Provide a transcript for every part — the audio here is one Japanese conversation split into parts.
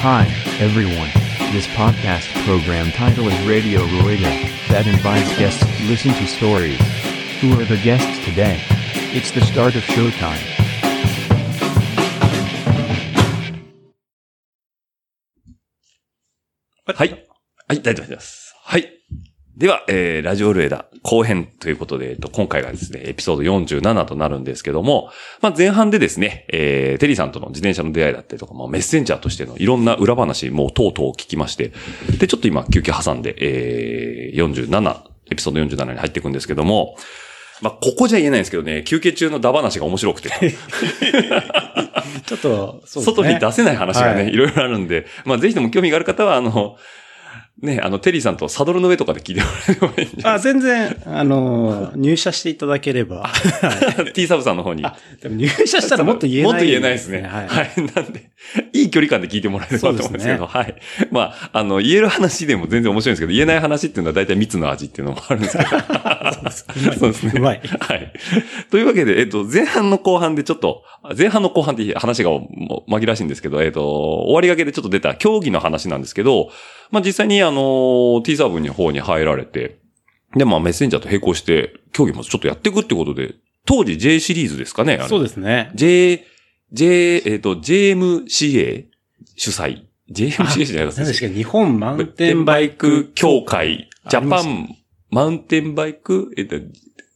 Hi, everyone. This podcast program title is Radio Roida, that invites guests to listen to stories. Who are the guests today? It's the start of showtime. はい。はい、大丈夫です。はい。では、えー、ラジオルエダ後編ということで、えっと、今回がですね、エピソード47となるんですけども、まあ、前半でですね、えー、テリーさんとの自転車の出会いだったりとか、まあ、メッセンジャーとしてのいろんな裏話、もうとうとう聞きまして、で、ちょっと今、休憩挟んで、えー、47、エピソード47に入っていくんですけども、まあ、ここじゃ言えないんですけどね、休憩中のダ話が面白くて。ちょっと、そうですね。外に出せない話がね、、はいろいろあるんで、まあぜひとも興味がある方は、あの、ね、あの、テリーさんとサドルの上とかで聞いてもらえればいいん じゃあ、全然、あのー、入社していただけれ ば。ない ?T サブさんの方に。あ、でも入社したらもっと言えない、もっと言えないですね。は。はいい。なんで、いい距離感で聞いてもらえればと思うんですけど、はい。まあ、あの、言える話でも全然面白いんですけど、言えない話っていうのは大体蜜の味っていうのもあるんですけ ど。そうですね。うまいはい。というわけで、えっと、前半の後半でちょっと、前半の後半って話がもう紛らわしいんですけど、えっと、終わりがけでちょっと出た競技の話なんですけど、まあ、実際にあの、T サーブの方に入られて、で、まあ、メッセンジャーと並行して、競技もちょっとやっていくってことで、当時 J シリーズですかねあれそうですね。 J、J、えっ、と、JMCA 主催。JMCA じゃないです何かでしたっけ日本ママウンテンバイク協会、ジャパンマウンテンバイク、えっ、と、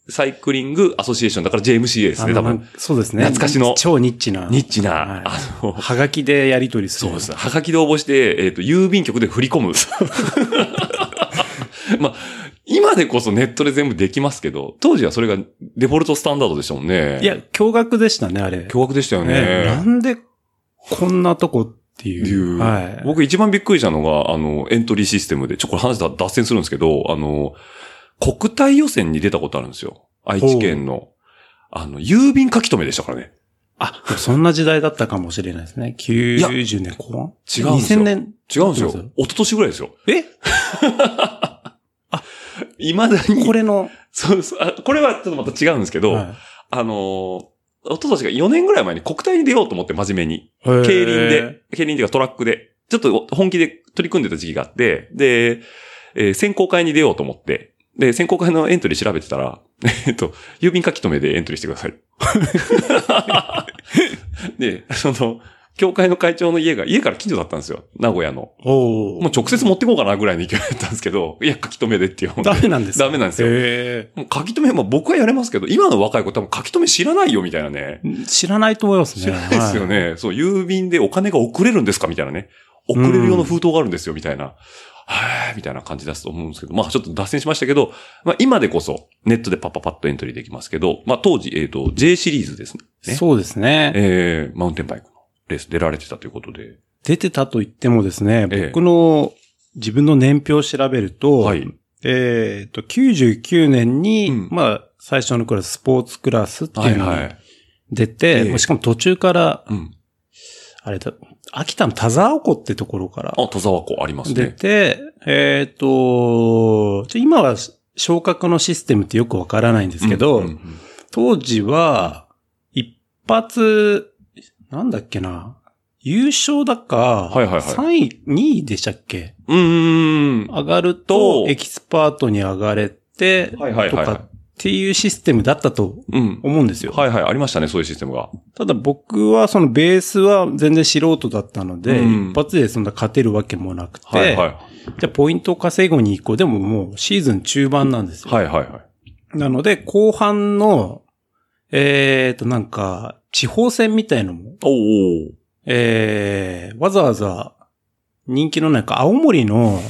サイクリングアソシエーション。だから JMCA ですね、あ多の分。そうですね。懐かしの超ニッチな。ニッチな、はいあの、はがきでやり取りすそうる。です。はがきで応募して、えっ、と、郵便局で振り込む。 まあ、今でこそネットで全部できますけど、当時はそれがデフォルトスタンダードでしたもんね。いや、、驚愕でしたね、あれ。驚愕でしたよね。ねなんで、こんなとこってい。っていうう。はい。僕一番びっくりしたのが、あの、エントリーシステムで、ちょ、これ話だ脱線するんですけど、あの、国体予選に出たことあるんですよ。愛知県の。あの、郵便書き留めでしたからね。あ、そんな時代だったかもしれないですね。や90年後半違うんですよ ?2000 違年うんですよ。そうそう一昨年ぐらいですよ。 え未だに。これの、そうそうあ。これはちょっとまた違うんですけど、はあの、一昨年が4年ぐらい前に国体に出ようと思って真面目に。いへー競輪で、競輪っていうかトラックで、ちょっと本気で取り組んでた時期があって、で、えー選考会に出ようと思って、で、選考会のエントリー調べてたら、 えっと、郵便書き留めでエントリーしてくださ い。で、その、教会の会長の家が、家から近所だったんですよ。名古屋の。おもおう。直接持ってこうかなぐらいの勢いだったんですけど、いや、書き留めでっていう。ダメなんですかダメなんですよへもう書き留め、まあ僕はやれますけど、今の若い子多分書き留め知らないよみたいなね。ー知らないと思いますね。知らない ですよはね。そう、郵便でお金が送れるんですかみたいなね。送れる用の封筒があるんですよ、みたいな。はぁみたいな感じだと思うんですけど、まあちょっと脱線しましたけど、まあ今でこそネットでパッパパッとエントリーできますけど、まあ当時、えっ、と、J シリーズですね。い。そうですね。えー、マウンテンバイクのレース出られてたということで。出てたと言ってもですね、ええ僕の自分の年表を調べると、はい。えっと、99年に、うんまあ、最初のクラス、スポーツクラスってはいいうのはにい。出えて、えまあしかも途中から、うん。あれだ、秋田の田沢湖ってところからあ、戸沢湖あります出ね。て、えっと、ちょ今は昇格のシステムってよくわからないんですけど、うんうんうん当時は、一発、なんだっけな、優勝だか、はいはいはい3位、2位でしたっけうーん。上がるとと、エキスパートに上がれて、はいはいとはいかはっていうシステムだったとい。うん。思うんですよ。はいはい、ありましたね、そういうシステムが。ただ僕はそのベースは全然素人だったので、うん一発でそんな勝てるわけもなくて、はいはい。じゃあポイントを稼ぐに行こう。でももうシーズン中盤なんですよ。はいはいはい。なので、後半の、えっ、と、なんか、地方戦みたいのも、おー。えー、わざわざ、人気のなんか、青森の、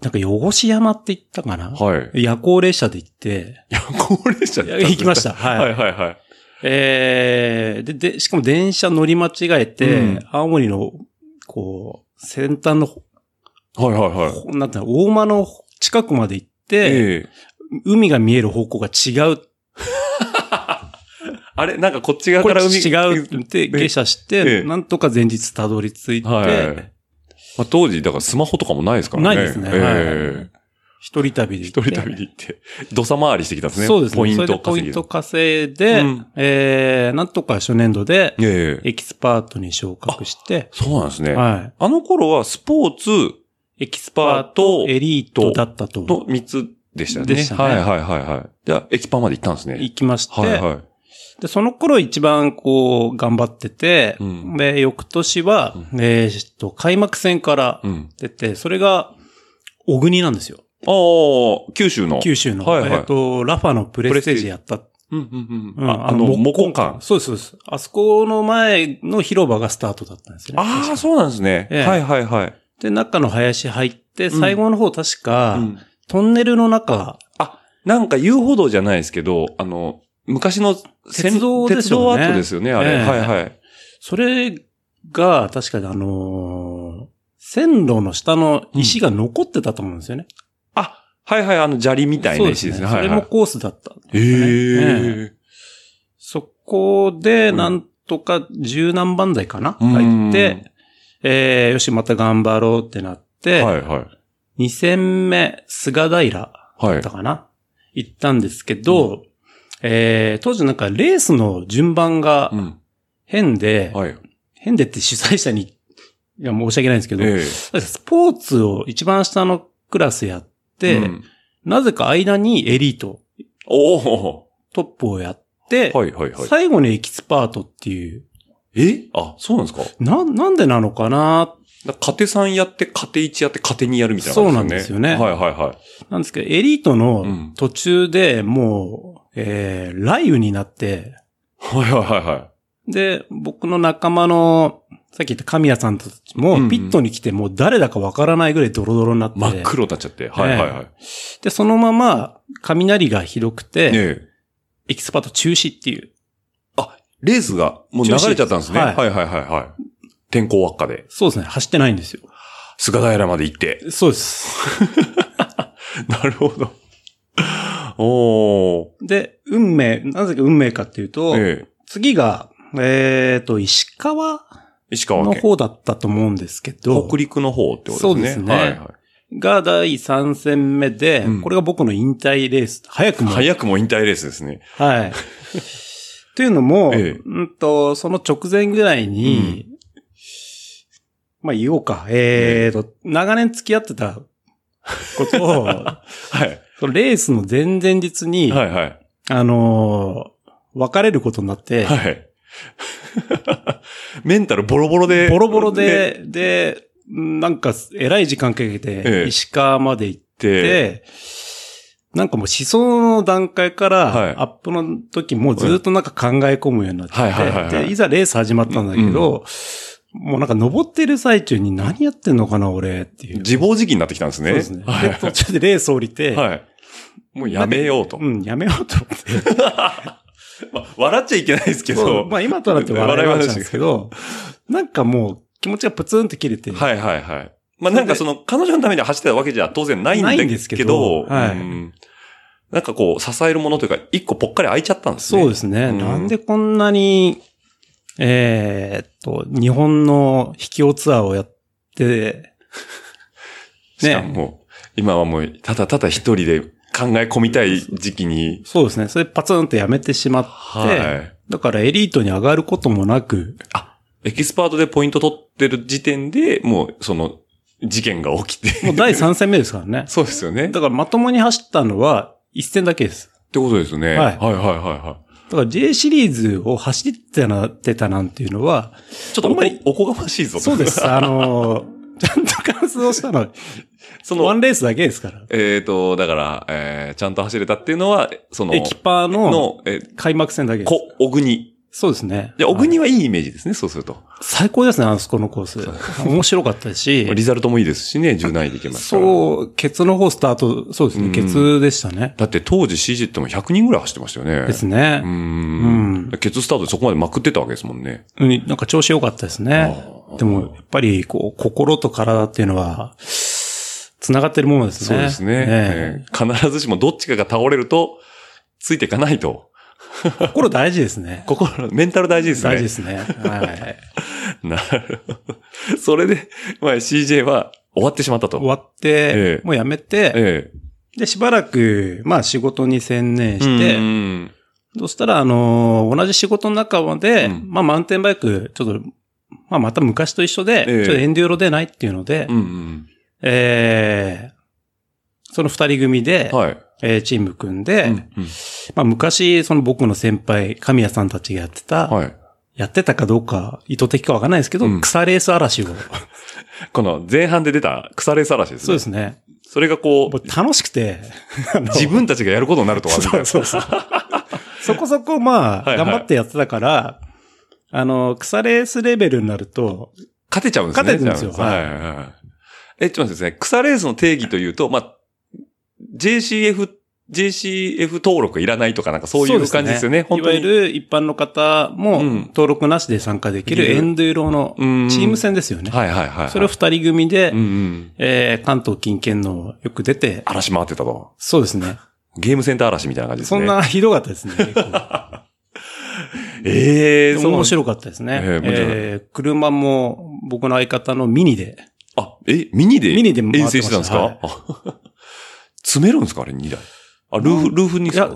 なんか、汚し山って言ったかな、はい。夜行列車で行って、いや、高齢者だったんですね行きました。はい。 はいはいはい。えー、で、で、しかも電車乗り間違えて、うん青森の、こう、先端の、ほはいはいはい。なんていうの、大間の近くまで行って、ええ海が見える方向が違うあれなんかこっち側こかれら海違うって下車して、ええなんとか前日たどり着いて、はい。まあ、当時、だからスマホとかもないですからね。ないですねええ一人旅で行一って。人旅に行って、土佐回りしてきたんですね。そうですね。ポイントをそれでポ稼イぎント稼いで、うんえー、なんとか初年度で、ええエキスパートに昇格して、そうなんですね。はあの頃はスポーツい。エキスパート、エリートだったとの3つでしたよね。でしたねはいはいはいはい。じゃあ、駅パンまで行ったんですね。行きまして、はいはで、その頃一番こう、頑張ってて、うんで、翌年は、うんえーっと、開幕戦からい。うん。出て、それが、小国なんですよ。ああ、九州の。九州の、はいはいえーっと、ラファのプレステージやった。うんうんう。うんんああの、木木工館。そうです、そうです。あそこの前の広場がスタートだったんですよね。ああ、そうなんですね。ええはいはいはい。で、中の林入って、うん最後の方確か、うんトンネルの中、なんか遊歩道じゃないですけど、あの、昔の線鉄道ですよね鉄道跡ですよね、あれ。ええはいはい。それが、確かにあのー線路の下の石が残ってたと思うんですよね。あ、はいはい、あの砂利みたいそうな石ですね。そはいれはもい。コースだった。ええ。そこで、うんなんとか十何番台かな、うん入って、えー、よし、また頑張ろうってなって、はいはい。 2戦目、菅平はだっいた。かな、行ったんですけど、えー、当時なんかレースの順番がうん。変で、はい。変でって主催者に、いや、申し訳ないんですけど、えスポーツを一番下のクラスやっえ。て、うんなぜか間にエリート、おお。トップをやって、はいはいはい。最後にエキスパートっていう、えあ、そうなんですかな、なんでなのかなだから家庭3やって、家庭1やって、家庭2やるみたいな感じ、そうなんですよねはいはいはい。なんですけど、エリートうのん途中でもう、えー、雷雨になって、はいはいはいはい。で、僕の仲間の、さっき言った神谷さんたちも、うんうんピットに来てもう誰だかわからないぐらいドロドロになって、真っ黒になっちゃって。はいはいはい。で、そのまま、雷がひどくて、ええ。エキスパート中止っていう。レースがもう流れちゃったんですね。中は止いはいはいはい。天候悪化で。そうですね、走ってないんですよ。菅平まで行って。そうです。なるほど。おで、運命、なぜか運命かっていうと、ー。ええ。次が、えっ、と、石川石川の県。方だったと思うんですけど、北陸の方ってことですね。そうですねはいはいが第3戦目で、うんこれが僕の引退レース、早くも。早くも引退レースですね。はい。 というのも、ええうんと、その直前ぐらいに、まあ言おうか、えーと、長年付き合ってたこと を、はい。そのレースの前々日に、はいはい。あのー別れることになって、はい。 メンタルボロボロで。ボロボロね。で、で、なんか、えらい時間かけえて、え石川まで行って、で、なんかもう思想の段階かはいら、アップの時もずっとなんか考え込むようになってはいはいはいはて、いでいざレース始まったんだけど、もうなんか登ってる最中に何やってんのかな、俺っていう。自暴自棄になってきたんですね。そうですね。はいで、途中でレース降りて、はい。もうやめようと。うん、やめようと思って。 まあ、笑っちゃいけないですけそうど。まあ今となって笑い話なんですけど、なんかもう気持ちがプツンって切れて、はいはいはい。まあなんかその、彼女のために走ってたわけじゃ当然ないんないんでですすけけど、どはいうんなんかこう、支えるものというか、一個ぽっかり空いちゃったんですね。。そうですすね。うんなんでこんなに、えーっと、日本の秘境ツアーをやって、しかも、今はもう、ただただ一人で考え込みたい時期に、そうですね。それパツンとやめてしまって、はだからエリートに上がることもなく、い。エキスパートでポイント取ってる時点で、もう、その、事件が起きて。。もう第3戦目ですからね そうですよね。っだからまともに走ったのは1戦だけです。てことですね。はいはいはいはいはだから J シリーズを走ってたなってたなんていうのは、い。ちょっとおこあんまりおこがましいぞ。そうで。す。 あのーちゃんと完走したのは、そのワ、ンレースだけですから。 えっ、と、だから、えー、ちゃんと走れたっていうのは、その、エキパーのの、えー、開幕戦だけです。こ、小国。そうですね。で、小国はいいイメージですね、そうすると。最高ですね、あそこのコース。面白かっ たし。リザルトもいいですしね、柔軟位でいけますから。そう、ケツの方スタート、そうですうね、んケツでしたね。だって当時 CG っても100人ぐらい走ってましたよね。ですうーね。んうんケツスタートでそこまでまくってたわけですもんね。うんなんか調子良かったですね。あーでも、やっぱり、こう、心と体っていうのは、繋がってるものですそね。うですね。えええー必ずしもどっちかが倒れると、ついていかないと。心大事です ね。心、メンタル大事ですね。大事ですね。はい。なるほ ど。それで、まあ CJ は終わってしまったと。終わっええて、もうやめて、ええで、しばらく、まあ仕事に専念して、うんそしたら、あのー同じ仕事の中で、うんまあマウンテンバイク、ちょっと、まあまた昔と一緒で、ええちょっとエンデューロでないっていうので、うんうんえーその二人組で、うん。はい。えーチーム組んで、うんうんまあ昔、その僕の先輩、神谷さんたちがやってた、はい。やってたかどうか意図的かわかんないですけど、うん草レース嵐を。この前半で出た腐れさらしですね。そうですね。 それがこもうう、楽しくて、あの自分たちがやることになるとは、みたいな。 そうそ うそう。そこそこまはあ、いはい頑張ってやってたから、あの、草レースレベルになると、勝てちゃうんですね。勝てるんですよじゃあはいはいはい。え、ちょっと待ってください。草レースの定義というと、まあ、JCF、JCF 登録いらないとかなんかそういう感じですよね。い本わ当に。ゆる一般の方もうん登録なしで参加できいるるエンドゥーロのうんチーム戦ですよね。はいはいはいはい。それを二人組で、うんうん。えー関東近県のよく出て、嵐回ってたと。そうですね。ゲームセンター嵐みたいな感じですそね。ん。なひどかったですね。結構ええでも面白かったですね。ええ面白いえー車も僕の相方のミニで、あ、え、ミニでミニで回って遠ました征してたんですか、はいあ詰めるんですかあれ、2台。あ、ルーフ、うんルーフにいや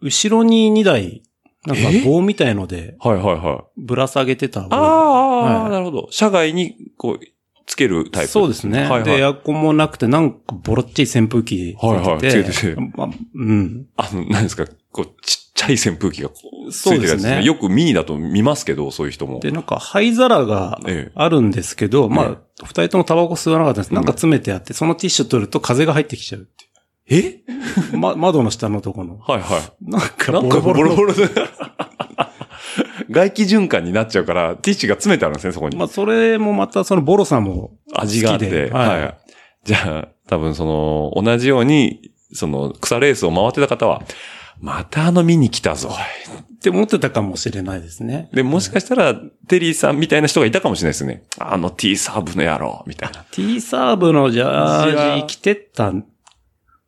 後ろに2台、なんかえ棒みたいのではいはいはい。ぶら下げてた。あーあー、はいなるほど。車外に、こう、つけるタイプ。そうですね。はいはいで、エアコンもなくて、なんかボロっちい扇風機ついてて。はいはいついててまあうん。あの、何ですかこう、ちっちゃい扇風機がこう、つそういてでるすやねつですね。よくミニだと見ますけど、そういう人も。で、なんか灰皿がええあるんですけど、まえあ、二人ともタバコ吸わなかったんです。なんか詰めてあって、そのティッシュ取ると風が入ってきちゃうっていえう。ま、窓の下のとこ の。はいはなんい。かなんボロかボボロロボロで。 外気循環になっちゃうから、ティッシュが詰めてあるんですね、そこに。まあ、それもまたそのボロさも味があっ好きて。でははいい。じゃあ、多分その、同じように、その、草レースを回ってた方は、またあの見に来たぞ。って思ってたかもしれないですね。で、もしかしたら、テリーさんみたいな人がいたかもしれないですね。あの T サーブの野郎、みたいな。 T サーブのジャージ着てったん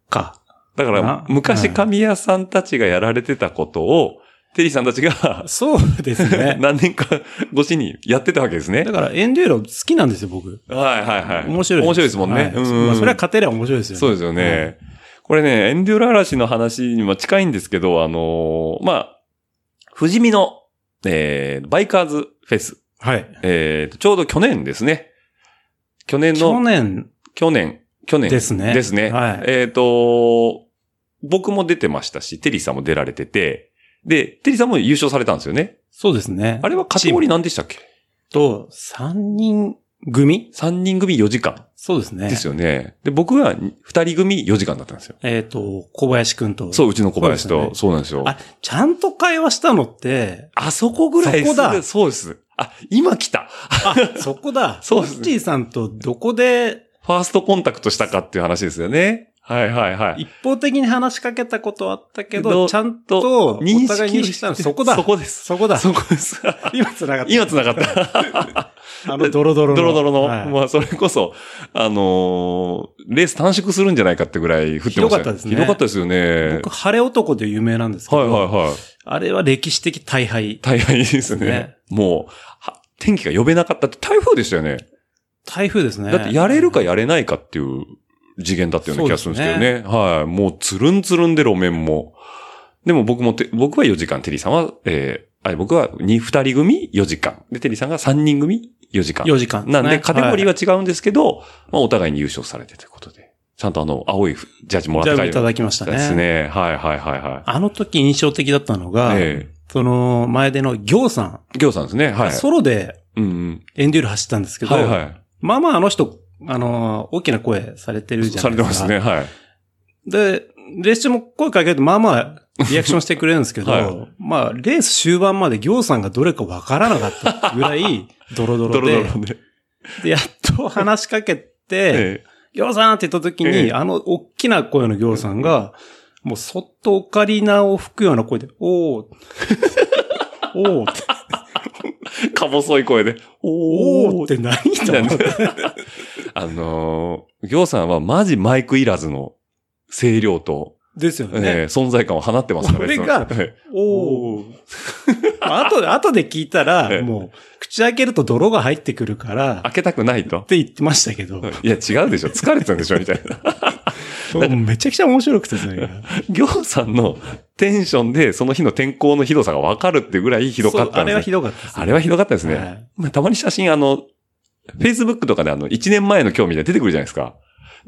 か。だからな、昔うん神谷さんたちがやられてたことを、テリーさんたちが、そうですね。 何年か越しにやってたわけですねだ。からエンデューロ好きなんですよ、僕。はいはいはい。面白い。面白いですもんはね。いうんまあそれは勝てりゃ面白いですよね。そうですよね。これね、エンデューラ嵐の話にも近いんですけど、あのーまあ、富士見の、えー、バイカーズフェス。はい。はい。えーと、ちょうど去年ですね。去年去の、年、去年、去年。ですねですね。はいえっ、と、僕も出てましたし、テリーさんも出られてて、で、テリーさんも優勝されたんですよね。そうですね。あれはカテゴリーチーム何でしたっけと、3人組 ?3 人組4時間そうですね。ですよね。で、僕は2人組4時間だったんですよ。えっ、と、小林くんと。そう、うちの小林そうですと。そうよねなんですよ。あ、ちゃんと会話した のって、あそこぐらいそこだすぐそうです。あ、今来た。あ、そこだ。そうでですす。ッチーさんとどこでファーストコンタクトしたかっていう話ですよね。はいはいはい。一方的に話しかけたことはあったけどど、ちゃんとお互い認識したの。そこだ。そこです。そこだ。そこ です。今繋がった。今繋がった。あの、ドロドロの。ドロドロの。はいまあ、それこそ、あのーレース短縮するんじゃないかってぐらい降ってましたよひどかったですねひどかったですよね。僕、晴れ男で有名なんですけど、はいはいはい。あれは歴史的大敗。大変ですね。ねもうは、天気が呼べなかったって台風でしたよね。台風ですね。だってやれるかやれないかっていう次元だったような気がするんですけどね。はい。もうつるんつるんで路面も。でも僕もて、僕は4時間、テリーさんは、えー、あ僕は2、二人組4時間。で、テリーさんが3人組4時間。 4時間、なんで、カテゴリーはは違うんですけど、まあ、お互いに優勝されてということで。ちゃんとあの、青いジャージもい、じらゃっあていただきましたね。ですね。はいはいはいはあの時印象的だったのが、い。えその前での行さん、え行さんですね。はい。ソロでうんうん。エンデュール走ったんですけど、はいはい。まあまああの人、あのー大きな声されてるじゃなさいれでてすますか。ね。はい。で、レース中も声かけると、まあまあ、リアクションしてくれるんですけど、はいまあ、レース終盤まで行さんがどれかわからなかったぐらい、ドロド ドロロで、ドロで。でやっと話しかけて、 え行さんって言った時に、ええあの、大きな声の行さんが、もうそっとオカリナを吹くような声で、お ー、おーって、えか細い声で。おおーって何と思って。あのー、行さんはマジマイクいらずの声量と、ですよえね。ー存在感を放ってますからこれがえおー。 あとで、後で聞いたええら、もう、口開けると泥が入ってくるから、開けたくないとっ。て言ってましたけど、いや、違うでしょ。疲れてたんでしょみたいな。そうめちゃくちゃ面白くてですね。ぎょうさんのテンションでその日の天候のひどさがわかるってぐらいひどかっそうたあんです、れはねひ。どかったです、あれはひどかったですね。はいまあたまに写真、あの、Facebook とかであの、1年前の今日みたいな出てくるじゃないですか。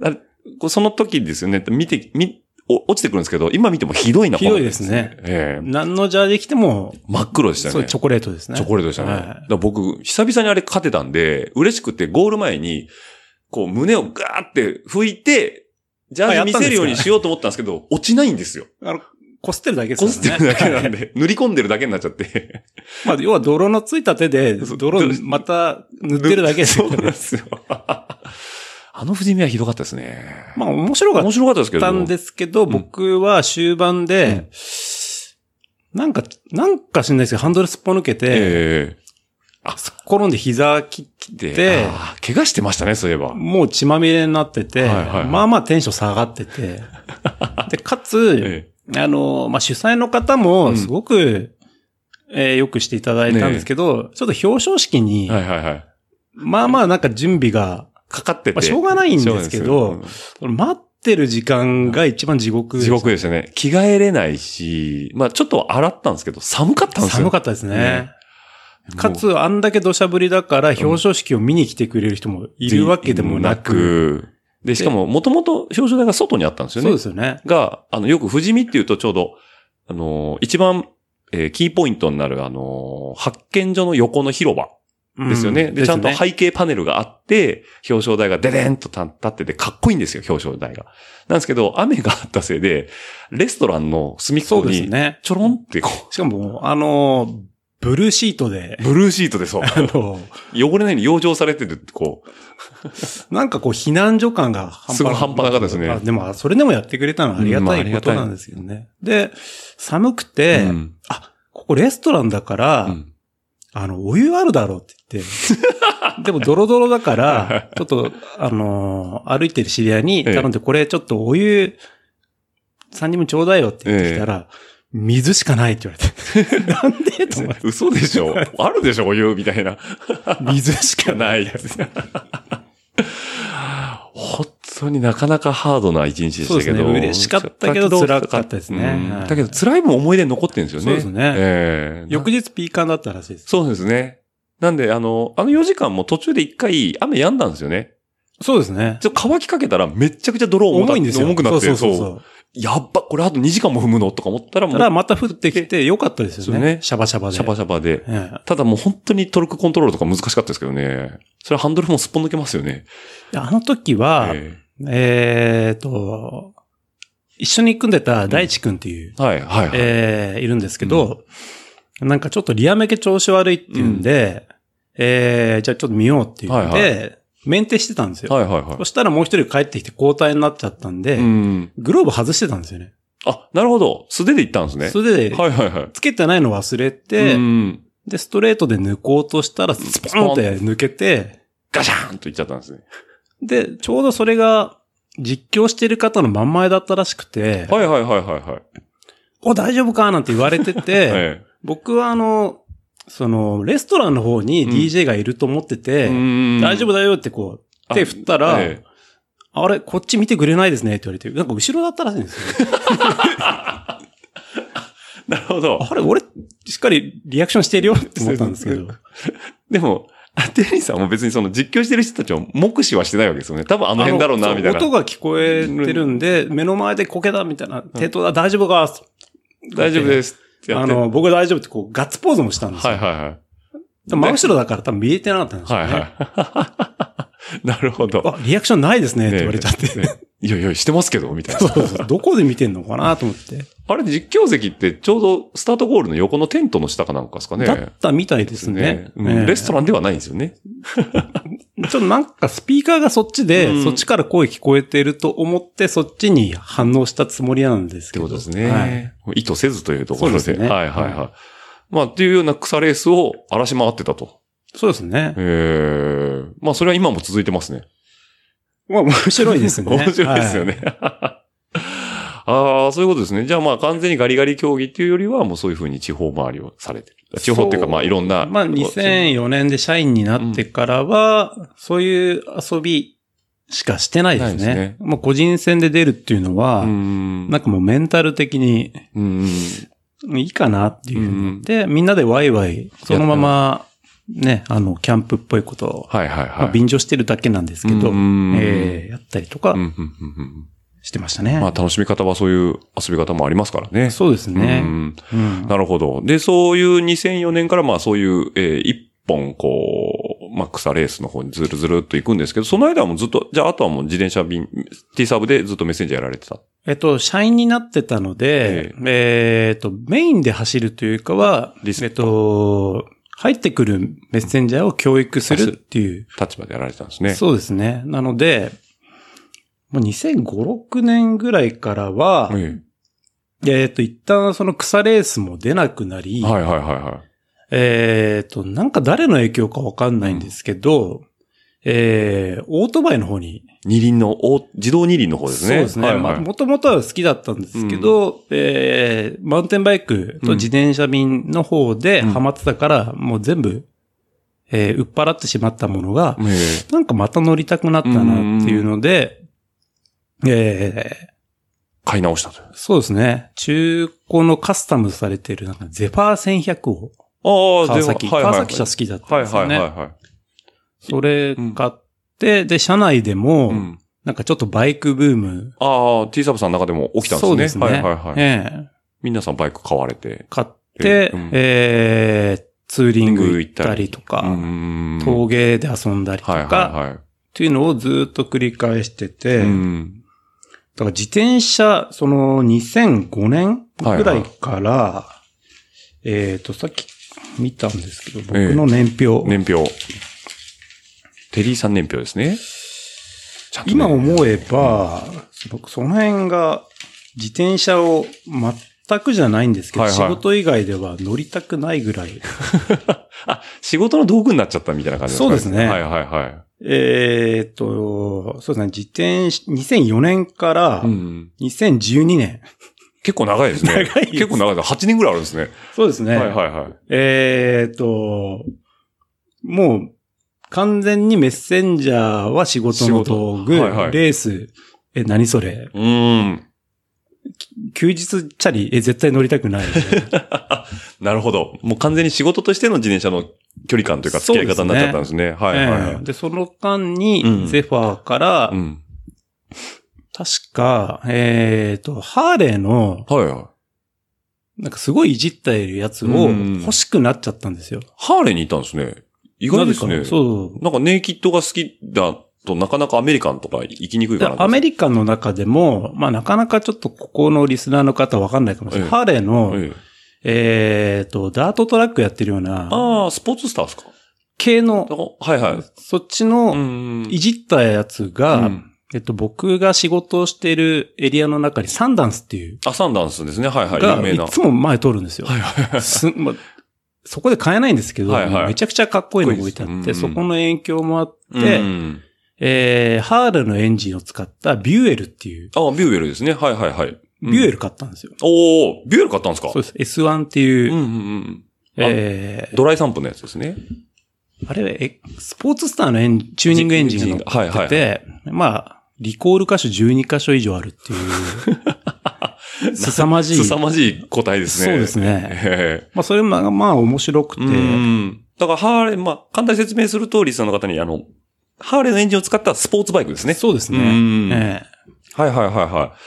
あれこうその時ですよね。見て、み、お落ちてくるんですけど、今見てもひどいな、ひどいですねこのええ何のジャージ着ても、真っ黒でしたそうね。チョコレートですね。チョコレートでしたね。はだいから僕、久々にあれ勝てたんで、嬉しくてゴール前に、こう胸をガーって拭いて、ジャージ見せるようにしようと思ったんですけど、落ちないんですよ。あの、こすってるだけですこかすっらてね。るだけなんで、 塗り込んでるだけになっちゃって。まあ、要は泥のついた手で、そう泥をまた塗ってるだけですそうよなんねで。すよ。あの富士見はひどかったですね。まあ、面白かっ面白かったですけど。たんですけど、ん僕は終盤で、なんか、なんか知んないですけど、ハンドルすっぽ抜けて、ええあ、そ転んで膝切っで、て、あー怪我してましたね、そういえば。もう血まみれになってて、はいはいはいまあまあテンション下がって て、で、かつ、えあの、まあ、主催の方も、すごく、えーよくしていただいたんですけど、ちょっと表彰式に、えはいはいはい。まあまあなんか準備が、かかってて。まあしょうがないんですけどしょうがないです待ってる時間が一番地獄うんです地獄でしたね。着替えれないし、まあちょっと洗ったんですけど、寒かったんですよ。寒かったですね。もうかつ、あんだけ土砂降りだから、表彰式を見に来てくれる人もいるわけでもなく。く。で、しかも、もともと表彰台が外にあったんですよね。そうですよね。が、あの、よく富士見っていうとちょうど、あのー一番、えーキーポイントになる、あのー発見所の横の広場ですよね。うんで、ちゃんとですね背景パネルがあって、表彰台がデデンと立立ってて、かっこいいんですよ、表彰台が。なんですけど、雨があったせいで、レストランの隅っこそうですに、ね。ちょろんってこしかも、あの、ブルーシートでう、、ブルーシートで そう、あの、汚れないように養生されてて、こう、なんかこう、避難所感がすごい半端なかったですねあでも、それでもやってくれたのはありがうんまあたあいりこがたといなんですよね。で、寒くて、うんあ、ここレストランだから、うんあの、お湯あるだろうって 言って。でも、ドロドロだから、ちょっと、あのー歩いてる知り合いに、ええ頼んで、これちょっとお湯、三人分ちょうだいよって言ってきたら、水しかないって言われ て。なんでと思って嘘でしょあるでしょお湯みたいな。水しかな い。ないです。本当になかなかハードな一日でしたけど。そうですね嬉しかったけど辛かったですねうんはいだけど辛いも思い出に残ってるんですよね。そうですねええ翌日ピーカンだったらしいです。そうですね。なんで、あの、あの4時間も途中で一回雨止んだんですよね。そうですね。ちょっと乾きかけたらめっちゃくちゃ泥重た重いんですよ。重くなって、そうそうそうそうやっば、これあと2時間も踏むのとか思ったらそうもただ、う、また降ってきてよかったですそうよですねね。シャバシャバで。シャバシャバで。ええただもう本当にトルクコントロールとか難しかったですけどね。それはハンドルもすっぽ抜けますよね。であの時は、ええー、と、一緒に組んでた大地くんっていう、えはい、はい、はい。えーいるんですけど、なんかちょっとリアメケ調子悪いっていうんで、えー、じゃあちょっと見ようって言って、はいメンテしてたんですよ。はい、はい、はそしたらもう一人帰ってきて交代になっちゃったんで、い。うん。グローブ外してたんですよね。あ、なるほど。素手で行ったんですね。それで、はいはいはい。つけてないの忘れて、うん、で、ストレートで抜こうとしたら、スポンって抜けて、ガシャーンと行っちゃったんですね。で、ちょうどそれが実況してる方の真ん前だったらしくて、はいはいはいはいはい。お、大丈夫かなんて言われてて、え僕 はあの、その、レストランの方にうん DJ がいると思ってて、大丈夫だだよってこう、手振ったら、えあれ、こっち見てくれないですねって言われて、なんか後ろだったらしいんですよ。えなるほど。 あれ、俺、しっかりリアクションしてるよって思ったんですけど。でも、あテリーさんも別にその実況してる人たちを目視はしてないわけですよね。多分ああの辺だろうな、みたいな。そう音が聞こえてるんで、目の前でこけたみたいな、手とだ、大丈夫か大丈夫です。ってやあっての、僕は大丈夫ってこう、ガッツポーズもしたんですはよ。いはいはい。でも真後ろだから多分見えてなかったんですよはね。いはい。 なるほど。あ、リアクションないですねって言われちゃって。ねえ。いやいや、してますけど、みたいな。そうそう どこで見てんのかなと思って。あれ実況席ってちょうどスタートゴールの横のテントの下かなんかですかね。だったみたいですね。うんええレストランではないんですよね。ちょっとなんかスピーカーがそっちで、うんそっちから声聞こえてると思って、そっちに反応したつもりなんでっすけてど。ことですね。はい。意図せずというところで。そうですねはいはいはい。はまあ、っていうような草レースを荒らし回ってたと。そうですね。ええまあ、それは今も続いてますね。まあ面白いです ね。面白いですよね。 ああ、そういうことですね。じゃあまあ完全にガリガリ競技っていうよりはもうそういうふうに地方回りをされてる。地方っていうかそうまあいろんな。はい。まあ2004年で社員になってからは、そういう遊びしかしてないですないね。ですねもう個人戦で出るっていうのは、うんなんかもうメンタル的にうんいいかなっていうふうにうんで、みんなでワイワイ、そのまま、ね、あの、キャンプっぽいことを、はいはいまあはい。便乗してるだけなんですけど、うんええやったりとかうんうんうんうんしてましたね。まあ楽しみ方はそういう遊び方もありますからね。そうですね。うんうんなるほど。で、そういう2004年からまあそういう、えー一本こう、まあ草レースの方にずるずるっと行くんですけど、その間はもうずっと、じゃああとはもう自転車便、T サーブでずっとメッセンジャーやられてた。えっと、社員になってたので、えっと、メインで走るというかは、リスえっと、入ってくるメッセンジャーを教育するっていう。立場でやられてたんですね。そうですね。なので、もう2005、6年ぐらいからは、ええっと、一旦その草レースも出なくなり、えはいはいはいはえっと、なんか誰の影響かわかんないんですけど、えー、オートバイの方にい。二輪の、お自動二輪の方ですね。そうですね。はいはいもともとは好きだったんですけど、えー、マウンテンバイクと自転車便の方でうんハマってたから、もう全部、えー、売っ払ってしまったものが、ええなんかまた乗りたくなったなっていうので、え買い直したという。ー、そうですね。中古のカスタムされてる、なんかゼファー1100を、ああ、川で崎、はいはい川崎車好きだったんはいですはよいね。はいはい。それ買って、で、車内でも、うん。なんかちょっとバイクブーム、ああ、T サーブさんの中でも起きたんですね。そうですね。はいはいはい。ええ皆さんバイク買われて。買って、うんえー、ツーリング行ったりとか、うん陶芸で遊んだりとはいはいか、はい。っていうのをずっと繰り返してて、うんだから自転車、その2005年ぐらいから、えっ、と、さっき見たんですけど、僕ええの年表、年表。テリーさん年表ですね。ちゃんとね今思えば、僕その辺が自転車を全くじゃないんですけど、はいはい仕事以外では乗りたくないぐらい、あ、仕事の道具になっちゃったみたいな感じなんそうですねはいはいはえーっと、そうですね、自転車、2004年からい。うん2012年。結構長いですね。長いです結構長いです。8年ぐらいあるんですね。そうですねはいはいはい。えーっと、もう、完全にメッセンジャーは仕事の道具、仕事はいはいレース、え、何それうーん。休日チャリ、え、絶対乗りた くない。なるほど。もう完全に仕事としての自転車の距離感というか付き合い方になっちゃったんですね。はいはいはええい。で、その間うに、んゼファーから、うん。確か、えーっと、ハーレーの、はいはい。なんかすごいいじっているやつをうん欲しくなっちゃったんですよ。ハーレーに行ったんですね。意外ですなね。ぜかそう。なんかネイキッドが好きだとなかなかアメリカンとか行きにくいかなとアメリカの中でも、まあなかなかちょっとここのリスナーの方わかんないかもしれなえい。えハーレーの、えええっ、と、ダートトラックやってるような、ああ、スポーツスターですか系なんの、かはいはい。そっちうのんいじったやつが、うんえっと、僕が仕事をしているエリアの中にサンダンスっていう、あ、サンダンスですね。はいはい。有が、名いな。つも前通るんですよ。すまそこで買えないんですけど、はいはいめちゃくちゃかっこいいのが置いてあかっっこいいて、ですそこの影響もあっうて、んえー、ハーレーのエンジンを使ったビュエルっていう、あ、ビューエルですね。はいはいはい。ビュエル。ル買ったんですよ。おー、ビューエル買ったんですかそうです。S1 っていう、うんうんうん。えードライ散歩のやつですね。あれはえ、スポーツスターのエンチューニングエンジンが乗ってて、まあ、リコール箇所12箇所以上あるってい う、凄まじい。凄まじい個体ですね。そうですね。えまあ、それも、まあ、面白くえ。て、 うん。だから、ハーレー、まあ、簡単に説明すると、リスナーの方に、あの、ハーレーのエンジンを使ったスポーツバイクですね。そうでうすね。んえはいはいはいはい。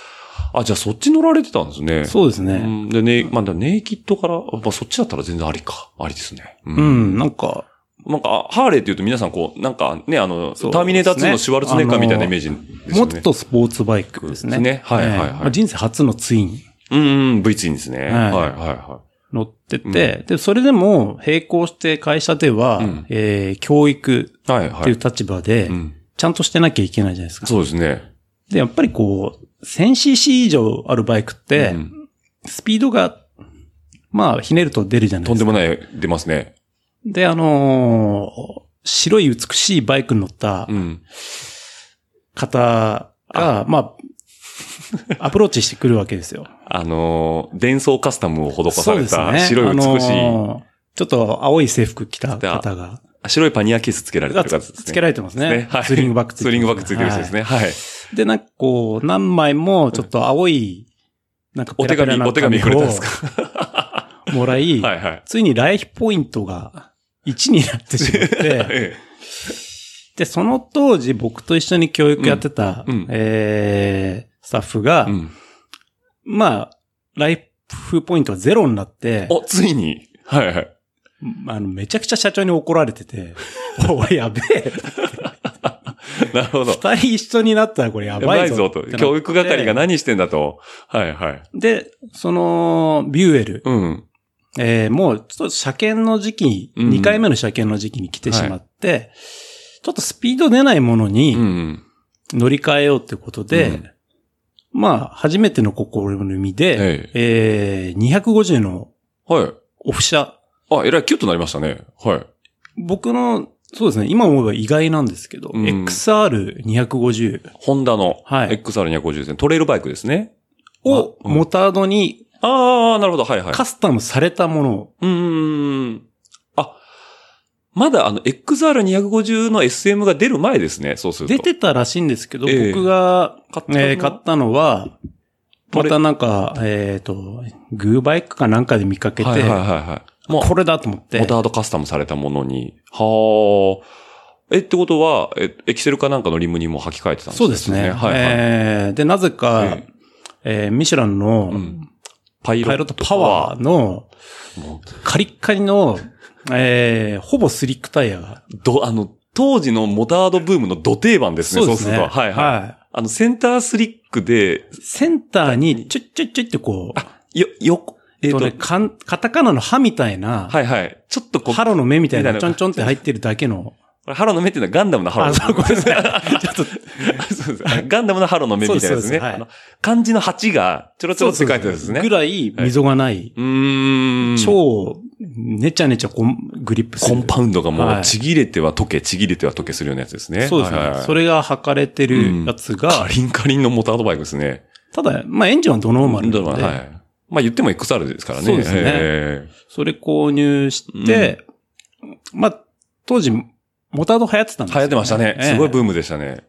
あ、じゃあそっち乗られてたんですね。えそうですうね。んでね、まあ、でもネイキッドから、まあ、そっちだったら全然ありか。ありですね。ううん、なんか、なんか、あハーレーって言うと皆さんこう、なんかね、あの、そうですねターミネーター2のシュワルツェネッカーみたいなイメージですよもね。っとスポーツバイクですね。ですねはいはいはいええまあ、人生初のツインうんうん、V2 ですね。はいはいはいは乗ってて、で、それでも、並行して会社では、うんええ教育い。はいっはてい。いう立場で、うんちゃんとしてなきゃいけないじゃないですか。そうですね。で、やっぱりこう、1000cc 以上あるバイクってう、んスピードが、まあ、ひねると出るじゃないとでんすでか。もない、出ますね。で、あのー白い美しいバイクに乗ったうん。方が、まあ、 アプローチしてくるわけですよ。あのー、伝送カスタムを施さそうれですたね。白い美しい。あのーちょっと青い制服着た方が、白いパニアケースつけられてる方ですね。つけられてますね。はい。スリングバッグついてスリングバッグついてる人ですね。はい。で、なんかこう、何枚もちょっと青い、なんかお手紙、お手紙くれたんですかか もらい、はいはい。ついにライフポイントが1になってしま って、ええで、その当時僕と一緒に教育やってた、うんうんえー、スタッフが、うん。まあ、ライフポイントがゼロになって、お、ついに。はいはい。あの、めちゃくちゃ社長に怒られ てて、おい、やべえ。なるほど。二人一緒になったらこれややばばいいぞぞってとなって。。教育係が何してんだと。はいはい。で、その、ビューエル、うん。えーもう、ちょっと車検の時期に、うん2回目の車検の時期に来てはいしまって、ちょっとスピード出ないものうにん。乗り換えようってことで、うんまあ、初めての試みで、ええ。えー、250のはい。オフ車。あ、えらいキュッとなりましたね。はい。僕の、そうですね、今思えば意外なんですけど、うん XR250 ホンダのはい XR250 ですね。トレイルバイクですね。をあうんモタードにああ、なるほど。はいはい。カスタムされたものを、うーん。あ、まだあの、XR250 の SM が出る前ですね、そうすると。出てたらしいんですけど、ええ僕が、買ったのえー買ったのは、あまれたなんか、えっ、と、グーバイクかなんかで見かけて、はいはいはいはい。もう、これだと思ってモ、タードカスタムされたものに。はあ。え、ってことは、え、エキセルかなんかのリムにも履き替えてたんですそうですはいね。はい。えーで、なぜか、ええーミシュランのうんパイパイロットパワーのー。もカリッカリの、えーほぼスリックタイヤが。うど、あの、当時のモタードブームの土定番ですね、そうすると。はいはい。あの、センタースリックで、センターにちょいちょいちょいってこう、よ、よ、えっ、とねと、かんカタカナの歯みたいな、はいはい。ちょっとこう、ハロの目みたいみたいななちょんちょんって入ってるだけの、これハロの目っていうのはガンダムのハロあ、そうごめんなさい。 ちょっとそうですあガンダムのハロの目みたいなやつそうね。ですそうですはいあの漢字の8がちょろちょろって書いてあるんですね。ぐらい溝がない。うーん。超、ねちゃねちゃこんグリップすコる。ンパウンドがもはういちぎれては溶け、ちぎれては溶けするようなやつですね。そうですね。はいはいそれが履かれてるやつが、カリンカリンのモタードバイクですね。ただ、まあエンジンはドノーマルなだのかで、らはい。まあ言っても XR ですからね。そうですねえそれ購入して、まあ、当時、モタード流行ってたえんです流行ってましたね。すごいブ分。ームでしたね。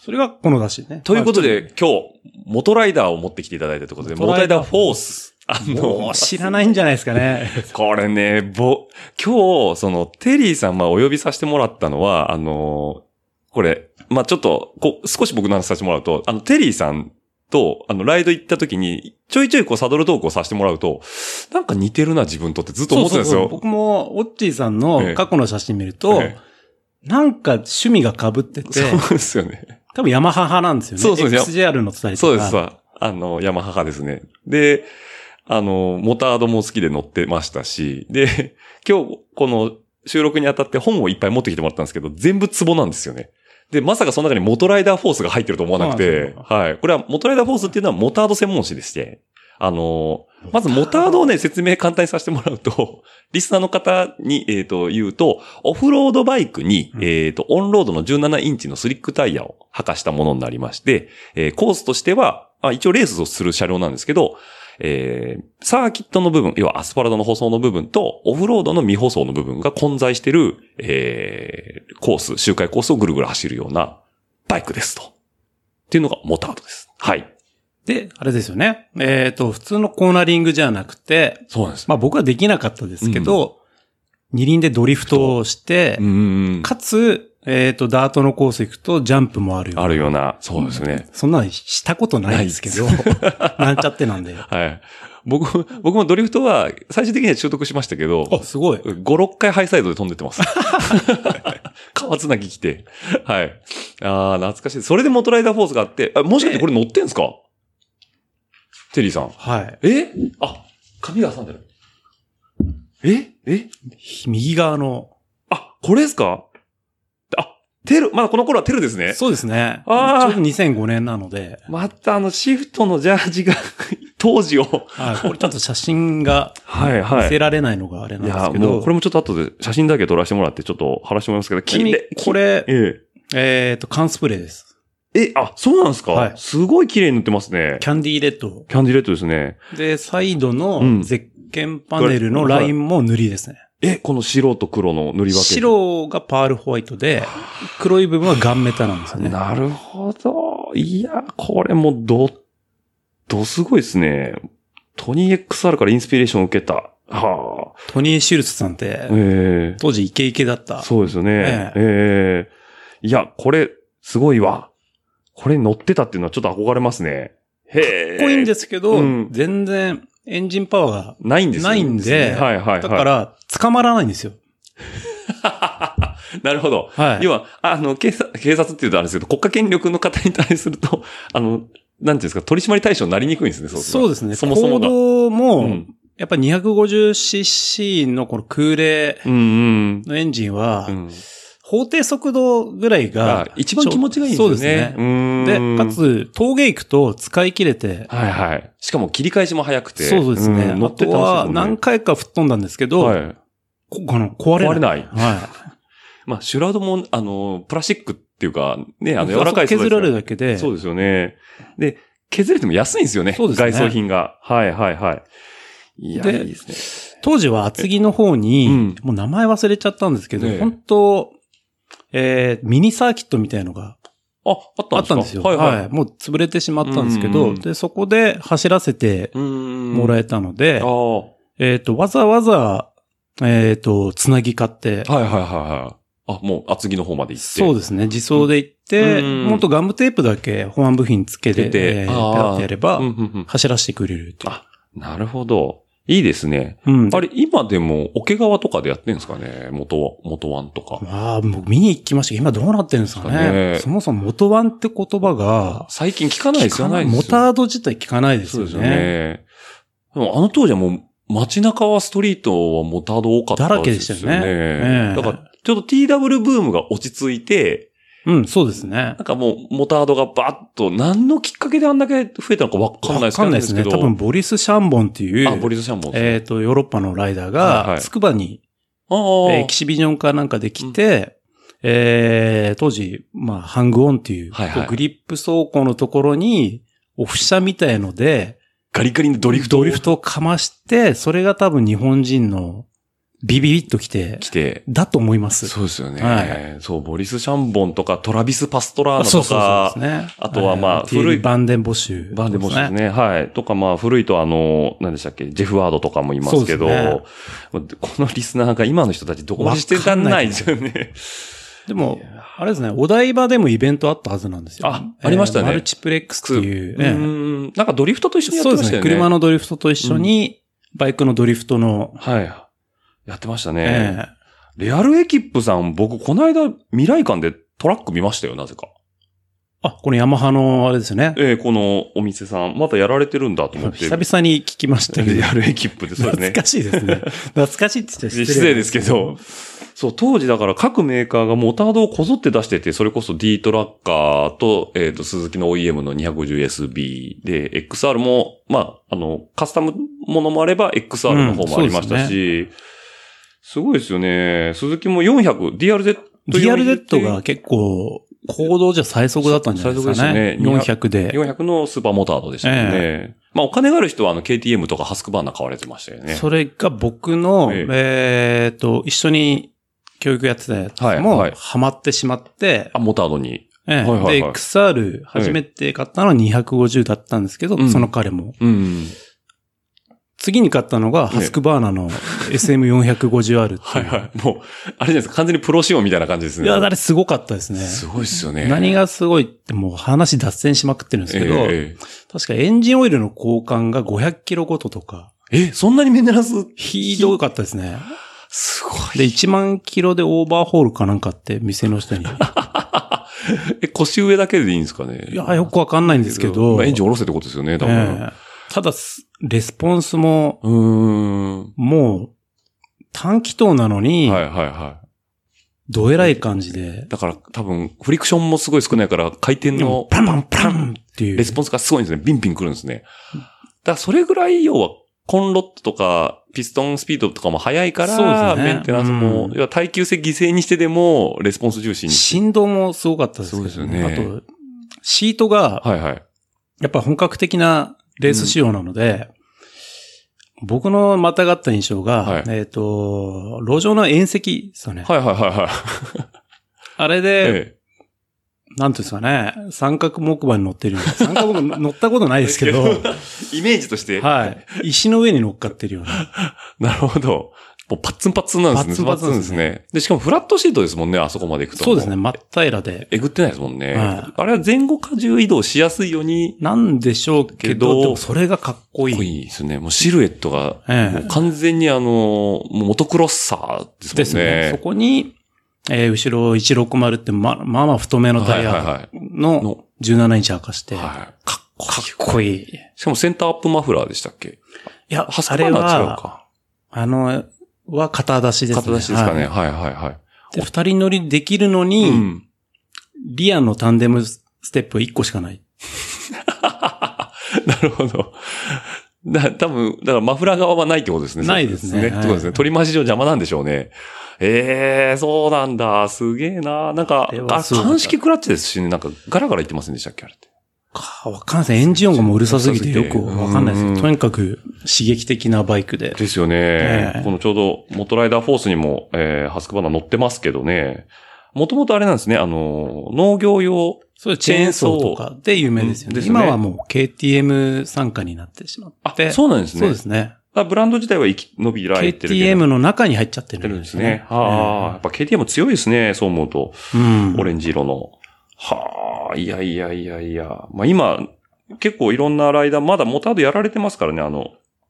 それがこの出しね。ということまで、今日、モトライダーを持ってきていただいたということで、モモトトラライイダダーーフォース。ああ、もう知らないんじゃないですかね。これね、ぼ、今日、その、テリーさん、まあ、お呼びさせてもらったのは、あのーこれ、まあ、ちょっと、こう、少し僕の話させてもらうと、あの、テリーさんと、あの、ライド行った時に、ちょいちょいこう、サドルトークをさせてもらうと、なんか似てるな、自分と ってずっと思ってたんですよ。僕も、オッチーさんの過去の写真見ると、えなんか趣味が被ってて、そうですよね。多分ヤマハ派なんですよね。そうそうです XJR 乗ってたりとか。そうですわ。あの、ヤマハ派ですね。で、あの、モタードも好きで乗ってましたし、で、今日、この収録にあたって本をいっぱい持ってきてもらったんですけど、全部ツボなんですよね。で、まさかその中にモトライダーフォースが入ってると思わ なくてそうなんで、はい。これはモトライダーフォースっていうのはモタード専門誌でして、あの、まずモタードをね、説明簡単にさせてもらうと、 リスナーの方に、えっ、と、言うと、オフロードバイクに、うんえっ、と、オンロードの17インチのスリックタイヤを履かしたものになりまして、えーコースとしては、あ一応レースをする車両なんですけど、えーサーキットの部分、要はアスファルトの舗装の部分と、オフロードの未舗装の部分が混在してる、えーコース、周回コースをぐるぐる走るようなバイクですと。っていうのがモタードです。はい。で、あれですよね。えっ、と、普通のコーナリングじゃなくて、そうなんです。まあ僕はできなかったですけど、二輪でドリフトをしてう、ん。かつ、えっ、と、ダートのコース行くとジャンプもあるよ。あるような、そうですね。そんなのしたことないですけど、 なんちゃってな んで。あ、はい。僕、僕もドリフトは最終的には習得しましたけど、すごい。 5、6回ハイサイドで飛んでって ます。川つなぎ来て。はい。ああ、懐かしい。それでモトライダーフォースがあって、あもしかしてこれ乗ってんすかテリーさん。はい。えあ、髪が挟んでる。ええ右側の。あ、これですかあ、テル、まだこの頃はテルですね。そうですね。ちょあーうど2005年なので、またあのシフトのジャージが、 当時を。はい、これちょっと写真がはい見はい。せられないのがあれなんいでや、すけもど、うこれもちょっと後で写真だけ撮らせてもらってちょっと話してもらいますけど、ちなみ綺に麗これ、ええっ、と、缶スプレーです。え。え、あ、そうなんですか、はいすごい綺麗に塗ってますね。キャンディーレッド。キャンディレッドですね。で、サイドうんのゼッケンパネルのラインも塗りですね。ええ、この白と黒の塗り分け。白がパールホワイトで、黒い部分はガンメタなんですよね。なるほど。いや、これもど、どすごいですね。トニー XR からインスピレーションを受けた。はあ。トニー・シュルツさんって、ええ当時イケイケだった。そうですよね。えええいや、これ、すごいわ。これ乗ってたっていうのはちょっと憧れますね。へえ。かっこいいんですけど、うん全然エンジンパワーが、ないんですよないんではいはいはい。だか、ら捕まらないんですよ。 なるほど。はい。要は、あの、警察、警察っていうとあれですけど、国家権力の方に対すると、 あの、なんていうんですか、取締り対象になりにくいんですね、そうするそうとですね。そもそも行が動も、うん。やっぱ 250cc のこの空冷うんうん。のエンジンは、うん法定速度ぐらいがあ、一番気持ちがいいんですよね。そうですね。で、ねか、つ、峠行くと使い切れて、はいはい。しかも切り返しも早くて。そうですね。ん乗あってとたはんですよね何回か吹っ飛んだんですけど、はいこあの壊れない。壊れない。はまあ、シュラウドも、あの、プラスチックっていうか、ね、い。あの、柔らかい素材削られるだだけで、そうですよね。で、削れても安いんですよね。そうですね外装品が。はいはいはい。いや、いでいです当時は厚木の方に、うんもう名前忘れちゃったんですけど、ええ本当えーミニサーキットみたいのね。があ、あったんですかあったんですよ。はいはい。もう潰れてしまったんですけど、うんうんで、そこで走らせてももらええたので、ああ。はえっ、と、わざわざ、えっ、と、つなぎ買って、いはいはいはい。あ、もう厚木の方まで行って。そうですね、自走で行って、うんもっとガムテープだけ保安部品つけて、つけてえーあーペラってやれば、うんうんうん走らせてくれると。なるほど。いいですね。うん。あれ、今でも、桶川とかでやってんですかね元は、元ワンとか。ああ、もう見に行きましたけど、今どうなってるんですかそうですかね。ねそもそも元ワンって言葉が、最近聞かないですよね。モタード自体聞かないですそうよでね。すよね。でもあの当時はもう街中はストリートはモタード多かっただらけでしたよねええだからちょっと TW ブームが落ち着いて、うん、そうですねなん。かもうモタードがバッと何のきっかけであんだけ増えたのかわかんないですけど。わですね。多分、ボリス・シャンボンっていう、あ、ボリズシャンボンですね。えっ、と、ヨーロッパのライはダーいはが、いつくばに、ああ、エキシビジョンかなんかで来て、えー当時、まあ、ハングオンっていう、はいはいこうグリップ走行のところに、オフ車みたいので、ガリガリのドリフト。ドリフトをかまして、それが多分日本人のビビビッと来て、来て。だと思います。そうですよね、はそう、ボリス・シャンボンとか、トラビス・パストラーナとか、そうそうそうですね。あとはまあえー古い TLB バンデンボッシュ。バンデモスです。ね。はい。とか、まあ、古いとあの、何でしたっけ、ジェフワードとかもいますけど、そうでこのリスナーが今の人たちどこまでしてたんないですよ ね。でも、あれですね、お台場でもイベントあったはずなんですよ。あありましたねマルチプレックスっていう。うええん。なんかドリフトと一緒にやっそうてでましすたね。よね。車。のドリフトと一緒に、バイクのドリフトの、はい。やってましたね。ええレアルエキップさん、僕、この間、未来館でトラック見ましたよ、なぜか。あ、このヤマハの、あれですよね。ええこのお店さん、またやられてるんだと思って。久々に聞 きましたけレど。アルエキップで、そうですね懐。かしいですね。 懐かしいって言っちゃ失礼ですけど。、そう、当時だから各メーカーがモタードをこぞって出してて、それこそ D トラッカーと、えっ、と、鈴木の OEM の 250SB で、XR も、まあ、あの、カスタムものもあれば、XR の方もありましたし、すごいですよね。鈴木も400、DRZ。 DRZ が結構、行動じゃ最速だったんじゃないですかね。最速ですよね400で。 400のスーパーモタードでしたよね。まあ、お金がある人は、あの、KTM とかハスクバーナー買われてましたよね。それが僕の、ええっと、一緒に教育やってたやつはいもはい、ハマってしまって、あ、モタードに。はええいはいで、はい XR 初めて買ったのは250だったんですけど、うんその彼も。うん。次に買ったのが、ハスクバーナの SM450R って。はいいうはい。もう、あれじゃないですか。完全にプロ仕様みたいな感じですいね。や、あれすごかったですね。すごいっすよね。何がすごいってもう話脱線しまくってるんですけど、ええ確かエンジンオイルの交換が500キロごととか、えええそんなにメンテナンスひどかったですね。すごで、。1万キロでオーバーホールかなんかって店の 人に。いえ、腰上だけでいいんですかねや、よくわかんないんですけど。まあエンジン下ろせってことですよね、多分。ええただ、すレスポンスも、うーん。もう、短気筒なのに、はいはいはどえらい感じでい。、だから多分、フリクションもすごい少ないから、回転のパンパンパンっていう。レスポンスがすごいんですね。ビンビン来るんですね。だからそれぐらい、要は、コンロットとか、ピストンスピードとかも速いかそら、うですねメンテナンスもう、ん要は耐久性犠牲にしてでも、レスポンス重視に。振動もすごかったですけそどうね。ですよあと、シートが、はいはい。やっぱ本格的なレース仕様なので、僕のまたがった印象が、はいえっ、と、路上の縁石ですよね。はいはいはいはい。あれええで、なんていうんですかね、三角木馬に乗ってるような。 三角木馬乗ったことないです けど、イメージとして。はい。石の上に乗っかってるような。なるほど。もうパッツンパッツンなんですね。パッツンパッツンですねパッツで、しかもフラットシートですもんね、あそこまで行くと。そうですね、真っ平らで。えぐってないですもんね。はあれは前後荷重移動しやすいように、なんでしょうけけどど、でもそれがかっこいかっこい。いいですね。もうシルエットが、えもえう完全にあの、もうモトクロッサーですもんね。ですね。そこに、えー後ろ160ってま、まあまあ太めのタイはいはいヤはのの17インチ明かして、かっはい。かっこいい。こいい。いしかもセンターアップマフラーでしたっけや、ハスあカナれー違うは、か。あの、は片出しですね。片出しですかね。はいはいはいはい。で、二人乗りできるのに、うん。リアのタンデムステップ1個しかない。なるほど。だ、多分、だからマフラー側はないってことですね。ないですねそうはいってことですね。取り回し上邪魔なんでしょうね。ええそうなんだ。すげえな。なんか、あれはあ、すごかった鑑識クラッチですしね。なんか、ガラガラ言ってませんでしたっけあれって。か、わかんないですね。エンジン音がもううるさすぎてよくわかんないですうんけど、とにかく刺激的なバイクで。ですよね。えこのちょうど、モトライダーフォースにも、えー、ハスクバナー乗ってますけどね。もともとあれなんですね。あの、農業用。そういうチェーンソーとかで有名ですようんね。ですね今はもう KTM 参加になってしまあっ、て。そうなんですね。そうですね。あブランド自体は生き伸びられてるけど。 KTM の中に入っちゃってやってるるんですね。はあ、やっぱ KTM 強いですね、そう思うと。うん。オレンジ色の。はあ、いやいやいやいや。まあ今、結構いろんなライダー、まだモタードやられてますからね、あの、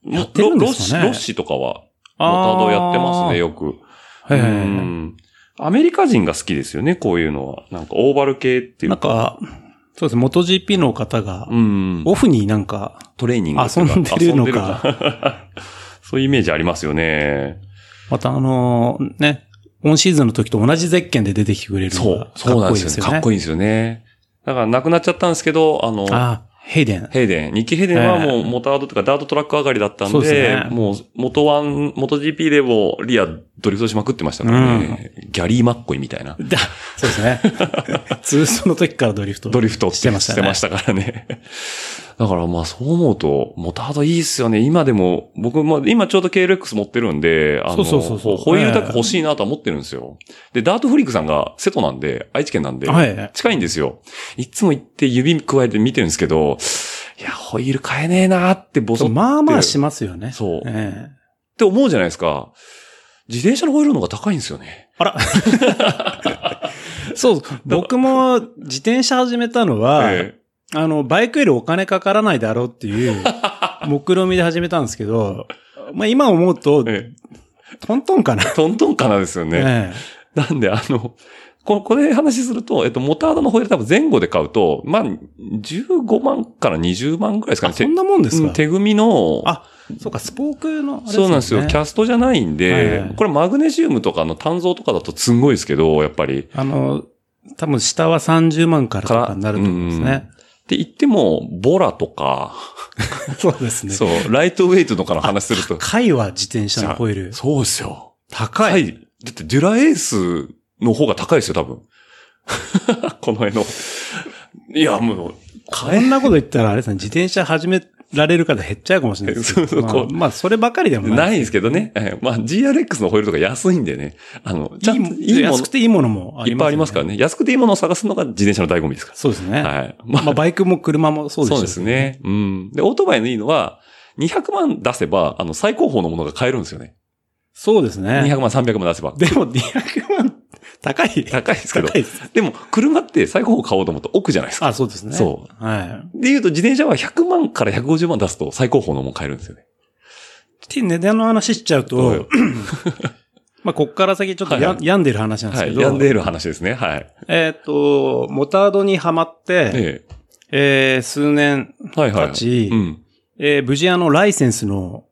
やってるんロでロッすシかねロッシとかは、モタードやってますね、よく。あー。うへんアメリカ人が好きですよね、こういうのは。なんかオーバル系ってえ。いな。うんか、そうですね、MotoGP の方がう、ん。オフになんか、トレーニングと遊んでるのか遊んでるか そういうイメージありますよね。またあのー、ね、オンシーズンの時と同じゼッケンで出てきてくれるそのがう、そうなかっんこでいいですすよよね。ね。かっこいいんですよね。だから亡くなっちゃったんですけど、あの、あ、ヘイデン。ヘイデン、ニッキーヘイデンはもうモタードとかダートトラック上がりだったんそうで、ですねもう元ワン、元 GP でもリアドリフトしまくってましたからね。ギャリー・マッコイみたいな。だ、そうで すね。通ーの時からドリフト。ドリフトってしてましたね。からね。 だからまあそう思うと、モタードいいっすよね。今でも、僕も今ちょうど KLX 持ってるんで、あの、そうそうそうそうホイールタック欲しいなとは思ってるんですよ。で、ダートフリックさんが瀬戸なんで、愛知県なんで、はい。近いんですよ。いつも行って指加えて見てるんですけど、いや、ホイール買えねえなーってボソッまあまあしますよね。そうええって思うじゃないですか。自転車のホイールの方が高いんですよね。あら。そう、僕も自転車始めたのは、えあの、バイクよりお金かからないだろうって いう、目論見で始めたんですけど、まあ今思うとえ、えトントンかな。えトントンかなですよね。えなんで、あの、ここれ話すると、えっと、モタードのホイール多分前後で買うと、まあ、15万から20万ぐらいですかえね。そんなもんです手かうん手組みの、あそうか、スポークのあれそうなんですよ。キャストじゃないんで、はいはいこれマグネシウムとかの炭造とかだとすんごいですけど、やっぱり。あの、多分下は30万からとかになると思うんですね。って言っても、ボラとか、そうですね。そう、ライトウェイトとかの話すると。高いわ、自転車のホイール。そうですよ。高。はいい。だってデュラエースの方が高いですよ、多 分。この辺の。いや、もう、こんなこと言ったら、あれですね、自転車始められる方減っちゃうかもしれないですけ ど。そうそうこうまあ、まあそればかりでもない。ないんですけどね。えーまあ、GRX のホイールとか安いんでね。あの、ちゃんといいも安のく、ていいものもいっぱいありますからね。ね。安くていいものを探すのが自転車の醍醐味ですかそうですね。ら。はい。まあ、まあ、バイクも車もそうですそうですね。うん。で、オートバイのいいのは、200万出せば、あの、最高峰のものが買えるんですよね。そうですね。 200万、300万出せば。でも、200万、高い。高いですけど高。いです。でも、車って最高峰買おうと思うと奥じゃないですか。あ、そうですね。。そうはい。で言うと、自転車は100万から150万出すと最高峰のもの買えるんですよね。って値段の話しちゃうどうよと、まあ、こっから先ちょっとや、はいはい病んでる話なんですはけい。ど、病んでいる話ですね。はい。えーっと、モタードにはまって、ええー数年、え。はいはい。たちうん。えー無事あの、ライセンスの、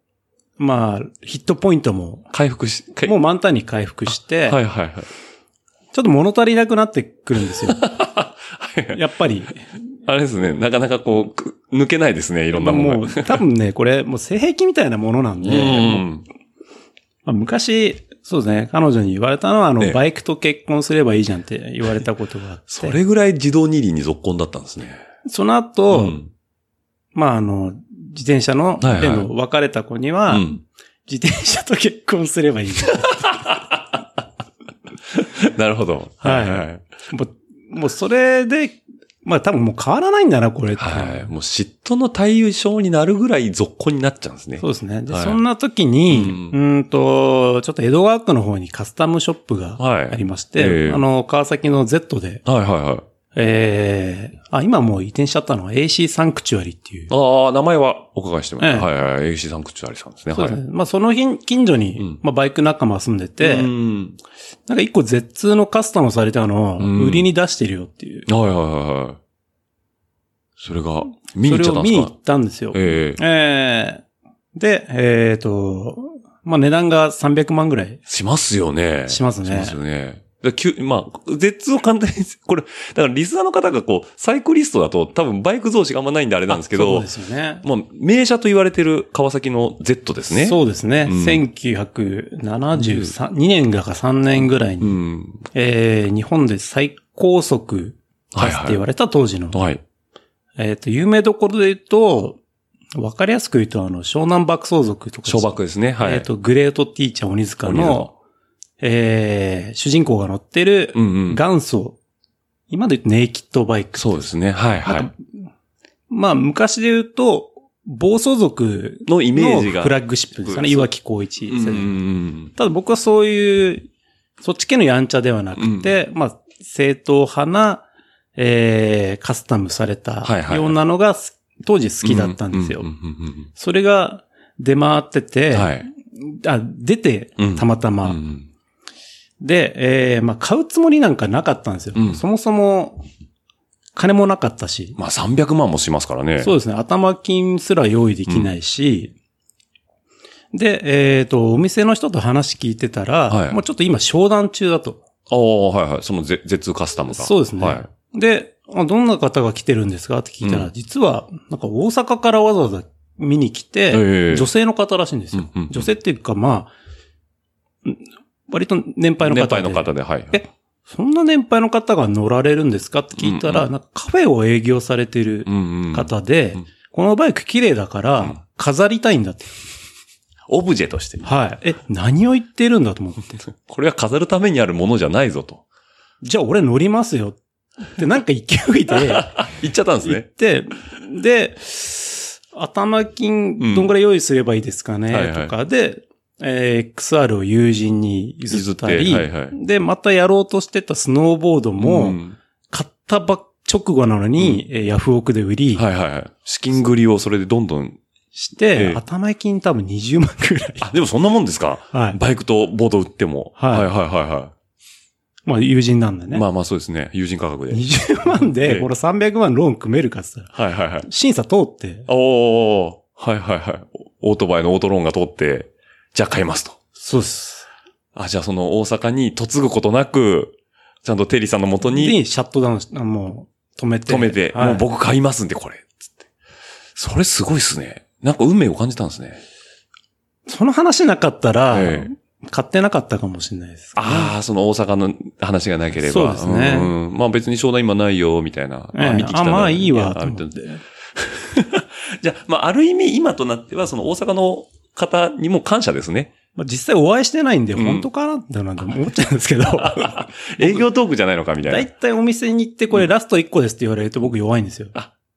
まあ、ヒットポイントも、回復し、けもう満タンに回復して、はいはいはい。ちょっと物足りなくなってくる んですよ。やっぱり。あれですね。なかなかこうく、抜けないですね。いろんなものもが。う、多分ね、これ、もう性癖みたいなものなんで、もううん。まあ、昔、そうですね、彼女に言われたのは、あの、ええバイクと結婚すればいいじゃんって言われたことがあって、 それぐらい自動二輪に続婚だったんですね。その後、うんまあ、あの、自転車はの、いはいでも別れた子には、うん。 自転車と結婚すればいい。なるほど。はいはい。 もう、もうそれで、まあ多分もう変わらないんだな、これって。はい。もう嫉妬の対象になるぐらい続行になっちゃうんですね。そうですね。で、はいそんな時に、ううーんと、ちょっと江戸川区の方にカスタムショップがはいありましえて、えあの、川崎の Z で、はいはいはい。ええあ、今もう移転しちゃったのは AC サンクチュアリっていう。ああ、名前はお伺いしてます。ええはいはい。AC サンクチュアリさんですね。そうはい。ですね。まあその日、近所に、うんまあバイク仲間が住んでて、うんなんか一個 Z のカスタムされたのをうん売りに出してるよっていう。はいはいはいはい。それが、見に行っちゃそったれをんです見にか行ったんですよ。ええええで、えっ、と、まあ値段が300万ぐらい。しますよね。しますねしますよね。だきゅまあ、絶を簡単に、 これ、だからリスナーの方がこう、サイクリストだと多分バイク増資があんまないんであれなんですけそど、うですよね。まあ、名車と言われてる川崎の Z ですね。う。そうですね。うん1973、2年だか3年ぐらいに、うん。えー日本で最高速は出いすっては言い。われた当時の。はい。えっ、と、有名どころで言うと、わかりやすく言うと、あの、湘南爆走族とか。小爆ですね。はい。えっ、と、グレートティーチャー鬼塚鬼の、えー主人公が乗ってるう、んうん。元祖、今で言うとネイキッドバイク。そうですね。はいはなんいか。まあ、昔で言うと、暴走族のイメーのジが。フラッグシップですかね。そう岩木光一うんうんうん。ただ僕はそういう、そっち系のやんちゃではなくて、まあ、正当派な、えー、カスタムされたはいはいようなのがす、当時好きだったんですよ。うううんそれが出回ってうて、んはい。あ出てうん、たまたま。うんで、えー、まあ、買うつもりなんかなかったんですよ。うんそもそも、金もなかったし、まあ300万もしますからね。そうですね、頭金すら用意できないし、で、えっ、と、お店の人と話聞いてたら、はいもうちょっと今商談中だと。ああ、はいはい。その Z- Z2 カスタムが。そうですねはい。で、あどんな方が来てるんですかって聞いたら、うん実は、なんか大阪からわざわざ見に来て、ええ女性の方らしいんですよ。うんうんうん女性っていうか、まあ、ん割と年配の年方で。配の方で、はい。えそんな年配の方が乗られるんですかって聞いたら、うんなんかカフェを営業されてるうんうん。方で、うんこのバイク綺麗だかうんら、飾りたいんだって。オブジェとして。はい。え、何を言ってるんだと思って。これは飾るためにあるものじゃないぞと。じゃあ俺乗りますよ。ってなんか勢 いで、言っちゃったんですね。で、で、頭金どんぐらい用意すればいいですかね、うんはいはいとかで、えー XR を友人に譲ったり、譲ってはいはいで、またやろうとしてたスノーボードも、ん買ったばっ直後なのに、えーヤフオクで売りはいはいはい。資金繰りをそれでどんどん。して、ええ頭金多分20万くらい。あ、でもそんなもんですかはい。バイクとボード売っても。ははいいはいはいは まあ友人なんだいね。まあまあそうですね。友人価格で。 20万ええで、これ300万ローン組めるかって言ったら、はいはいはい。審査通って、おー。はいはいはい。オートバイのオートローンが通って、じゃあ買いますと。そうです。あ、じゃあその大阪に嫁ぐことなく、ちゃんとテリーさんのもとにに、シャットダウンし、あもう、止めて。止めて、はいもう僕買いますんで、これ。つって。それすごいっすね。なんか運命を感じたんですね。その話なかったら、え買ってなかったかもしれないです、ああ、その大阪の話がなければ。そうですねんうんまあ別に商談今ないよ、みたいな。ええ見てきたあなまあいいわみたなと思ってあみたいなじゃあ、まあある意味今となっては、その大阪の方にも感謝ですね。まあ、実際お会いしてないんで、うん本当かなってなんて思っちゃうんで すけど、営業トークじゃないのか、みただ。いないたいお店に行ってこれラスト1個ですって言われると僕弱いんですよ。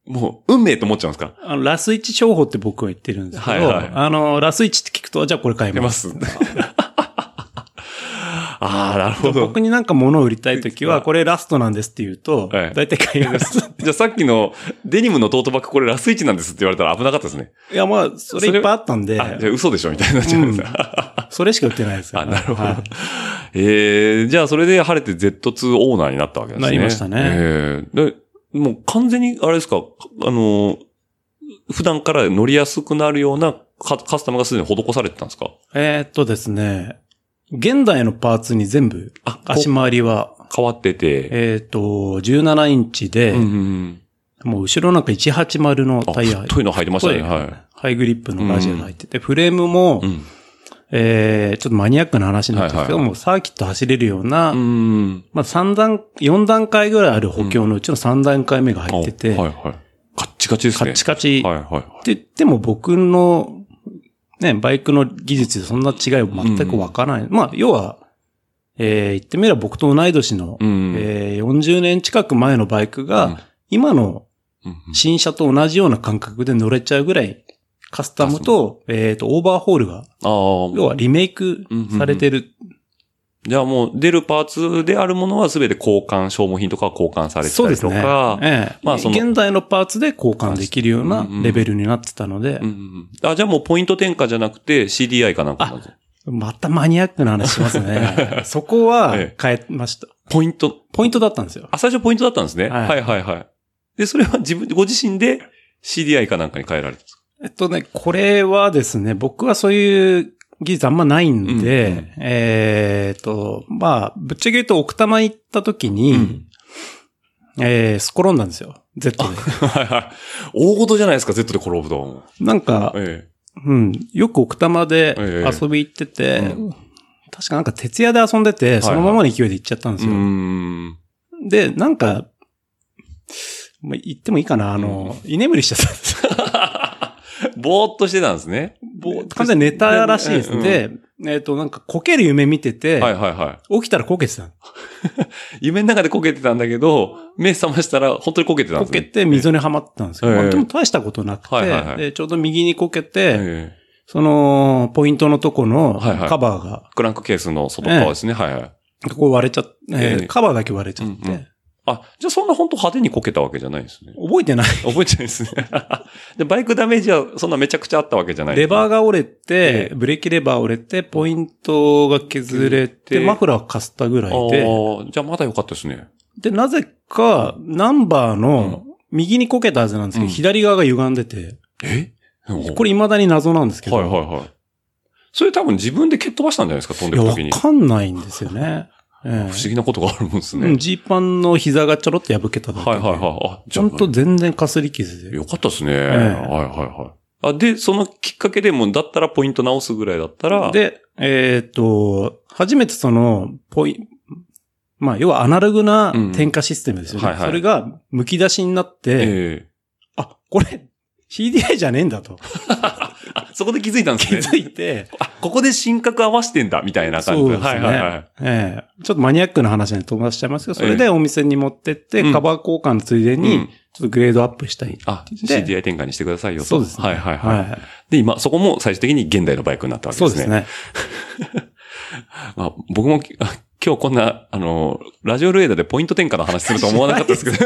もう、運命と思っちゃうんですかあの、ラス1商法って僕は言ってるんですけど、はいはいあの、ラス1って聞くと、じゃあこれ買い出ま。ますす。 ああ、なるほど。僕になんか物を売りたいときは、これラストなんですって言うと、ええだいたい買います。 じゃあさっきのデニムのトートバッグこれラスイチなんですって言われたら危なかったですね。いや、まあ、それいっぱいあったんで、あ、じゃあ嘘でしょみたいになっちゃうんですねそれしか売ってないですよあ、なるほど。はいえー、じゃあそれで晴れて Z2 オーナーになったわけですね。なりましたねえー、で、もう完全にあれですか、あの、普段から乗りやすくなるようなカカスタムがすでに施されてたんですかえーっとですね、現代のパーツに全部、あ、こう足回りは、変わってて。えーっと、17インチで、うんうんうん。もう後ろなんか180のあ、タイヤ。太いの入りましたね。太いはハイグリップのラジアが入ってて、フレームも、い。うん。えーちょっとマニアックな話になっちゃうんですけどはいも、サーキット走れるような、うん。まあ3段、4段階ぐらいある補強のうちの3段階目が入ってて、あはいはい。ガッチチカチですカね。ッチカチ。はいっはいはて言っても僕の、ね、バイクの技術でそんな違いは全くわからない。まあ、要は、えー言ってみれば僕と同い年の、い。うん。えー40年近く前のバイクが、うん今のうんうん新車と同じような感覚で乗れちゃうぐらい、カスタムと、えっ、と、オーバーホールが、ああ。要はリメイクされてる。じゃあもう出るパーツであるものは全て交換、消耗品とかは交換されてそうたでりすとね。か。ええまあその現在のパーツで交換できるようなレベルになってたのでうん、うんうんあ、じゃあもうポイント転嫁じゃなくて CDI かなんかなんですねまたマニアックな話しま すね。そこはええ変えました。ポイント。ポイントだったんですよ。あ、最初ポイントだったんですね。ははいい、はい、はいはいで、それは自分、ご自身で CDI かなんかに変えられたんですかえっとね、これはですね、僕はそういう技術あんまないんで、うんうえーっと、まあ、ぶっちゃけ言うと奥多摩行った時に、えー、すっ転んだんですよ。Z で。はいはい。 大事じゃないですか、Z で転ぶと。なんか、えうん。よく奥多摩でええ遊び行ってて、う確かなんか徹夜で遊んでて、そのままの勢いで行っちゃったんでえ。うすよ。ーん。で、なんか、まあ、行ってもいいかな、あの、居眠りしちゃったん ですよ。ぼーっとしてたんですね。ぼ完全に寝たらしいです。で、えっ、と、なんかこける夢見てて、はいはいはい。起きたらこけてた。夢の中でこけてたんだけど、目覚ましたら本当にこけてたんこですね。けて溝にはまってたんですけど、ええまあでも大したことなくて、はいはいはいでちょうど右にこけて、ええその、ポイントのとこのはいはいカバーが、クランクケースの外側ですね。はいはい。ここ割れちゃっえええーカバーだけ割れちゃって、うんうんあ、じゃあそんな本当派手にこけたわけじゃないんですね。覚えてない覚えてないですね。 で、バイクダメージはそんなめちゃくちゃあったわけじゃない。レバーが。が折れてえ、ブレーキレバー折れて、ポイントが削れて、削れてマフラーかすったぐらあいで、ーじゃあまだ良かったですね。で、なぜか、ナンバーの右にこけたはずなんですけど、うん左側が歪んでて、えこれ未だに謎なんですけど、はいはいはい。それ多分自分で蹴っ飛ばしたんじゃないですか、飛んいでや、るわ時に。不かんないんですよね。不思思議なことがあるもんですうん、ね。ジーパンの膝がちょろっと破けただけはいで。はいはい。あ、ちじゃゃあんと全然かすり傷で。よかったですね。はいえはいはい。あ、で、そのきっかけでもう、だったらポイント直すぐらいだったら、で、えっ、と、初めてその、ポイ、まあ、要はアナログな点火システムですよね。うんはいはいそれが剥き出しになって、ええあ、これ、CDI じゃねえん だとあ、そこで気づいたんです気ね。づいて、あ、ここで神格合わせてんだ、みたいな感じそうですねはいはいはい。ええちょっとマニアックな話に飛ばしちゃいますけど、それでお店に持ってって、うんカバー交換のついでうにん、ちょっとグレードアップしたい。あ、で CDI 転換にしてくださいよと。そうですねはいはいはい。はで、今、そこも最終的に現代のバイクになったわい。けそでうすでね。す ね。まあ、僕もき、 あ今日こんな、あの、ラジオルエダでポイント転換の話すると思わなかったですけ ど、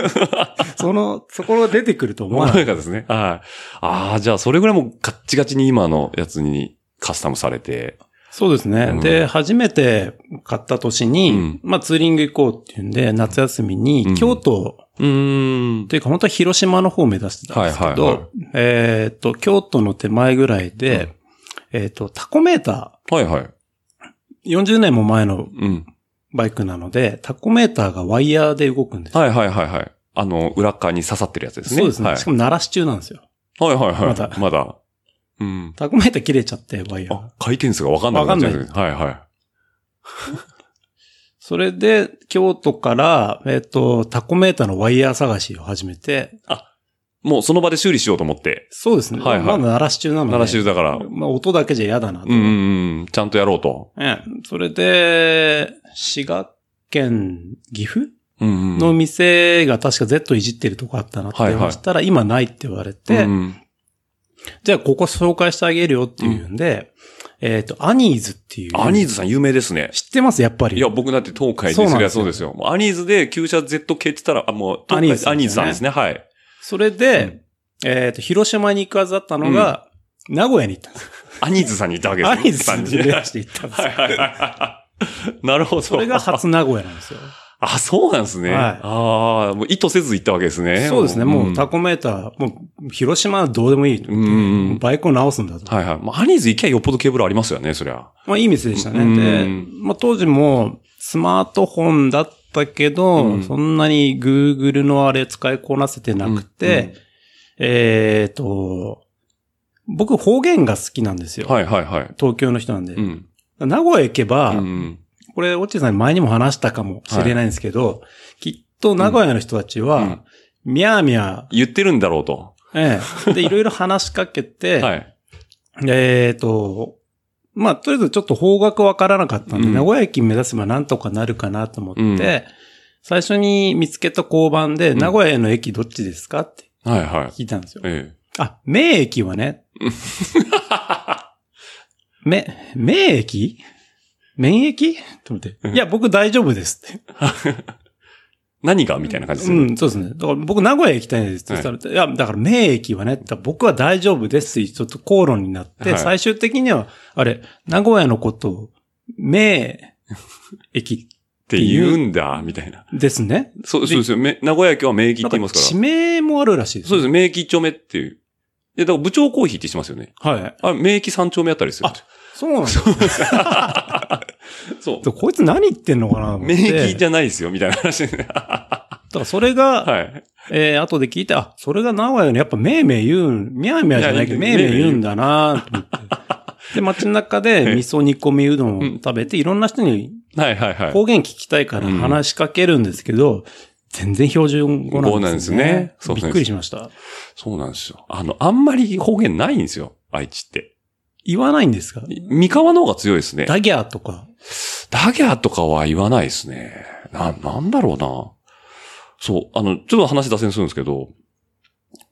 その、そこが出てくると思思わわななかっい。たですね。はい。ああ、じゃあそれぐらいもうガッチガチに今のやつにカスタムされて。そうですね。うんで、初めて買った年に、うんまあツーリング行こうっていうんで、夏休みに、うん京都、うーん。というか本当は広島の方を目指してたんですけど、はいはいはえーっと、京都の手前ぐらいで、えーっと、タコメータはいはい。ー、40年も前うのん。バイクなので、タコメーターがワイヤーで動くんですよ。はいはいはいはい。あの、裏側に刺さってるやつですね。そうですね。はいしかも鳴らし中なんですよ。はいはいはい。まだまだ。うん。タコメーター切れちゃって、ワイヤーあが。、回転数がわかんないっちゃうわはいはそれで、京都から、えーっ、と、タコメーターのワイヤー探しを始めて、い。もうその場で修理しようと思って。そうですね。はいはいまだ鳴らし中なので。鳴らし中だから。 まあ、音だけじゃ嫌だなと。うんうんうん。ちゃんとやろうと。ええそれで、滋賀県、岐阜うんうん。の店が確か Z いじってるとこあったなってはいはい言したら、今ないって言われて、うんうんじゃあここ紹介してあげるよっていうんで、えっ、と、アニーズっていう。アニーズさん有名ですね。知ってますやっぱり。いや、僕だって東海そうでなそりんでゃすよそうですよ。もうアニーズで旧車 Z 系って言ったら、あ、もう東海アニーズアニーズさんですね。はい。それで、えっ、と、広島に行くはずだったのが、名古屋に行ったんですよ。アニーズさんに行ったわけですアね。ニーズさんにに。出はいして行ったんですはよ。いはいはい。なるほど。それが初名古屋なんですよ。あ、そうなんですね。はいああ、もう意図せず行ったわけですね。そうですね。もうタんコメーター、もう広島はどうでもいい。うんうんバイクを直すんだと。はいはい。まあ、アニーズ行きゃよっぽどケーブルありますよね、そりゃ。まあいい店でしたうね。んで、まあ当時もスマートフォンだったけど、うんそんなに Google のあれ使いこなせてなくて、えっ、と、僕方言が好きなんですよ。はいはいはい。東京の人なんで。うん。名古屋行けば、うんこれ、落ちさんに前にも話したかもしれないんですけど、きっと名古屋の人たちは、うんミャーミャー、言ってるんだろうと。ええ。で、いろいろ話しかけて、はい。えっ、と、まあ、とりあえずちょっと方角わからなかったんで、うん名古屋駅目指せばなんとかなるかなと思って、うん最初に見つけた交番で、ん名古屋への駅どっちですかってはいはい。聞いたんですよ。えあ、名駅はね。め、名駅免疫と思って。いや、僕大丈夫ですって。え。何がみたいな感じですうよね。ん、そうですね。だから僕、名古屋行きたいですって言ったら、い、や、だから、名駅はね、だから僕は大丈夫ですって、ちょっと口論になって、はい最終的には、あれ、名古屋のことを、名駅って言うんだ、みたいな。です ね。そう、そうですよ。め名古屋駅は名駅って言います地か名もあるらしいでら。す、。そうですす。名駅一丁目っていう。いや、だから部長コーヒーってしてますよね。はい。あ、名駅三丁目あたりですよ。そうなんですそう。よ。こいつ何言ってんのかなと思っ名て駅じゃないですよ、みたいな話ですね。だからそれが、はい。えー、後で聞いて、あ、それが名古屋のやっぱめいめい言うん、みゃみゃじゃないけど、いやめいめい言うんだなと思 って。で、街中ええで味噌煮込みうどんを食べて、いろんな人にはいはいはい。方言聞きたいから話しかけるんですけど、全然標準語なんです語なんねで。すねそうですびねっくりしました。そうなんですよ。あの、あんまり方言ないんですよ。愛知って。言わないんですか三河の方が強いですね。ダギャーとか。ダギャーとかは言わないですね。な、なんだろうな。そう、あの、ちょっと話脱線するんですけど、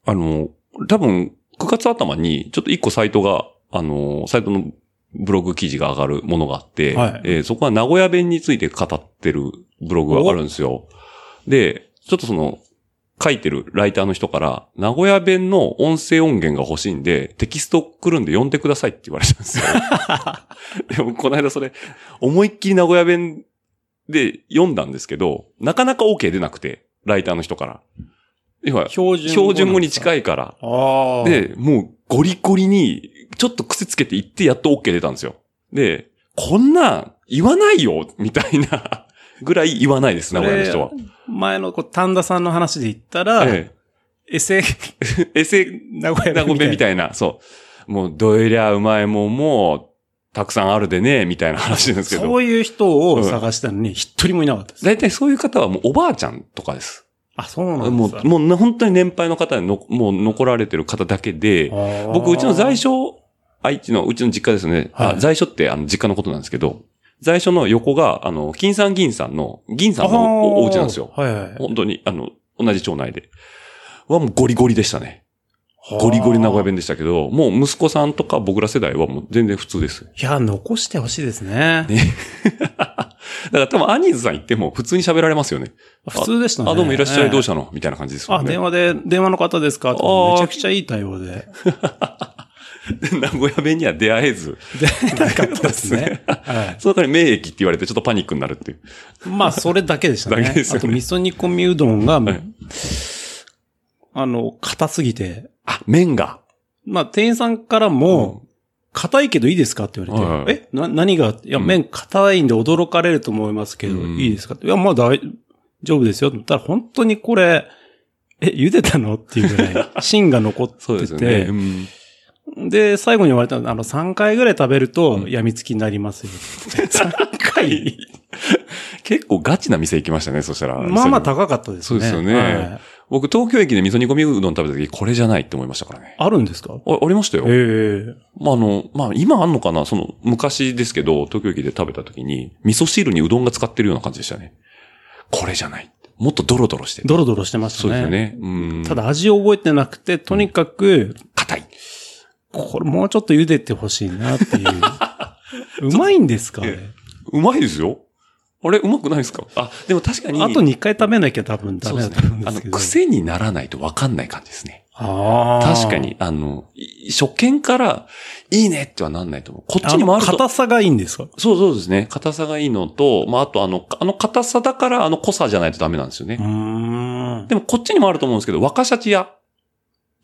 あの、多分、9月頭に、ちょっと1個サイトが、あの、サイトのブログ記事が上がるものがあって、はいえーそこは名古屋弁について語ってるブログがあるんですよ。で、ちょっとその、書いてるライターの人から、名古屋弁の音声音源が欲しいんで、テキスト来るんで読んでくださいって言われたんですよ。 でも、この間それ、思いっきり名古屋弁で読んだんですけど、なかなか OK 出なくて、ライターの人から。今、標準標準語にい。近いから。ああ。で、もうゴリゴリに、ちょっと癖つけて言ってやっと OK 出たんですよ。で、こんなん言わないよみたいな ぐらい言わないです、名古屋の人は。前のこう丹田さんの話で言ったら、えエセ、え。エセ名古名屋古屋弁みいたいな、そう。もう、どいりゃうまいもんも、たくさんあるでね、みたいな話なんですけそど。ういう人を探したのに、一人もいなかったです。大体そういう方はもうおばあちゃんとかです。あ、そうなんもですかう、もうな本当に年配の方での、もう残られてる方だけで、僕、うちの在所。所、愛知の、うちの実家ですね。あはい在所って、あの、実家のことなんですけど、在所の横が、あの、金さん銀さんの、銀さんのおお家なんですよ。はいはい。本当に、あの、同じ町内で。はもうゴリゴリでしたね。ゴリゴリ名古屋弁でしたけど、もう息子さんとか僕ら世代はもう全然普通です。いや、残してほしいですね。だから多分アニーズさん行っても普通に喋られますよね。普通でしたね。あ、どうもいらっしゃい、どうしたたのみたいな感じですもあ、んね電。話で、電話の方ですかとあーかめちゃくちゃいい対 応で。名古屋弁には出会えず。出なかったですね。はその代わり名駅って言われてちょっとパニックになるっていう。い。まあ、それだけでしたね。だけですよねあと、味噌煮込みうどんが、はいあの、硬すぎて。あ、麺が。まあ、店員さんからも、硬いけどいいですかって言はいわはいれて。えな、何がいや、うん麺硬いんで驚かれると思いますけど、うんいいですかっていや、まあ、大丈夫ですよ。って言ったら、本当にこれ、え、茹でたのっていうぐら い、芯が残ってて。そうですよね。うんで、最後に言われたのは、あの、3回ぐらい食べるうと、ん病みつきになりますよ。3回結構ガチな店行きましたね、そしたら。まあまあ高かったですね。そうですよねはい僕、東京駅で味噌煮込みうどん食べた時、これじゃないって思いましたからね。あるんですかあありましたよ。えまあ、あの、まあ、今あんのかなその、昔ですけど、東京駅で食べた時に、味噌汁にうどんが使ってるような感じでしたね。これじゃない。もっとドロドロしてドロドロしてましたそうね。ですよね。うん。た、だ味を覚えてなくて、とにかく、硬い。これもうちょっと茹でてほしいなって いう。うまいんですかあれえうまいですよ。あれ、うまくないですかあ、でも確かに。あと2回食べなきゃ多分ダそうでメだすと思うんね。であの、すけど。癖にならないとわかんない感じですね。あー確か。に、あの、い初見から、いいねってはなんないと思う。こっちあにもあの、ると。硬さがいいんですかそうそうですね。硬さがいいのと、まあ、あとあの、あの硬さだからあの濃さじゃないとダメなんですよね。うーん。でもこっちにもあると思うんですけど、若シャチ屋。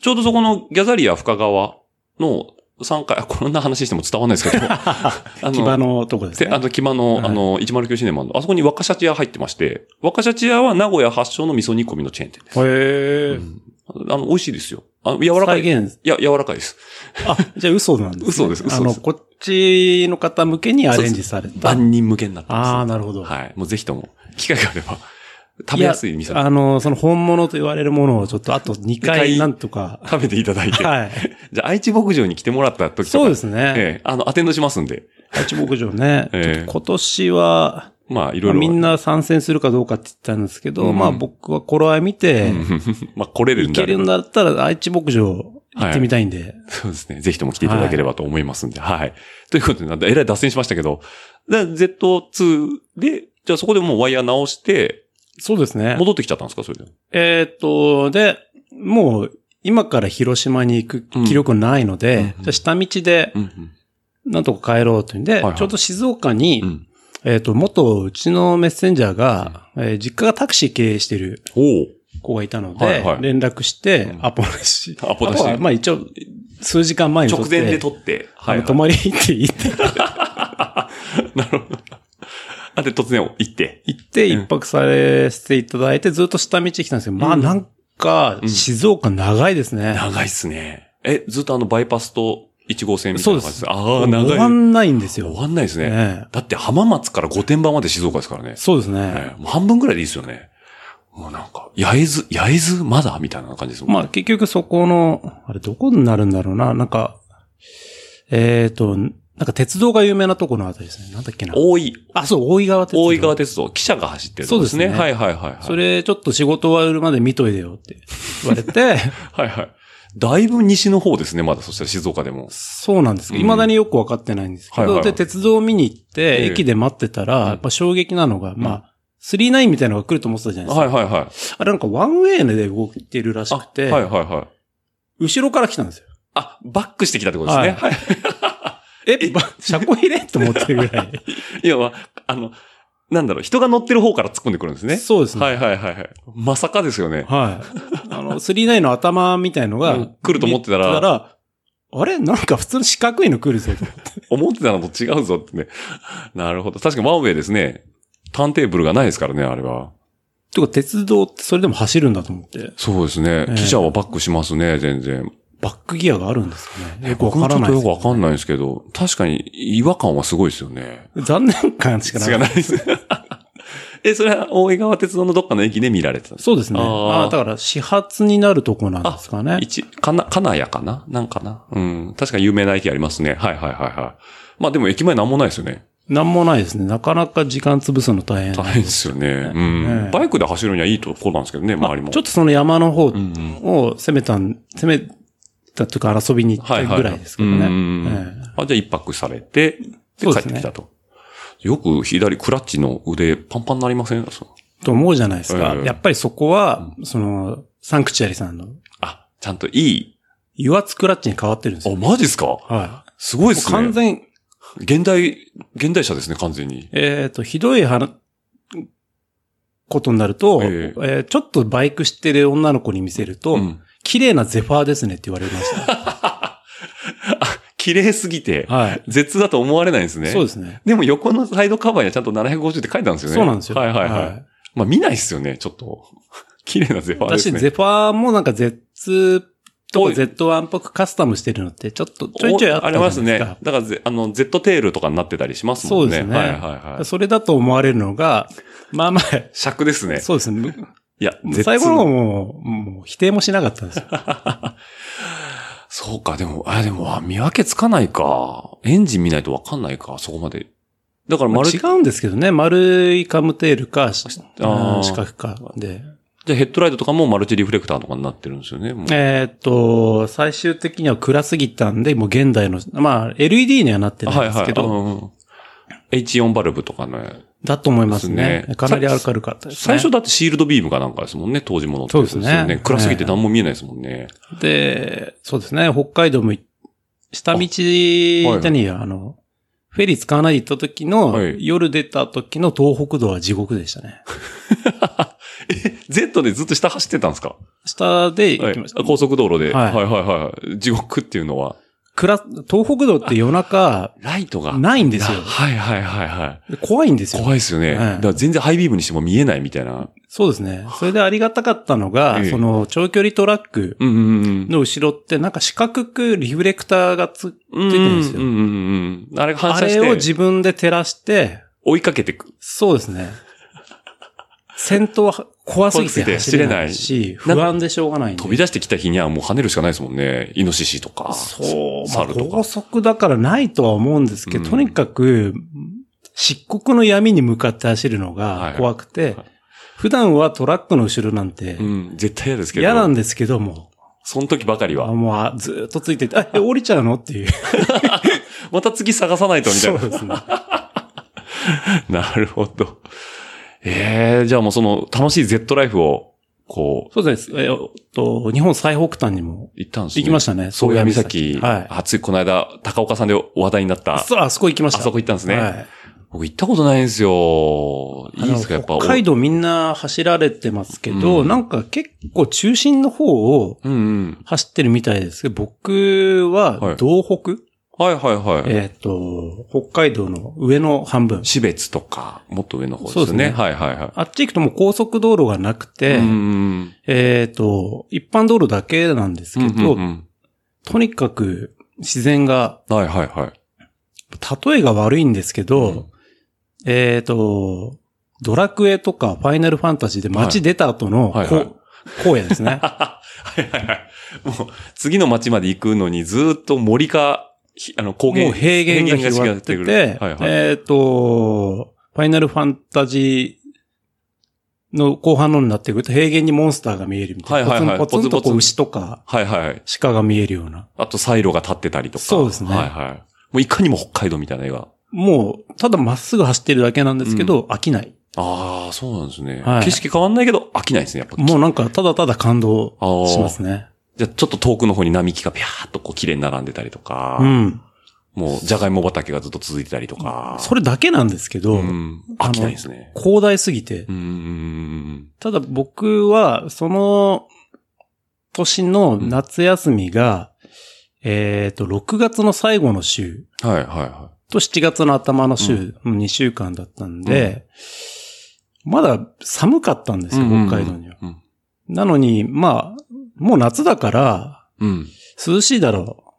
ちょうどそこのギャザリア深川の3階、あこんな話しても伝わんないです けど、あ牙のとこですで、あね。の、木場の、はいあの、109シネマの、あそこに若シャチ屋入ってまして、若シャチ屋は名古屋発祥の味噌煮込みのチェーン店です。へえ。うんあの、美味しいですよ。あの、柔らかい。い再現。や、柔らかいです。あ、じゃあ嘘なんです、ね、嘘です嘘ですあの、こっちの方向けにアレンジされた。万人向けになってます。ああ、なるほど。はい。もうぜひとも、機会があれば、食べやすい店。あの、その本物と言われるものをちょっとあと2二回回なん とか。食べていただいて。 はい。じゃあ、愛知牧場に来てもらった時とか。。そうですすね。ええ、あの、アテンドしますんで。八牧場ね。ええちょっと今年は、まあ、いろいまろ。あみんな参戦するかどうかって言ったんですけど、うんまあ僕は頃合い見て、まあ、来れる行んだけるんだったら愛知牧場行ってみたいんで。そうですね。ぜひとも来ていただければと思いますんで。はい。ということで、なんだ、えらい脱線しましたけど、で Z2 で、じゃあそこでもうワイヤー直して、そうですね。戻ってきちゃったんですかそれで。えーっと、で、もう今から広島に行く気力ないのうんで、うんじゃあ下道でうんうん。なんとか帰ろうというんで、いはいちょうど静岡に、うん。えーっと、元うちのメッセンジャーが、えー実家がタクシー経営してるお子がいたので、はいはい連絡してう、んアポなし。アポなしはまあ一応、数時間前に撮お。っ直て。前で撮って、あの泊まり行って行って、 なるほど。あ、で、突然行って。行って一泊されていただいて、ずっと下道来たんですけど、まあなんかう、ん静岡長いですね。長いっすね。え、ずっとあの、バイパスと1号線みたいな感じそああー、終長い。わんないんです終よ。わんないですね。ねだって浜松から御殿場まで静岡ですからね。そうですね。ええもう半分ぐらいでいいですよね。もうなんか、八重洲、八重洲まだみたいな感じですもんまあ結局そこの、あれどこになるんだろうな、なんか、えっと、なんか鉄道が有名なとこのあたりですね。なんだっけな。大井、あ、そう、大井川鉄道。大井川鉄道、汽車が走ってるとこそうですねはいはいはい、はい。そ、れちょっと仕事終わるまで見といてよって言わ れて、はいはい。だいぶ西の方ですね、まだそしたら静岡でも。そうなんですけど、うん未だによくわかってないんですけど、はいはいはいで、鉄道を見に行って、ええ駅で待ってたら、やっぱ衝撃なのが、まあ、39みたいなのが来ると思ってたじゃないですか。はいはいはい。あれなんかワンウェイで動いてるらしあ、くて、はいはいはい。後ろから来たんですよ。あ、バックしてきたってことですね。はい。え、ば車庫入れって思ってるぐらい。いや、まあ、あの、なんだろう、人が乗ってる方から突っ込んでくるんですね。そうです ね。ははい。いはいはいはい。まさかですよね。 あの、39の頭みたいのが、うん来ると思ってたら見あれなんか普通の四角いの来 るぜと。思ってたのと違うぞってね。 なるほど。確かにワンウェイですね。ターンテーブルがないですからね、あれは。てか、鉄道ってそれでも走るんだと思って。そうですね。ええ記者はバックしますね、全然。バックギアがあるんですかね。よくわ僕もかちらょっなといでよすくわかんないですけど、確かに違和感はすごいですよね。残念感しかない。違うないです。 え、それは大井川鉄道のどっかの駅で見られてたんですそうですね。あーああだから始発になるとこなんですかね。一、かな、かなやかななんかなうん。確かに有名な駅ありますね。はいはいはいはい。まあでも駅前なんもないですよね。なんもないですね。なかなか時間潰すの大変。大変ですよね。うえんえ。バイクで走るにはいいとこなんですけどね、まあ周りも。ちょっとその山の方うんうんを攻めたん、攻めたというか遊びに行ったぐらいですけどね。はいはいうんうんうんええあ、じゃあ一泊されて、でそう帰っですてねきたと。よく左、クラッチの腕パンパンになりませんそうと思うじゃないですか。ええやっぱりそこは、その、サンクチュアリさんの、あ、ちゃんといい。油圧クラッチに変わってるんですあ、よ。マジっすかはい。すごいっもうすね。完全、現代、現代車ですね、完全に。えっ、と、ひどい話、ことになると、えええーちょっとバイク知ってる女の子に見せると、うん綺麗なゼファーですねって言われ ました。綺麗すぎて、はい。絶だと思われないんですね。。そうですすね。でも横のサイドカバーにはちゃんと750って書いてあるんですよね。そうなんですよ。はいはいはい。まあ見ないっすよね、ちょっと。 綺麗なゼファーです私、ね。ゼファーもなんか Z とおかい Z1 っぽくカスタムしてるのって、ちょっとちょいちょいあったありじゃないまですすか。ね。だからゼ、あの、Z テールとかになってたりしますもんね。そうですねはいはいはい。それだと思われるの が、まあまあ、尺ですね。そうですね。いや、Z 最後の方も、もう否定もしなかったんで すよ。そうか、でも、あ、でも、あ見分けつかないか。エンジン見ないとわかんないか、そこまで。だからまあ丸、違うんですけどね。丸いカムテールか、しあーうん四角か。で。じゃあヘッドライトとかもマルチリフレクターとかになってるんですよね。もうえーっと、最終的には暗すぎたんで、もう現代の、まあ、LED にはなってないんですけど、はいはいうんうん。H4 バルブとかね。だと思いますでね。すねかなり明るかったですね。最初だってシールドビームかなんかですもんね、当時ものってそうですねよ暗すぎて何も見えないですもんね。で、そうですね、北海道もい、下道、行ったに、あの、フェリー使わないで行った時の、はい夜出た時の東北道は地獄でしたね。え、Z でずっと下走ってたんですか下では行いきました。。高速道路で。ははいいはいはいはい。地獄っていうのは、くら東北道って夜中、ライトが。ないんですよあはいはいはいは怖いんですい。よ。怖いですよね。いだから全然ハイビームにしても見えないみたいな。そうですね。それでありがたかったのが、ええその、長距離トラックうんうんうん。の後ろって、なんか四角くリフレクターがつ、うんてるんですようんうんうんうん。あれが反あ射して。れを自分で照らして、追いかけてく。そうですね。先頭は怖すぎて走れない怖し、すぎて走れない不安でしょうがないんで。飛び出してきた日にはもう跳ねるしかないですもんね。イノシシとか。そう、まあ、猿とか高。速だからないとは思うんですけど、うんとにかく、漆黒の闇に向かって走るはのいがはい怖くて、はい普段はトラックの後ろなんてうん、絶対嫌ですけど。嫌なんですけども、その時ばかりあは。もうあずーっとついて て、あ、え降りちゃうのっていう。また次探さないとみたいそなう。ですね。 なるほど。ええじゃあもうその楽しい Z ライフを、こう、そうです。えっと、日本最北端にも行ったんですね。行きましたね。宗谷岬。はい。あついこの間、高岡さんで話題になった。そう、あそこ行きまあした。そこ行ったんですね。はい。僕行ったことないんですよ。いいですか、あやのっぱ。北海道みんな走られてますけど、うんなんか結構中心の方をうんうん。走ってるみたいですけど、僕はいは道北、はいはいはい。えっ、と、北海道の上の半分。死別とか、もっと上の方ですそね。うですねはいはいはあっち行くともう高速道路がなくい。て、うんえっ、と、一般道路だけなんですうんけうど、んうんとにかく自然が、うんはいはいはい。例えが悪いんですけど、うんえっ、と、ドラクエとかファイナルファンタジーで街出た後の、こうはいはい荒野で す ね。はいはいはい。もう、次の町まで行くのに、ずーっと森か、ひあの、高原。もう平原が広がってて、平原が広がってくるはいはい。えっ、と、ファイナルファンタジーの後半のになってくると平原にモンスターが見えるみたいな。はいはいはいポツンポツンとポツこポツう牛とかはいはい。鹿が見えるような。あと、サイロが立ってたりとか。そうですねはいはい。もう、いかにも北海道みたいな絵が。もう、ただまっすぐ走ってるだけなんですけど、飽きない。ああ、そうなんですね、はい景色変わんないけど、飽きないですね、やっぱ。もうなんか、ただただ感動あーしますね。じゃあ、ちょっと遠くの方に並木がピャーっとこう、綺麗に並んでたりとか。うん。もう、じゃがいも畑がずっと続いてたりとか。それだけなんですけど、うん。飽きないですね。広大すぎてう、んうんうんただ僕は、その、年の夏休みが、えっ、と、6月の最後の週うん。はいはいはと7月の頭の週、の2週間だったんで、まだ寒かったんですよ、うんうんうん北海道には。うんなのに、まあ、もう夏だから、い。うん。涼しいだろ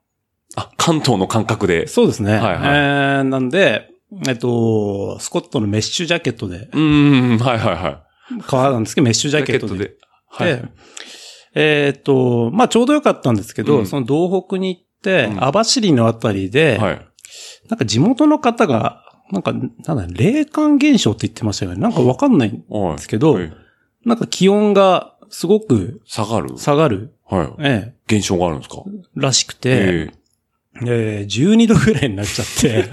あ、関東の感覚でう。。そうですね。はいはいえーなんで、えっと、スコットのメッシュジャケットで、うんうんうん、はいはいはい。革なんですけど、メッシュジャケットでジャケットで。でえっ、と、まあちょうどよかったんですけど、うんその道北に行って、うん網走のあたりで、はい。はい。なんか地元の方が、なんか、なんだ、霊感現象って言ってましたよね。なんかわかんないんでおい。すけど、はいなんか気温がすごく下がる下がる、はええ、い。現象があるんですからしくて、ええ。ええ12度ぐらいになっちゃ って、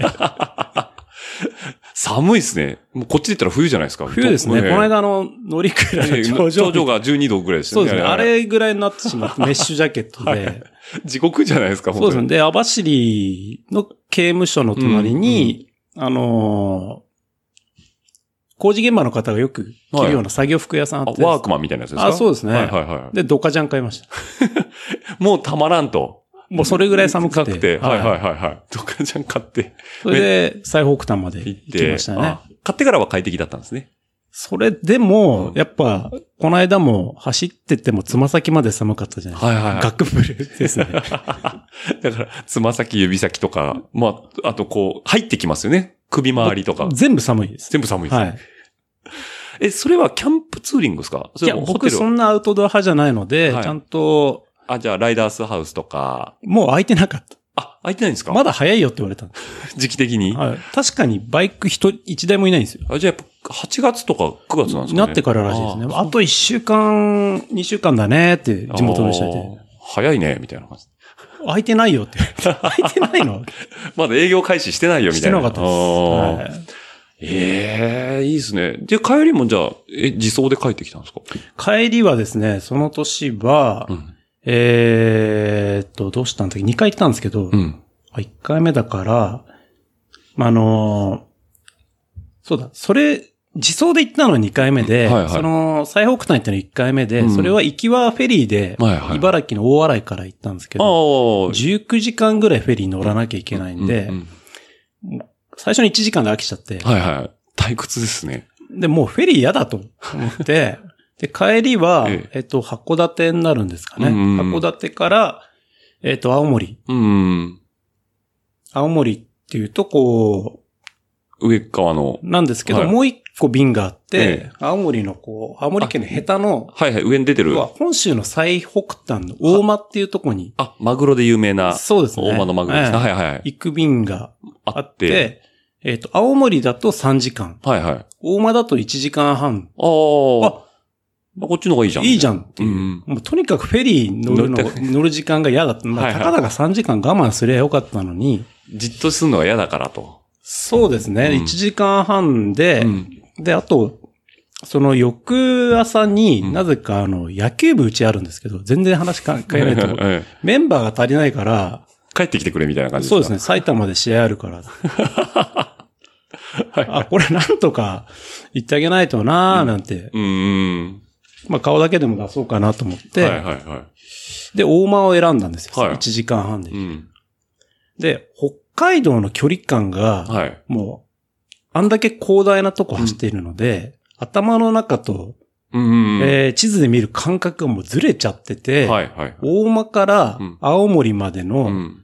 寒いですね。もうこっちで言ったら冬じゃないですか。冬ですね。ええこの間あの、乗りくらいえのえ頂頂上。上が12度ぐらいですそようね。ですね。あれぐらいになってしまって、メッシュジャケットで。はい地獄じゃないですか、そうです本ね。で、網走の刑務所の隣に、あのー工事現場の方がよく着るような作業服屋さんあ当っにて、あワークマンみたいなやつですかあそうですねはいはいはで、ドカジャン買いました。い。もうたまらんと。もうそれぐらい寒くて 寒はいはいははいはい。ドカジャン買ってそれで、最北端まで行っ行て。きましたねあ。買ってからは快適だったんですね。それでうん、もやっぱ、この間も走っててもつま先まで寒かったじゃないですはいはいか。はい。ガクブルですね。 だから、つま先、指先とか、まあ、あとこう、入ってきますよね。首周りとか。全部寒いです。全部寒いです、ねはい。え、それはキャンプツーリングですかそれいや、ともホテ僕ルそんなアウトドア派じゃないので、はいちゃんと、あ、じゃあ、ライダースハウスとか。もう空いてなかった。あ、空いてないんですかまだ早いよって言われたんです時期的に。はい。確かにバイク一人、一台もいないんですよ。あじゃあ、やっぱ、8月とか9月なんですかねなってかららしいですね。ああと一週間、二週間だねって地元の人あで。ー早いね、みたいな感じ。空いてないよ って。空いてないのまだ営業開始してないよ、みしたていな。なかったです。あーはいええいいですね。で、帰りもじゃあ、え、自走で帰ってきたんですか帰りはですね、その年は、うん。えーっと、どうしたんだっけ ?2 回来たんですけど、うん。あ1回目だから、まあ、あのーそうだ、それ、自走で行ったの2回目で、はいはいその、最北端行ったの1回目で、うんそれは行きはフェリーで、はいはい。茨城の大洗から行ったんですけああど、ー、 19時間ぐらいフェリー乗らなきゃいけないんでう、ん最初に1時間で飽きちゃって、はいはい。退屈ですね。で、もうフェリー嫌だと思 って、で、帰りはえ、えっと、函館になるんですかね。うんうんうん函館から、えっと、青森。うん。青森っていうとこ上側の。なんですけど、はいもう一こう瓶があって、ええ青森のこう、青森県のヘタの、はいはい、上に出てる要。は本州の最北端の大間っていうとこに、あ、マグロで有名な、そうですね。大間のマグロですね。ええはいはい。行く便がああっって、て、えっ、と、青森だと3時間、はいはい。ああ。大間だと1時間半。こあ、っちの方がいいじゃん。いいゃじゃんっていう。うんもうとにかくフェリーに乗るの乗っが、乗る時間が嫌だった。まはあ、いはたいかだか3時間我慢すりゃよかったのに、ん。じっとするのが嫌だからと。そうですね。うん1時間半で、うんで、あと、その翌朝うにんなぜかあの、野球部うちあるんですけど、全然話関係ないと思 う。ええメンバーが足りないから、帰ってきてくれみたいな感じそうですね。ね、埼玉で試合ある から。あ、これなんとか言ってあげないとなーなんて、うんうん。まあ顔だけでも出そうかなと思って、はいはいはで、大間を選んだんですよ。はい1時間半でい。う。ん。で、北海道の距離感が、はい。もう、あんだけ広大なとこ走っているので、頭の中と、うんうんうん。えー地図で見る感覚がもうずれちゃってて、はいはい。大間からうん青森までうのん。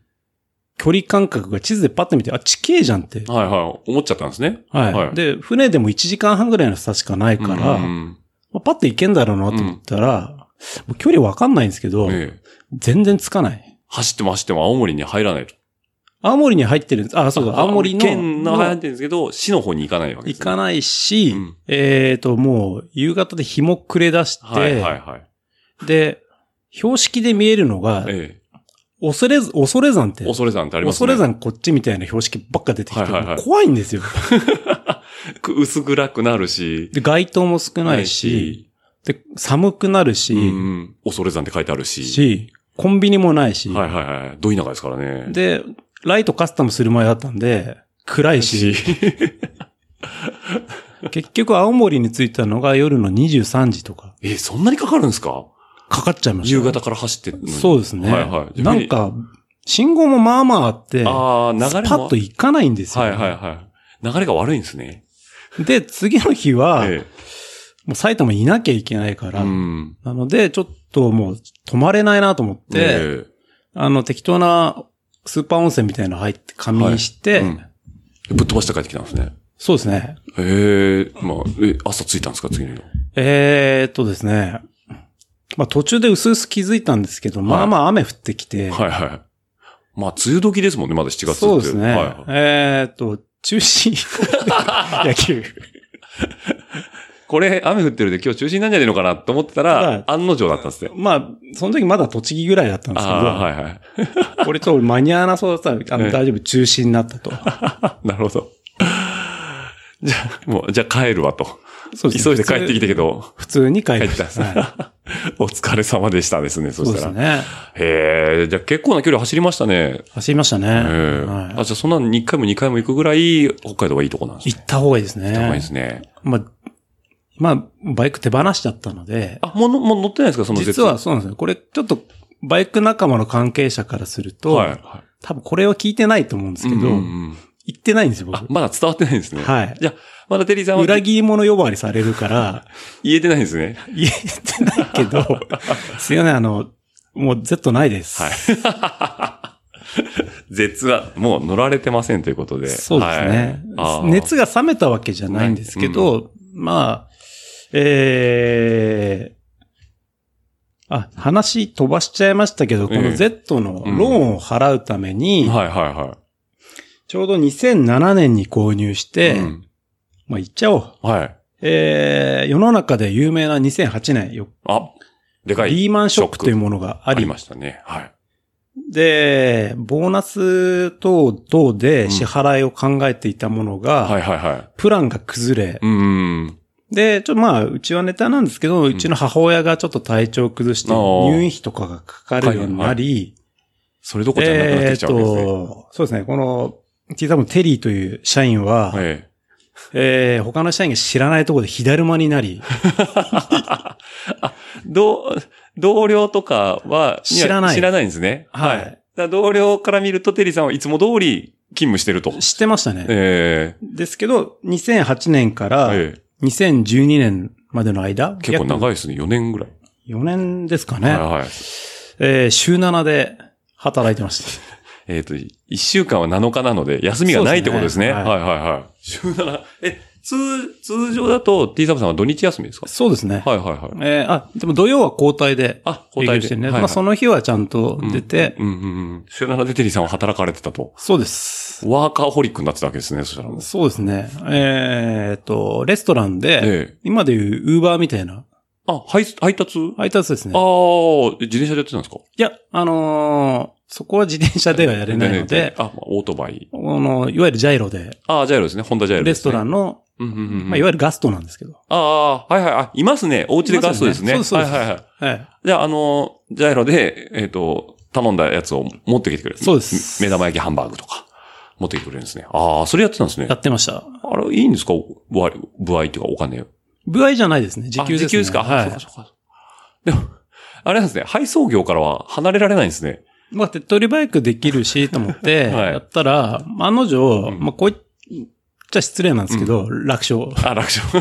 距離感覚が地図でパッと見て、あ、地形じゃんって。はいはい。思っちゃったんですね。はい。はいで、船でも1時間半ぐらいの差しかないから、うんまうんあ、パッと行けんだろうなと思ったら、もう距離わかんないんですけど、うんええ全然つかない。走っても走っても青森に入らないと。青森に入ってるんです。あ、そうだ、青森の。県のの入ってるんですけど、市の方に行かないわけで行すね。かないし、うんえっ、と、もう、夕方で日も暮れ出して、はいはいはい。で、標識で見えるのが、え恐れず、恐れ山ってえ。。恐れ山ってあります恐ね。れ山こっちみたいな標識ばっか出てきて、はいはいはいもう怖いんですよ。く薄暗くなるし。で、街灯も少ないし、で、寒くなるし、うんうん。恐れ山って書いてあるし。し、コンビニもないし、はいはいはい。どいなかですからね。で、ライトカスタムする前だったんで、暗いし、結局青森に着いたのが夜の23時とか、え、そんなにかかるんですかかかっちゃいました。夕方から走ってんのにそうですね。はいはい。なん、か、信号もまあまああって、ああ、流れも。パッと行かないんですよ、はいはいはい。流れが悪いんですね。で、次の日は、えもう埼玉にいなきゃいけないから、え。うん。なので、ちょっともう止まれないなと思って、えあの、適当なスーパー温泉みたいなの入って仮眠して、えうんぶっ飛ばして帰ってきたんですね。そうですね。へえ、まあ、え、朝着いたんですか、次の日の。えー、っとですね。まあ途中で薄々気づいたんですけど、まあまあ雨降ってきて、はいはい。まあ、梅雨時ですもんね、まだ7月って。そうですね。はいはいえー、っと、中 止野球。これ、雨降ってるで今日中止なんじゃねえのかなと思ってたはいら、案の定だったんですね。まあ、その時まだ栃木ぐらいだったんですけど、ああ、はいはい。 俺と間に合わなそうだったら、あえのえ大丈夫、中止になったと。なるほど。じゃあ、もう、じゃあ帰るわと。そう急いで帰ってきたけど、普通に帰帰りっまた。した。はいお疲れ様でしたですね、そそうしでたすら。ね。へえ、じゃあ結構な距離走りましたね。走りましたね。ええはあ、じゃあそんな1回も2回も行くぐらい、北海道はいいとこなんですいね。行った方がいいですね。行った方がいいですね。まあ、まあ、バイク手放しちゃったので、あ、もうの、もう乗ってないですか、その実は、そうなんですよ。これ、ちょっと、バイク仲間の関係者からすると、はい。は多分これは聞いてないと思うんですい。けど、うんうんうん言ってないんですよ、あ僕。、まだ伝わってないんですね。はい。じゃあ、まだテリーさんは裏切り者呼ばわりされるから、言えてないんですね。言えてない けど、すいません、あの、もう Z ないです。はい 絶は、もう乗られてませんということで。そうですね、はいあー熱が冷めたわけじゃないんですけど、まあ、えー、あ、話飛ばしちゃいましたけど、こえのえ Z のローンを払うために、はいはいはちょうど2007年に購入しい。て、うんまあ言っちゃおう。はい。えー、世の中で有名な2008年よ、あ、でかい。リーマンショックというもものがあありりましたね。はい。で、ボーナス等々で支払いを考えていたものが、はいはいはい。プランが崩れ、うんうん。で、ちょっとまあ、うちはネタなんですけど、うちの母親がちょっと体調を崩して、あー入院費とかがかかるようになり、それどころじゃなくなっえてっきちゃうわけですね。と、そうですね、この、T 多分テリーという社員は、ええー他の社員が知らないところで火だるまになり、え。同、同僚とかは、知らない知らないんですね。はいだから同僚から見ると、テリーさんはいつも通り勤務してると。知ってましたね。えですけど、2008年かえ。らええ。 2012年までの間、結構長い。いですね。4年ぐらい。 4年ですかね。はいはい。えー週7で働いてました。えっ、と、1週間は7日なので、休みがないってことですね。そうですはねいはいはい。週7、え、 通、通常だと T サブさんは土日休みですかそうですね。はいはいはい。えーあ、でも土曜は交代で。あ、交代でしてるね。はいはいまあその日はちゃんと出て、うんうんうん。週7でテリーさんは働かれてたと。そうです。ワーカーホリックになってたわけですね、そしたらもう。そうですね。えーっと、レストランで、ええ。今でいうウーバーみたいなあ、配配達配達ですね。ああ、自転車でやってたんですかいや、あのーそこは自転車ではやれないので、あ、まあオートバイ。あの、いわゆるジャイロで、ああ、ジャイロですね。ホンダジャイロレでスす、ね。トランの、うんうんうん。まあ、いわゆるガストなんですけど。ああ、はいはい。あ、いますね。お家でガストですね。いますよねそうですはいはいはい。はい。じゃあ、あの、ジャイロで、えっ、と、頼んだやつを持ってきてくれる。そうです目目玉焼きハンバーグとか、持ってきてくれるんですね。ああ、それやってたんですねや。ってました。あれ、いいんですかお割部合っていうかお金。部合じゃないですね。時給です、ね。あ時給ですか、はそうかい。そうか。でも、あれなんですね。配送業からは離れられないんですね。まあ、手っ取り早くできるし、と思って、 はいやったら、案の定、んまあ、こういっちゃ失礼なんですけど、楽勝。あ、楽勝。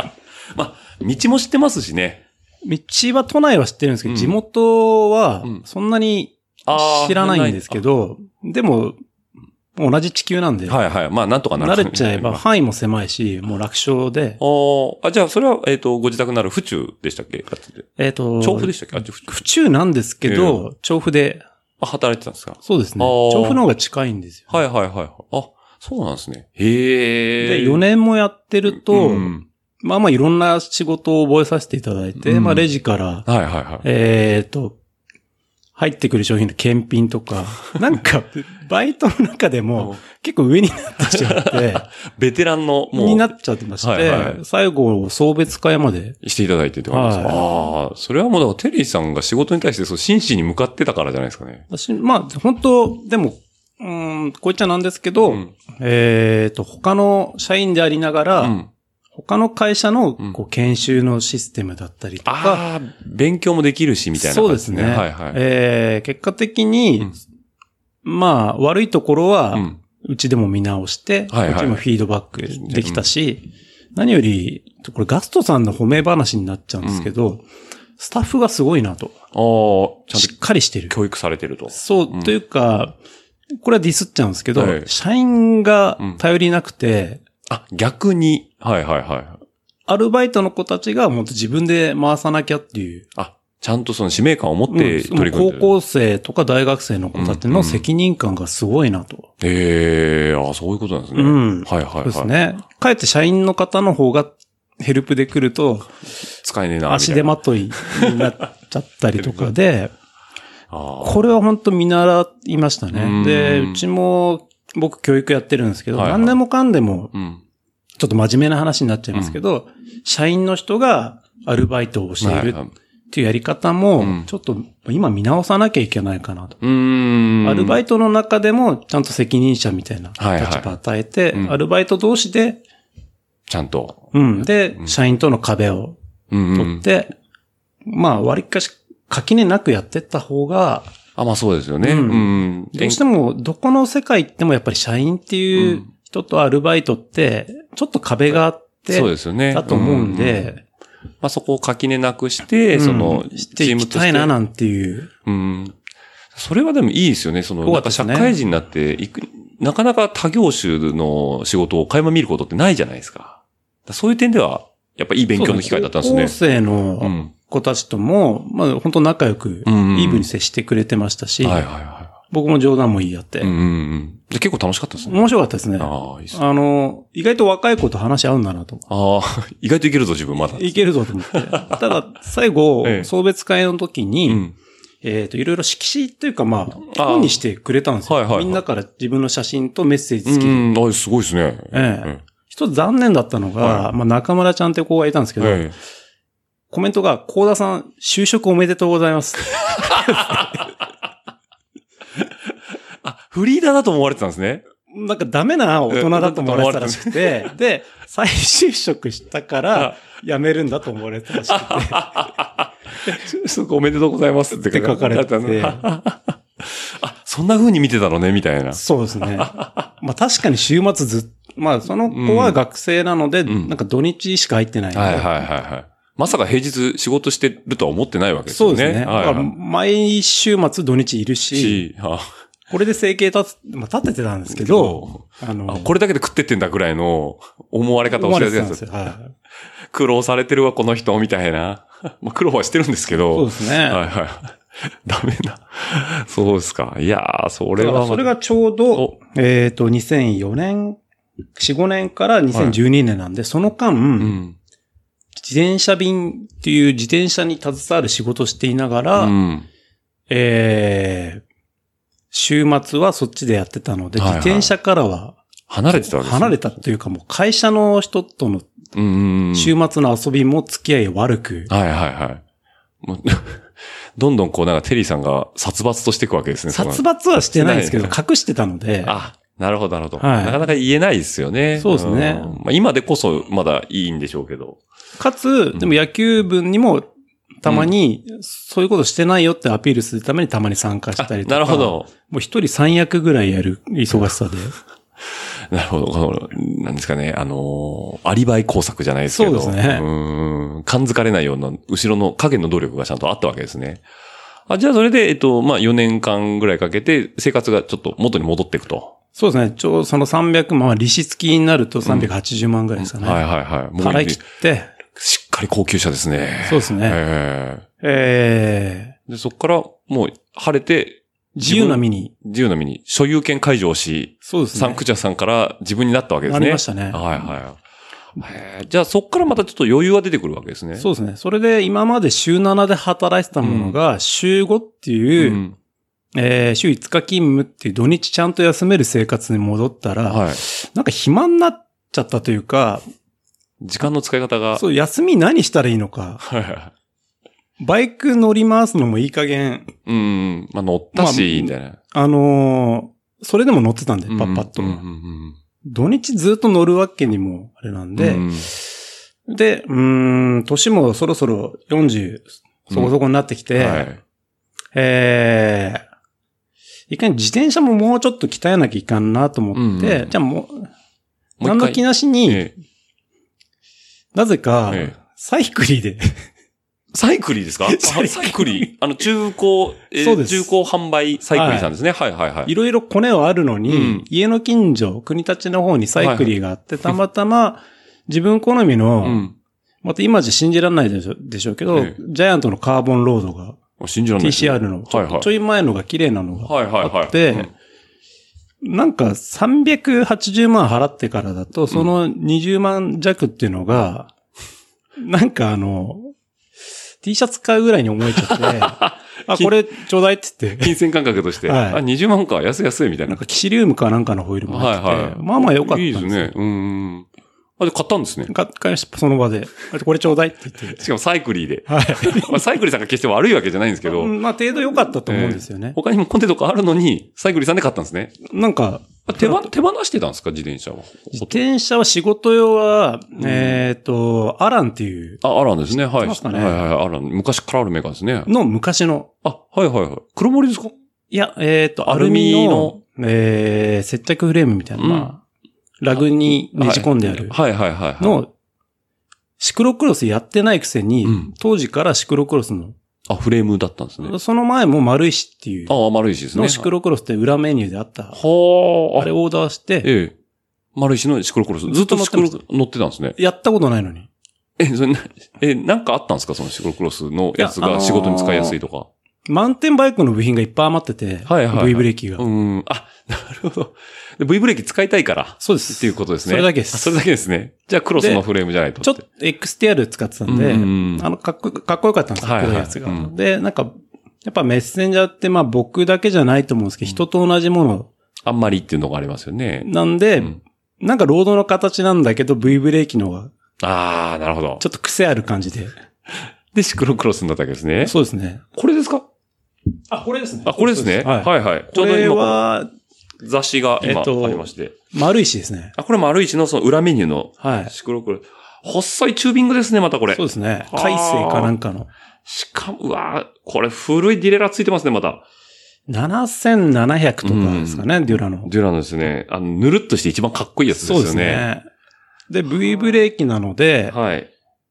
まあ、道も知ってますしね。道は都内は知ってるんですけど、うん地元はうん、そんなにあー知らないんですけ。ど、でも、同じ地球なんで、はいはい。まあ、なんとかなる。慣れちゃえばまあ範囲も狭いし、もう楽勝で、 おーあ、じゃあ、それは、えっ、と、ご自宅のある府中でしたっけかつてえっ、と、調布でしたっけあっち府中府中なんですけど、調布で、あ働いてたんですかそうですね。あー調布の方が近いんですよ。はいはいはいはい。あ、そうなんですね。へえ。で、4年もやってると、うんまあまあいろんな仕事を覚えさせていただいて、うんまあレジから、はいはいはい。えっ、と、入ってくる商品の検品 とか、なんか、バイトの中でうもん結構上になってしまって、ベテランの、 もう、になっちゃってまして、はいはい最後、送別会まで。していただいてって感じですか。はいああ、それはもう、だからテリーさんが仕事に対して、そう、真摯に向かってたからじゃないですかね。私、まあ本当、でも、うーん、こういっちゃなんですけど、ん。えっ、と、他の社員でありながら、うん他の会社のうんこう研修のシステムだったりとか、ああ、勉強もできるし、みたいなそう感じでですすね。ね。はいはい。えー結果的に、うんまあ、悪いところは、う。うんちでも見直して、はいはいうちもフィードバックできたし、何より、これガストさんの褒め話になっちゃうんですけど、スタッフがすごいなと。ああ、ちゃしんっかりしてると。教育されてると。そう、うんというか、これはディスっちゃうんですけど、はい社員が頼りなくて、あ、逆に。はいはいはい。アルバイトの子たちがもっと自分で回さなきゃっていう。あ、ちゃんとその使命感を持ってうんも取りう組ん高でる。校生とか大学生の子たちうんうんの責任感がすごいなと。ええああ、そういうことなんですね。うんはいはいはい。そうですね。かえって社員の方の方がヘルプで来ると、使えねえな。足みた手いなまといになっちゃったりとか で、あーこれは本当見習いましたうんね。で、うちも、僕教育やってるんですけど、はいはい何でもかんでも、うん。ちょっと真面目な話になっちゃいますけど、社員の人がアルバイトを教えるはいはいっていうやり方うんも、ちょっと今見直さなきゃいけないかなと。うーん。アルバイイトの中でもちゃんと責任者みたいなはいはい立場与えて、うんアルバイト同士で、ちゃんと。うん、でう、ん社員との壁をうん、う取っん。て、まあ、割かし、垣根なくやってった方が、あ、まあそうですよね。ううんん。どうしても、どこの世界行ってもやっぱり社員っていううん人とアルバイトって、ちょっと壁があって、そうですよね。だと思うんうで、まあそこを垣根なくして、その、うんしチてーいムきとしたて。いななんていう。うん。それはでもいいですよね。その、そうなんでかす社ね会人になっていく、なかなか多業種の仕事を垣間見ることってないじゃないですか。だからそういう点では、やっぱいい勉強の機会だったんですね。そうですね高校う生のん。子たちとも、まあ、本当仲良く、うんイーブンに接してくれてましたし、はいはいは僕も冗談も言い合って、い。うんうんうん。じゃあ結構楽しかったですね。面白かったですね。あああ、いいですね。の、意外と若い子と話合うんだなと。ああ、 意外といけるぞ、自分まだ。いけるぞと思って。ただ、最後、ええ送別会の時に、うん。えっ、と、いろいろ色紙というか、まあ、本にしてくれたんですよ、はいはいはいみんなから自分の写真とメッセージう付きで。ん、あすごいですね。ええうん一つ残念だったのが、はいまあ、中村ちゃんっていう子がいたんですけど、ええコメントが、高田さん、就職おめでとうございます。 あ、フリーダーだと思われてたんです ね。なんかダメな大人だと思われてたらしくて、で、再就職し たから、辞めるんだと思われてたらしくて。すごくおめでとうございますってって書かれて てあ、そんな風に見てたのね、みたいな。そうですね。 まあ確かに週末ずっまあその子は学生なので、んなんか土日しか入ってないんで。はいはいはいはい。まさか平日仕事してるとは思ってないわけですそようね。ですね。だはかいら毎週末土日いるいし、しあこれで生計立つ、まあ、立ててたんですけど、あのあ、これだけで食ってってんだぐらいの思われ方をしてるやつ思われてたんですよはい苦労されてるわ、この人、みたいな。 まあ、苦労はしてるんですけど。そうですねはいはい。 ダメな。そうですか。いやー、それだかは、らそれがちょうど、えっ、と、2004年、4、5年から2012年なんで、その間、うん。自転車便っていう自転車に携わる仕事をしていながら、うん。えー、週末はそっちでやってたので、はいはい自転車からは離れてたわけですね離れたというかもう会社の人とのうんうんうん。週末の遊びも付き合い悪く、はいはいはい。もう どんどんこうなんかテリーさんが殺伐としていくわけですね。殺伐はしてないんですけど、して隠してたので、あ、なるほどなるほど。はいなかなか言えないですよね。そうですねんまあ、今でこそまだいいんでしょうけど。かつ、でも野球部にもたまに、そういうことしてないよってアピールするためにたまに参加したりとか。なるほ。ど。もう一人三役ぐらいやる忙し さで。なるほど。この、なんですかね、あのーアリバイ工作じゃないですけど。そうですねうん。感づかれないような、後ろの影の努力がちゃんとあったわけですね。あ、じゃあそれで、えっと、まあ、4年間ぐらいかけて、生活がちょっと元に戻っていくと。そうですね。ちょうどその300万、まあ利子付きになると380万ぐらいですかね。はいはいはい。もう払い切って、しっかり高級車ですね。そうですねえええで、そこからもう晴れて、ー、自由な身に。自由の身に所有権解除をし、そうですね。サンクチャさんから自分になったわけですね。なりましたはねいはい。へえじゃあそこからまたちょっと余裕が出てくるわけですね。そうですね。それで今まで週7で働いてたものが、週5っていう、んえー週5日勤務っていう土日ちゃんと休める生活に戻ったら、はい。なんか暇になっちゃったというか、時間の使い方が。そう、休み何したらいいのか。はいはい。バイク乗り回すのもいい加減、うん。まあ乗ったし、まあみたいな。あのーそれでも乗ってたんで、うんパッパッと。うんうんうん土日ずっと乗るわけにもあれなんで、うんで、うーん、年もそろそろ40、そこそこになってきて、はい。えー、いかに自転車ももうちょっと鍛えなきゃいかんなと思って、うんうんじゃあもう、もう何一の回気なしに、ええなぜか、ええサイクリ ーで、サイクリーですかあ サイクリーサイクリー。あの、中古、えーそうです中古販売サイクリーさんですね。はい、はい、はい。いろいろコネはあるのに、うん家の近所、国立の方にサイクリーがあって、たまたま、自分好みの、うん。また今じゃ信じられないでしょでしょうけど、ええジャイアントのカーボンロードが、信じられないですね。 TCR のちょ,、はいはいちょい前のが綺麗なのがはいはいはい。あって、うんなんか380万払ってからだと、その20万弱っていうのが、なんかあの、T シャツ買うぐらいに思え ちゃって、あ、これちょうだいって言って、金銭感覚として、はいあ、20万か、安い安いみたいなな。んかキシリウムかなんかのホイールも入ってて、はいはいまあまあ良かったんいでいですすよね。うんうん。あ、で、買ったんですね。が買いましたその場で。あこれちょうだいって言って。しかもサイクリーで。はい。まあ、サイクリーさんが決して悪いわけじゃないんですけど、うん まあ程度良かったと思うんですよね。他にもコンテとかあるのに、サイクリーさんで買ったんですね。なんか、あ手ば手放してたんですか、自転車は。自転車は仕事用は、えっ、と、アランっていうあ、あるんですね。はい。知ってますかねはいはいはい。あるん昔からあるメーカーですね。の昔の、あ、はいはいはい。黒森ですかいや、えっ、と、アアルルミミのの、えー、接着フレームみたいな、うんまあラグにねじ込んであるはいはいはいはい。の、シクロクロスやってないくせに、うん当時からシクロクロスの、あ、フレームだったんですね。その前も丸石っていう、あ、丸石ですね。のシクロクロスって裏メニューであった、はあ。あれオーダーして、ええ。丸石のシクロクロス。ずずっっととシク乗ロっクてロ乗ってたんですね。やったことないのに。え、それな、え、なんかあったんですかそのシクロクロスのやついやあがのー仕事に使いやすいとか。マウンテンバイクの部品がいっぱい余ってて、はいはいはい V ブレーキが。うん。あ、なるほど。で V ブレーキ使いたいから。そうです。っていうことですね。それだけですあそれだけですね。じゃあクロスのフレームじゃないと。ちょっと XTR 使ってたんで、うんうんうんあの、かっこ、かっこよかったんですよ、はいはいこういうやつが。うんで、なんか、やっぱメッセンジャーって、まあ僕だけじゃないと思うんですけど、人と同じものあんまりっていうのがありますよね。なんで、うんなんかロードの形なんだけど、V ブレーキの方が、ああ、なるほどち。ょっと癖ある感じで。で、シクロクロスになったわけですね。そうですね。これですかあ、これですねあ、これですね。はい。はいはい。ちょこうどれ今、は、雑誌が今えっとありまして。丸石ですね。あ、これ丸石のその裏メニューのはい。シクロクロス。細いチュービングですね、またこれ。そうですね。あー海星かなんかの。しかも、うわーこれ古いディレラついてますね、また。 7700とかですかね、デュラの。デュラのですね、あの、ぬるっとして一番かっこいいやつですそうよね。ですね。で、V ブレーキなので、はい。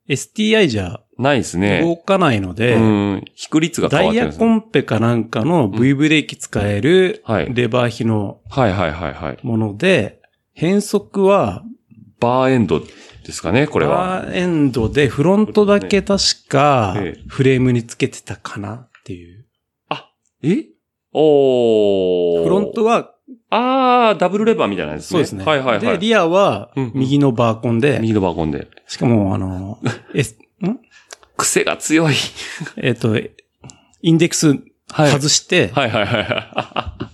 STI じゃないです動ね。かないので、うん。引く率がダ変わっイてるんでヤすコね。ンペかなんかの V ブレーキ使えるはいレバー比のはいはいはいはい。もので、変速は、バーエンドですかね、これは。バーエンドでフロントだけ確かええフレームにつけてたかなっていう。えおーフロントは、あー、ダブルレバーみたいなやつね。そうですね。はいはいはで、い。リアはうんうん右のバーコンで、右のバーコンで。しかもあ の、え、ん癖が強い。えっと、インデックスはい外して、はいはいはいは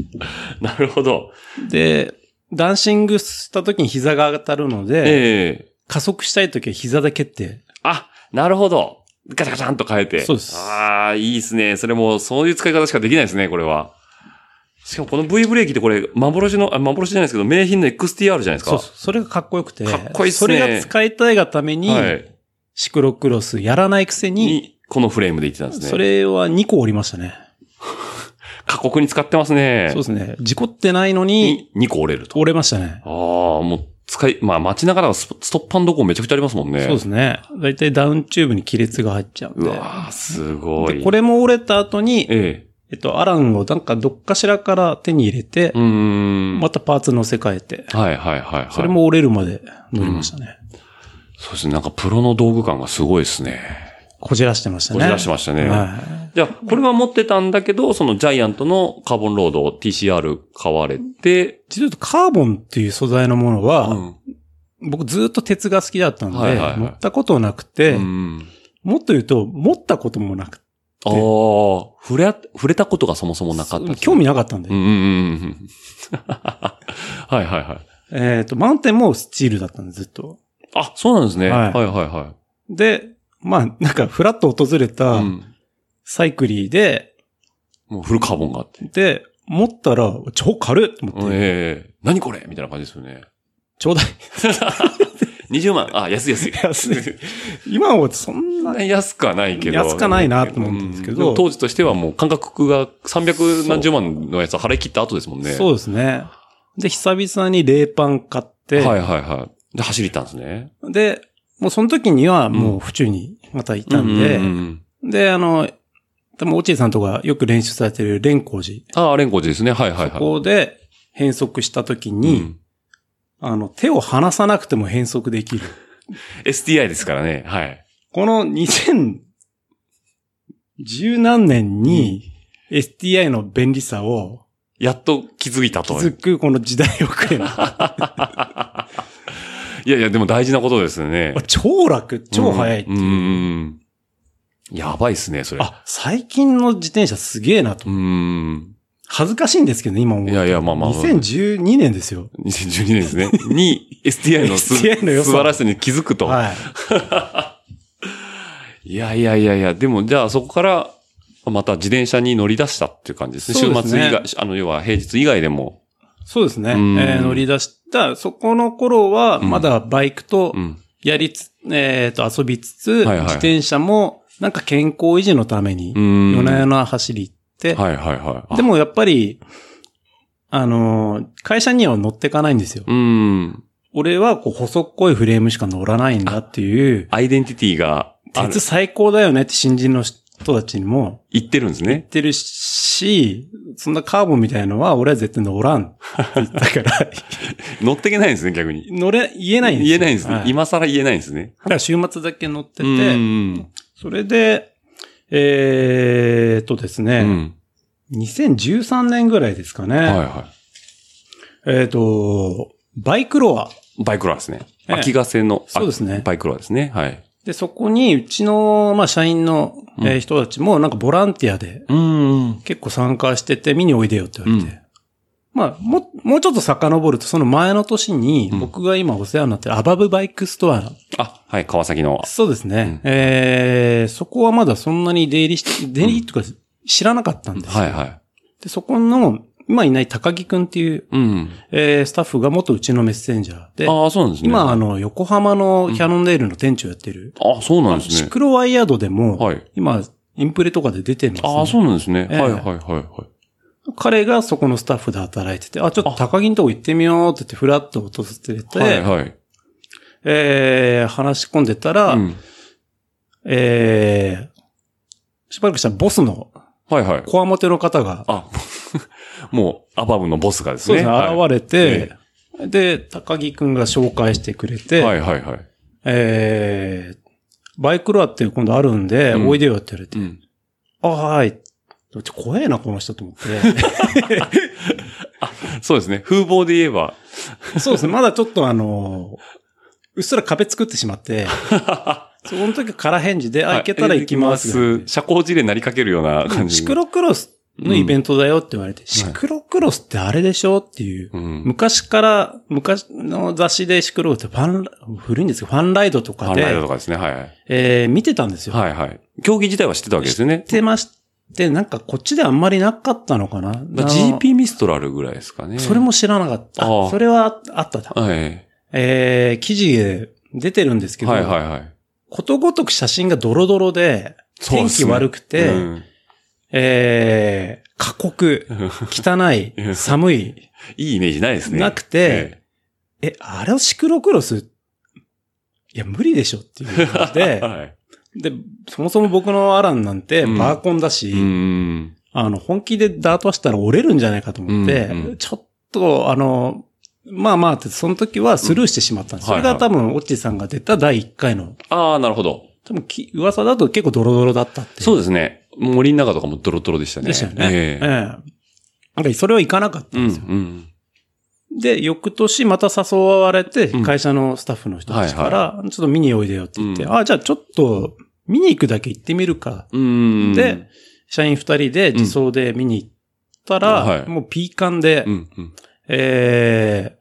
い。 なるほど。で、ダンシングした時に膝が当たるので、ええ加速したい時は膝だけって、あ、なるほど。ガチャガチャンと変えて。そうですああ、いいですね。それも、そういう使い方しかできないですね、これは。しかもこの V ブレーキってこれ、幻の、あ幻じゃないですけど、名品の XTR じゃないですか。そうそう、それがかっこよくて、かっこいいっすそねれが使いたいがために、はい。シクロクロスやらないくせに、に、このフレームで言ってたんですね。それは2個折りましたね。過酷に使ってますね。そうですね。事故ってないのに、に、2個折れると。折れましたね。ああ、もう、使い、まあ街中だからスポストッパンどこめちゃくちゃありますもんね。そうですね。だいたいダウンチューブに亀裂が入っちゃうんうで。わーすごい。で、これも折れた後に、ええっと、アランをなんかどっかしらから手に入れてえ。う、ーん。またパーツ乗せ替えて、はいはいはい、はい。それ。も折れるまで乗りましたね。そうですね。なんかプロの道具感がすごいですね。こじらしてましたこね。じらしてましたね。はじゃあ、これは持ってたんだけど、そのジャイアントのカーボンロード TCR 買われて、い。実は言うとカーボンっていう素材のものは、うん。僕ずっと鉄が好きだったんで、はいはいはい乗ったことなくて、うんもっと言うと、持ったこともなくて、ああ、触れあ、触れたことがそもそもなかった。興味なかったんで、うんうんうんうん。 はいはいはい。えっ、と、マウンテンもスチールだったんで、ずっと。あ、そうなんですね。ははいいはいはで、まあ、なんか、フラッと訪れい。たうんサイクリーで、もうフルカーボンがあって。で、持ったら、超軽いと思って、ええ何これみたいな感じですよね。ちょうだい。 20万。あ、安い安い。安い。 今はそんな、安くはないけど。安くはないなと思うんですけども当時としてはもう感覚が300何十万のやつを払い切った後ですもんね。そうですね。で、久々に冷パン買って、はいはいはい。で、走り行ったんですね。で、もうその時にはもう府中にまたいたんで、ううんで、あの、多分、落合さんとかよく練習されてる蓮光寺、ああ、レンコーチですね。はいはいはい。ここで変速した時に、うんあの、手を離さなくても変速できる。 STI ですからね。はい。この2010何年に STI の便利さをやっと気づいた気と。づくこの時代遅れな。いやいや、でも大事なことですよね。超楽、超速いってうんいう。うんうんうん。やばいっすね、それ。あ、最近の自転車すげえなとう。ん。恥ずかしいんですけどね、今も。いやいや、まあまあ。まあ2012年ですよ。 2012年ですね。に、STI のす STI の良さ素晴らしさに気づくと。はい。いやいやいやいや、でもじゃあそこから、また自転車に乗り出したっていう感じですね。そう週です末ね以外、あの、要は平日以外でも。そうですね。えうんー乗り出した、そこの頃は、うんまだバイクとうん。やりつ、えっ、と、遊びつつ、はいはい自転車も、なんか健康維持のためにう、ん。夜な夜はな走り行って、いはいはい。でも、もやっぱり、あのー、会社には乗ってかないんですよ。うん。俺はこう細っこいフレームしか乗らないんだっていう、アイデンティティが、ある鉄、最高だよねって新人の人たちにも言ってるんです言ねっ。てるし、そんなカーボンみたいのは俺は絶対乗らんって言ったから、 乗ってけないんですね、逆に。乗れ、言えないんです言えないんですねは。い今更言えないんですね。だから週末だけ乗ってうて、ん。それで、えーっとですうね、ん。 2013年ぐらいですかね、はいはえーっと、バイクロア。い。バイクロアですね。ええ秋ヶ瀬の、あそうですねバイクロアですね。はい。で、そこに、うちの、まあ、社員の、えーうん人たちも、なんかボランティアで、うん。結構参加してて、見においでよって言われて。うまあ、も、もうちょっと遡ると、その前の年にうん、僕が今お世話になってるアバブバイクストア。あ、はい、川崎の。そうですね。うえー、そこはまだそんなに出入りして、出入りとか知らなかったんですよ。はいはい。で、そこの、今いない高木くんっていう、うん。えー、スタッフが元うちのメッセンジャーで、ああ、そうなんですね。今、あの、横浜のキャノンデールの店長やってる、あ、そうなんですシね。クロワイヤードでも、はい。今、インプレとかで出てます、ね。ああ、そうなんですね。ええはいはいはいはい。彼がそこのスタッフで働いてて、あ、ちょっとあ高木のとこ行ってみようって言って、ふらっと訪れて、はいはい。えー話し込んでたら、うんえー、しばらくしたらボスの、はいはい。コアモテの方が、あ、 もう、アバブのボスがですそうね。ですね、はい現れて、で、高木くんが紹介してくれて、はいはいはい。えー、バイクロアっていう今度あるんで、うんおいでよって言われて、うん。あ、はーい。ちょ怖えな、この人と 思って。そうですね。風貌で言えば。そうですね、まだちょっとあの、うっすら壁作ってし まって、その時から返事で、あ、行けたら行きますはい行きます社交辞令になりかけるような感じ。シクロクロスのイベントだよって言われて、シクロクロスってあれでしょっていう。うん。昔から、昔の雑誌でシクロクロスってファンラ、古いんですけど、ファンライドとハかンライドで、とかですね。はいはい。えー見てたんですよ。はいはい。競技自体は知ってたわけですよね知っ。てまして、なんかこっちであんまりなかったのかな。まああの GP ミストラルぐらいですかね。それ。も知らなかった。ああそれはあっただ。はい。えー、記事で出てるんですけど、はいはいはい。ことごとく写真がドロドロで、そう天です気ね悪くて、うんえー、過酷、汚い う、ん寒い、いいイメージないですね。なくて、え、あれをシクロクロス、いや、無理でしょっていうことええで、 はい。で、そもそも僕のアランなんてうんバーコンだし、うん。あの、本気でダートしたら折れるんじゃないかと思って、うんうんちょっと、あの、まあまあって、その時はスルーしてしまったんです。うんはいそはれいが多分、オッチーさんが出た第1回の、ああ、なるほど。多分き、噂だと結構ドロドロだったっていう。そうですね。森の中とかもドロドロでしたね。でしたよね。ええええなんか、それは行かなかったうんんですよ。うん。で、翌年また誘われてうん、会社のスタッフの人たちかはら、ちょっと見においでよって言って、うんあ、じゃあちょっと、見に行くだけ行ってみるか。うん。で、社員二人で自走で見に行ったうんはら、いもうピーカンで、うんうん。え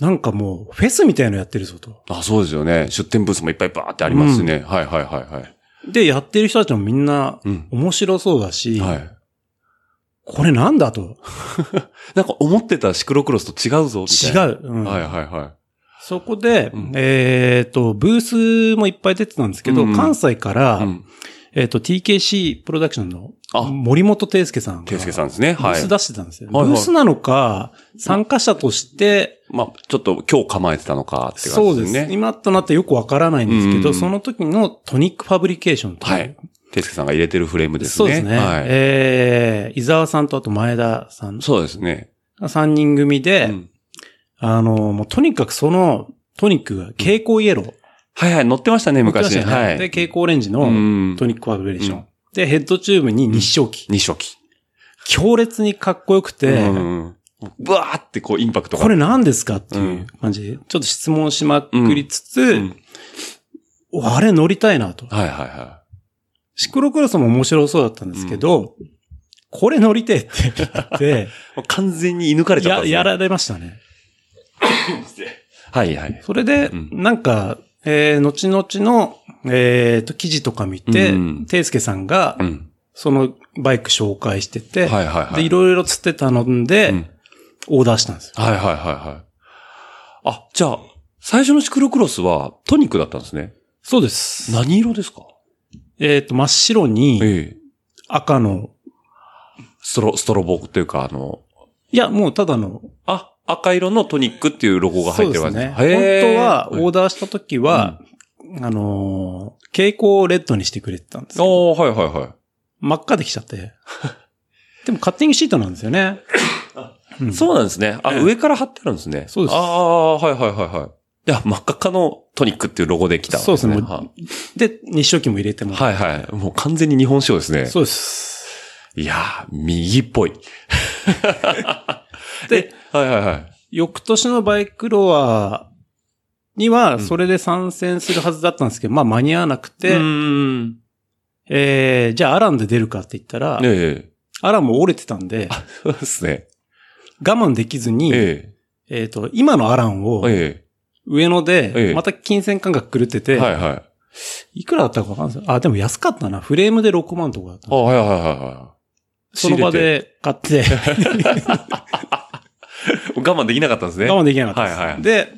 ー、なんかもう、フェスみたいのやってるぞと。あ、そうですよね。出店ブースもいっぱいバーってありますしね。はいはいはいはい。で、やってる人たちもみんな、うん。面白そうだし、はい。これなんだと。なんか思ってたシクロクロスと違うぞ、みたいな。違違う。うんはいはいはそこで、うんえっ、と、ブースもいっぱい出てたんですけど、うん関西から、い。うん。えっ、と、TKC プロダクションのあ森本圭介さんが、ケイスケさんですね。ブーはいス。出してたんですよ。はいはいブースなのか、参加者として、まあ、ちょっと今日構えてたのかって感そうじでですすね。ね。今となってよくわからないんですけうんうど、んその時のトニックファブリケーションというはい。ケイスケさんが入れてるフレームですね。そうですね。はい。えー、伊沢さんとあと前田さん、そうですね。 3人組で、うんあの、もうとにかくそのトニックが蛍光イエロー。はいはい、乗ってましたね、昔。言ってましたはよねい。で、蛍光オレンジのうんトニックファブリケーション。うんで、ヘッドチューブに日照機。二色機。強烈にかっこよくて、うん。ブワーってこうインパクトが。これ何ですかっていう感じで、ちょっと質問しまくりつつ、うんおあれ乗りたいなと。はいはいはシクロクロスも面白そうだったんですけど、これ乗りてえって 言って、い。もう完全に射抜かれちゃったんやですね。やられましたね。はいはい。それで、うんなんか、えー、後々の、えっ、と、記事とか見てうん、ていすけさんがう、ん。そのバイク紹介してて、はいはいはい。で、いろいろつってたので、うんオーダーしたんですよ。はいはいはいはい。あ、じゃあ、最初のシクロクロスはトニックだったんですね。そうです。何色ですかえっ、と、真っ白にええ。赤の、ストロ、ストロボっていうか、あの、いや、もうただの、あ、赤色のトニックっていうロゴが入ってるわけそうですね。へ本え当は、オーダーした時は、あのー蛍光をレッドにしてくれてたんですよおー、はいはいはい。真っ赤できち ゃって。でもカッティングシートなんですよね。うんそうなんですね。あ、ええ上から貼ってあるんですね。そうですああ、はいはいはいはい。いや、真っ赤っかのトニックっていうロゴできたわけそうですねはで、日照機も入れてもらってはいはい。もう完全に日本仕様ですね。そうです。いやー、右っぽい。 で、はいはいはい。翌年のバイクロアには、それで参戦するはずだったんですけど、まあ間に合わなくうて、ーん。えー、じゃあアランで出るかって言ったら、えアランも折れてたんで、え。そうですね。我慢できずに、えっ、えと、今のアランをえ。、え上野ええで、また金銭感覚狂ってえ。て、はいはい。いくらだったかわかんないですあ、でも安かったな。フレームで6万とかだったんあ、はいです。はいはいはその場で買って、 い。我慢できなかったんですね。我慢できなかったです。はいはいで、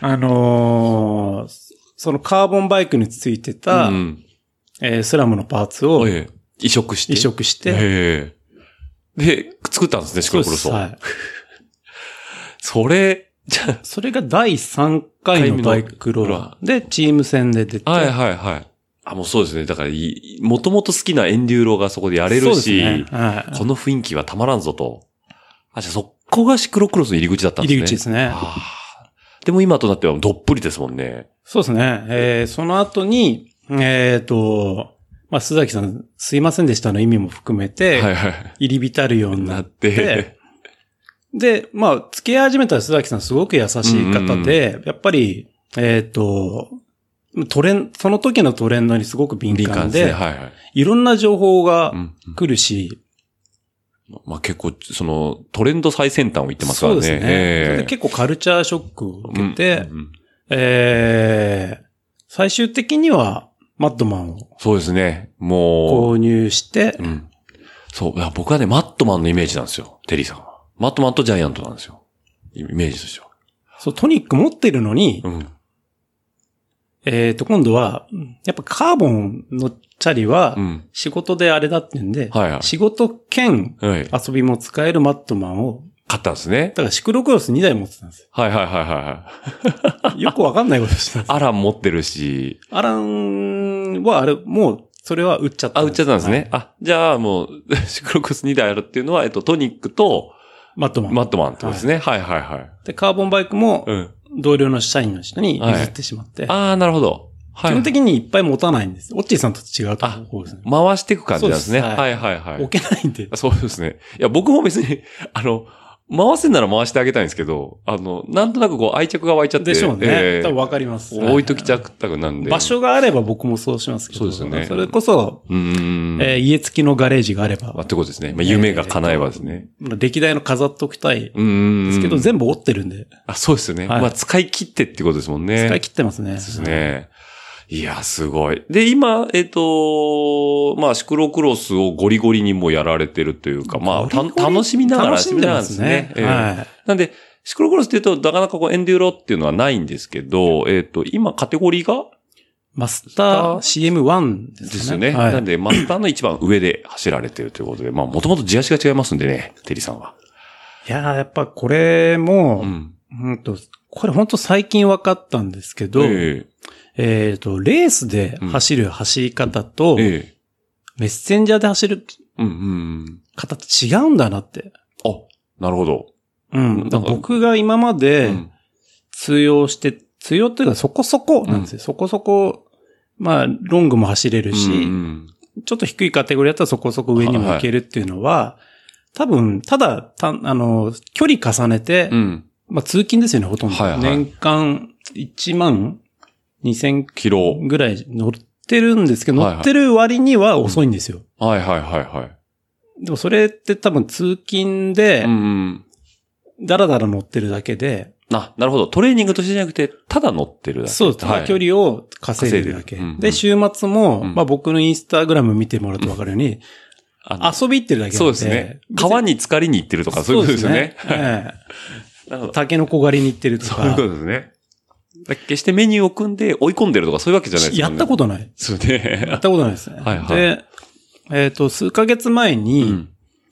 あのーそのカーボンバイクについてた、うん。えースラムのパーツをええ。移植して。移植して、ええ。で、作ったんですね、シクロクロスを。はい。それ、じゃそれが第3回のバイクロラーで、チーム戦で出て、あはいはいはい。あ、もうそうですね。だからい、もともと好きなエンデューロがそこでやれそうるですし、ねはいこの雰囲気はたまらんぞと。あ、じゃあそこがシクロクロスの入り口だったんですね。入り口ですね。あーでも今となってはどっぷりですもんね。そうですね。えーその後に、えっ、と、まあ、須崎さん、すいませんでしたの意味も含めて、はいはい。入り浸るようにななっ、ってて。で、まあ、付き合い始めたら須崎さんすごく優しい方で、やっぱり、えっ、と、トレン、その時のトレンドにすごく敏敏感感で、ですね。はいはい。いろんな情報がうんうん来るし、まあ結構、その、トレンド最先端を言ってますかそらうね。ですね。それでえ結構カルチャーショックをえ受けて、うんうんえー最終的にはマッドマンをそうですね。も購入してう、、うん。そう。だから僕はね、マットマンのイメージなんですよ。テリーさんは。マットマンとジャイアントなんですよ。イメージとしては。そう、トニック持ってるのに、うん。えっ、と、今度は、やっぱカーボンのチャリはう、ん。仕事であれだってんで、はいはい仕事兼はい。遊びも使えるマットマンを、買ったんですね。だ。からシクロクロス2台持ってたんですよ はいはいはいはいはい。よくわかんないことしてたんですよ。アラン持ってるし。アランはあれ、もう、それは売っちゃった。あ、売っちゃったんですね。。あ、じゃあもう、 シクロクロス2台あるっていうのは、えっと、トニックとマットマン。マットマンってことですね。はい、はい、はい。で、カーボンバイクも、うん。同僚の社員の人に譲ってしまって、ああ、なるほど。はい。基本的にいっぱい持たないんです。オッチーさんと違うところですね。回していく感じなんですね。そうですは、はいはい、はい。置けないんで。そうですね。いや、僕も別に、 あの、回せんなら回してあげたいんですけど、あの、なんとなくこう愛着が湧いちゃって。でしょうね。ええ多分わかります。置いときちゃったくなんで。場所があれば僕もそうしますけど。そうですよねそれこそ、うーん。えー家付きのガレージがあれまあ、っば、てことですね。まあ、夢が叶えばですね。歴代の飾っときたいでうーん。すけど、全部折ってるんで、あ、そうですよね。はいまあ、使い切ってってことですもんね。使い切ってますね。ですね。いや、すごい。で、今、えっ、と、まあ、シクロクロスをゴリゴリにもやられてるというか、まあ、た楽しみながら、楽しんでますね。楽しみながらですねええはい。なんで、シクロクロスって言うと、なかなかこう、エンデューロっていうのはないんですけど、えっ、と、今、カテゴリーがマスター CM1 でですすかよね。ね。はないん。で、マスターの一番上で走られてるということで、まあ、もともと地足が違いますんでね、テリーさんは。いやーやっぱこれも、ん。うんと、これ本当最近分かったんですけど、ええっ、と、レースで走る走り方と、えええメッセンジャーで走るうんうん方って違うんだなって。うん。あ、なるほど。うん。だからなんか僕が今までうん通用して、通用というかそこそこなんですよ。そこそこ、まあ、ロングも走れるし、うんうんちょっと低いカテゴリーだったらそこそこ上にも行けるっていうのは、多分、ただ、た、あの、距離重ねて、うん。まあ通勤ですよね、ほとんど。はいはい年間1万2000キロ。ぐらい乗ってるんですけど、はいはい乗ってる割には遅いんですよ。はいはいはいはい。でもそれって多分通勤でうん、うん。だらだら乗ってるだけで、あ、なるほど。トレーニングとしてじゃなくて、ただ乗ってるだけ。そうです。はい、距離を稼いでるだ稼け。いでるうんで、週末も、うんまあ僕のインスタグラム見てもらうとわかるように、あの遊び行ってるだけなんで。そうですね。川に浸かりに行ってるととか、そういうことですよね。 えなるほえど。タケノコ狩りに行ってるとそういうかこ、とですね。だから決してメニューを組んで追い込んでるとか、そういうわけじゃないですやよね。ったことない。とですよやっね。たことないですね。はいはいで、えっ、と、数ヶ月前うに、ん。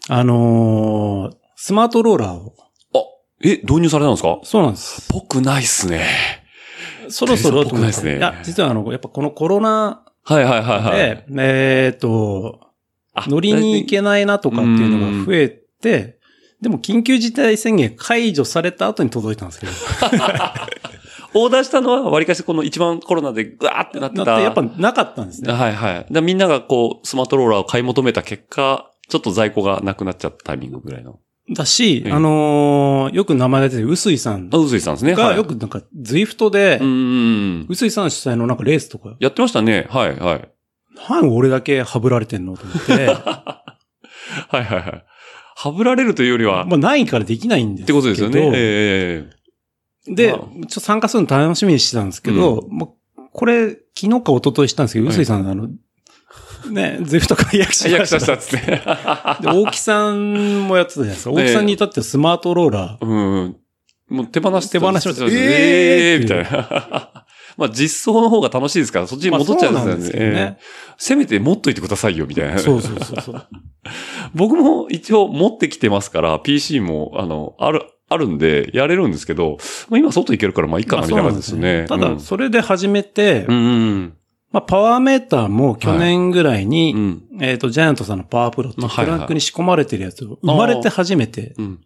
あのースマートローラーを、あ、え、導入されたんですかそうなんです。僕ないっすね。そろそろテレビっぽくないですねいや、実はあの、やっぱこのコロナはいはいはいで、はい。えっ、と、あ乗りに行けないなとかっていうのが増えて、でも緊急事態宣言解除された後に届いたんですけど、オーダーしたのは、わりかしこの一番コロナでグワーってなってた。だってやっぱなかったんですね。はいはい。だからみんながこう、スマートローラーを買い求めた結果、ちょっと在庫がなくなっちゃったタイミングぐらいの。だしう、んあのーよく名前が出てる臼井さんあ、うずいさんですね。はがい、よくなんか、ズイフトでう、んうん。臼井さん主催のなんかレースとか、やってましたね。はいはい。なんで俺だけハブられてんのと思って、 はいはいはい。はぶられるというよりは、まあないからできないんですってけど。ことですよね。ええええで、まあちょっと参加するの楽しみにしてたんですけど、まあ、これ、昨日か一昨日したんですけど、はい臼井さん、あの、ね、ズイフト解約しええ。ま役した者したっつって。で、大木さんもやってたじゃ ないですか。大木さんに至ってはスマートローラうん。もう手放して手放しましたええええみたいな。 まあ実装の方が楽しいですから、そっちー。に戻っちゃうんですよね。けどええ。せめて持っといてくださいよ、みたいな。そうそう そうそう。僕も一応持ってきてますから、PC も、あの、ある、あるんで、やれるんですけど、まあ、今外行けるからまあいいかなみたいな感じですね。ただ、それで始めて、うん、うんまあ、パワーメーターも去年ぐらいに、うん、うん。えっ、と、ジャイアントさんのパワープロってまあはいクはいランクに仕込まれてるやつを生まれて初めて。うん。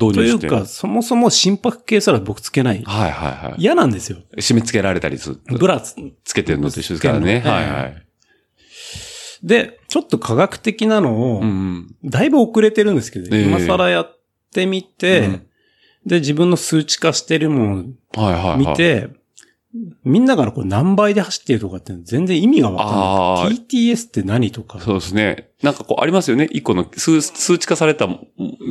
導と入いしうて。か、そもそも心拍計すら僕つけない。はいはいはい。嫌なんですよ。締め付けられたりすブラつ。つけてるのと一緒ですからね。つけるのはいはい。で、ちょっと科学的なのをうんう、ん。だいぶ遅れてるんですけど、ええ今更やってみて、うんで、自分の数値化してるものはいはい、はをい。見て、みんながこう何倍で走ってるとかって全然意味がわかあんない。TTS って何とか。そうですね。なんかこうありますよね。一個の数数値化された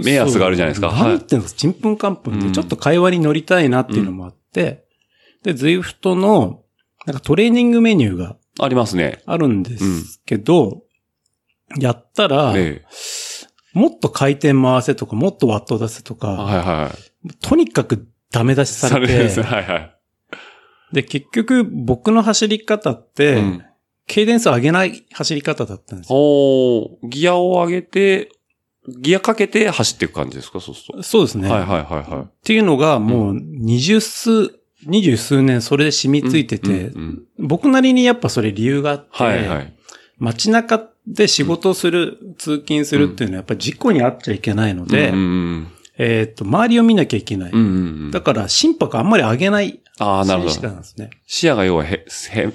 目安があるじゃないですか。そうは何言いっ。てんのちんぷんかんぷんうんで、ちょっと会話に乗りたいなっていうのもあって、で、ズイフトの、なんかトレーニングメニューがありますね。あるんですけど、やったら、ええ。もっと回転回せとか、もっとワット出せとか、はいはとにかくダメ出しい。されるんてです、はいはい。で、結局僕の走り方って、うん軽電数上げない走り方だったんですよ。おーギアを上げて、ギアかけて走っていく感じですかそうするそうですと。ね。はいっはいはいはていうのがもう二十数、二十数年それで染い。みついてて、うんうんうん僕なりにやっぱそれ理由があって、はいはい。街中で仕事をする、通勤するっていうのはやっぱり事故に遭っちゃいけないので、うんうんえーっと、周りを見なきゃいけない。うんうんうんうんだから心拍あんまり上げないああ、なるほ走り方ど。なんですね。視野が要はへ、へ、へ、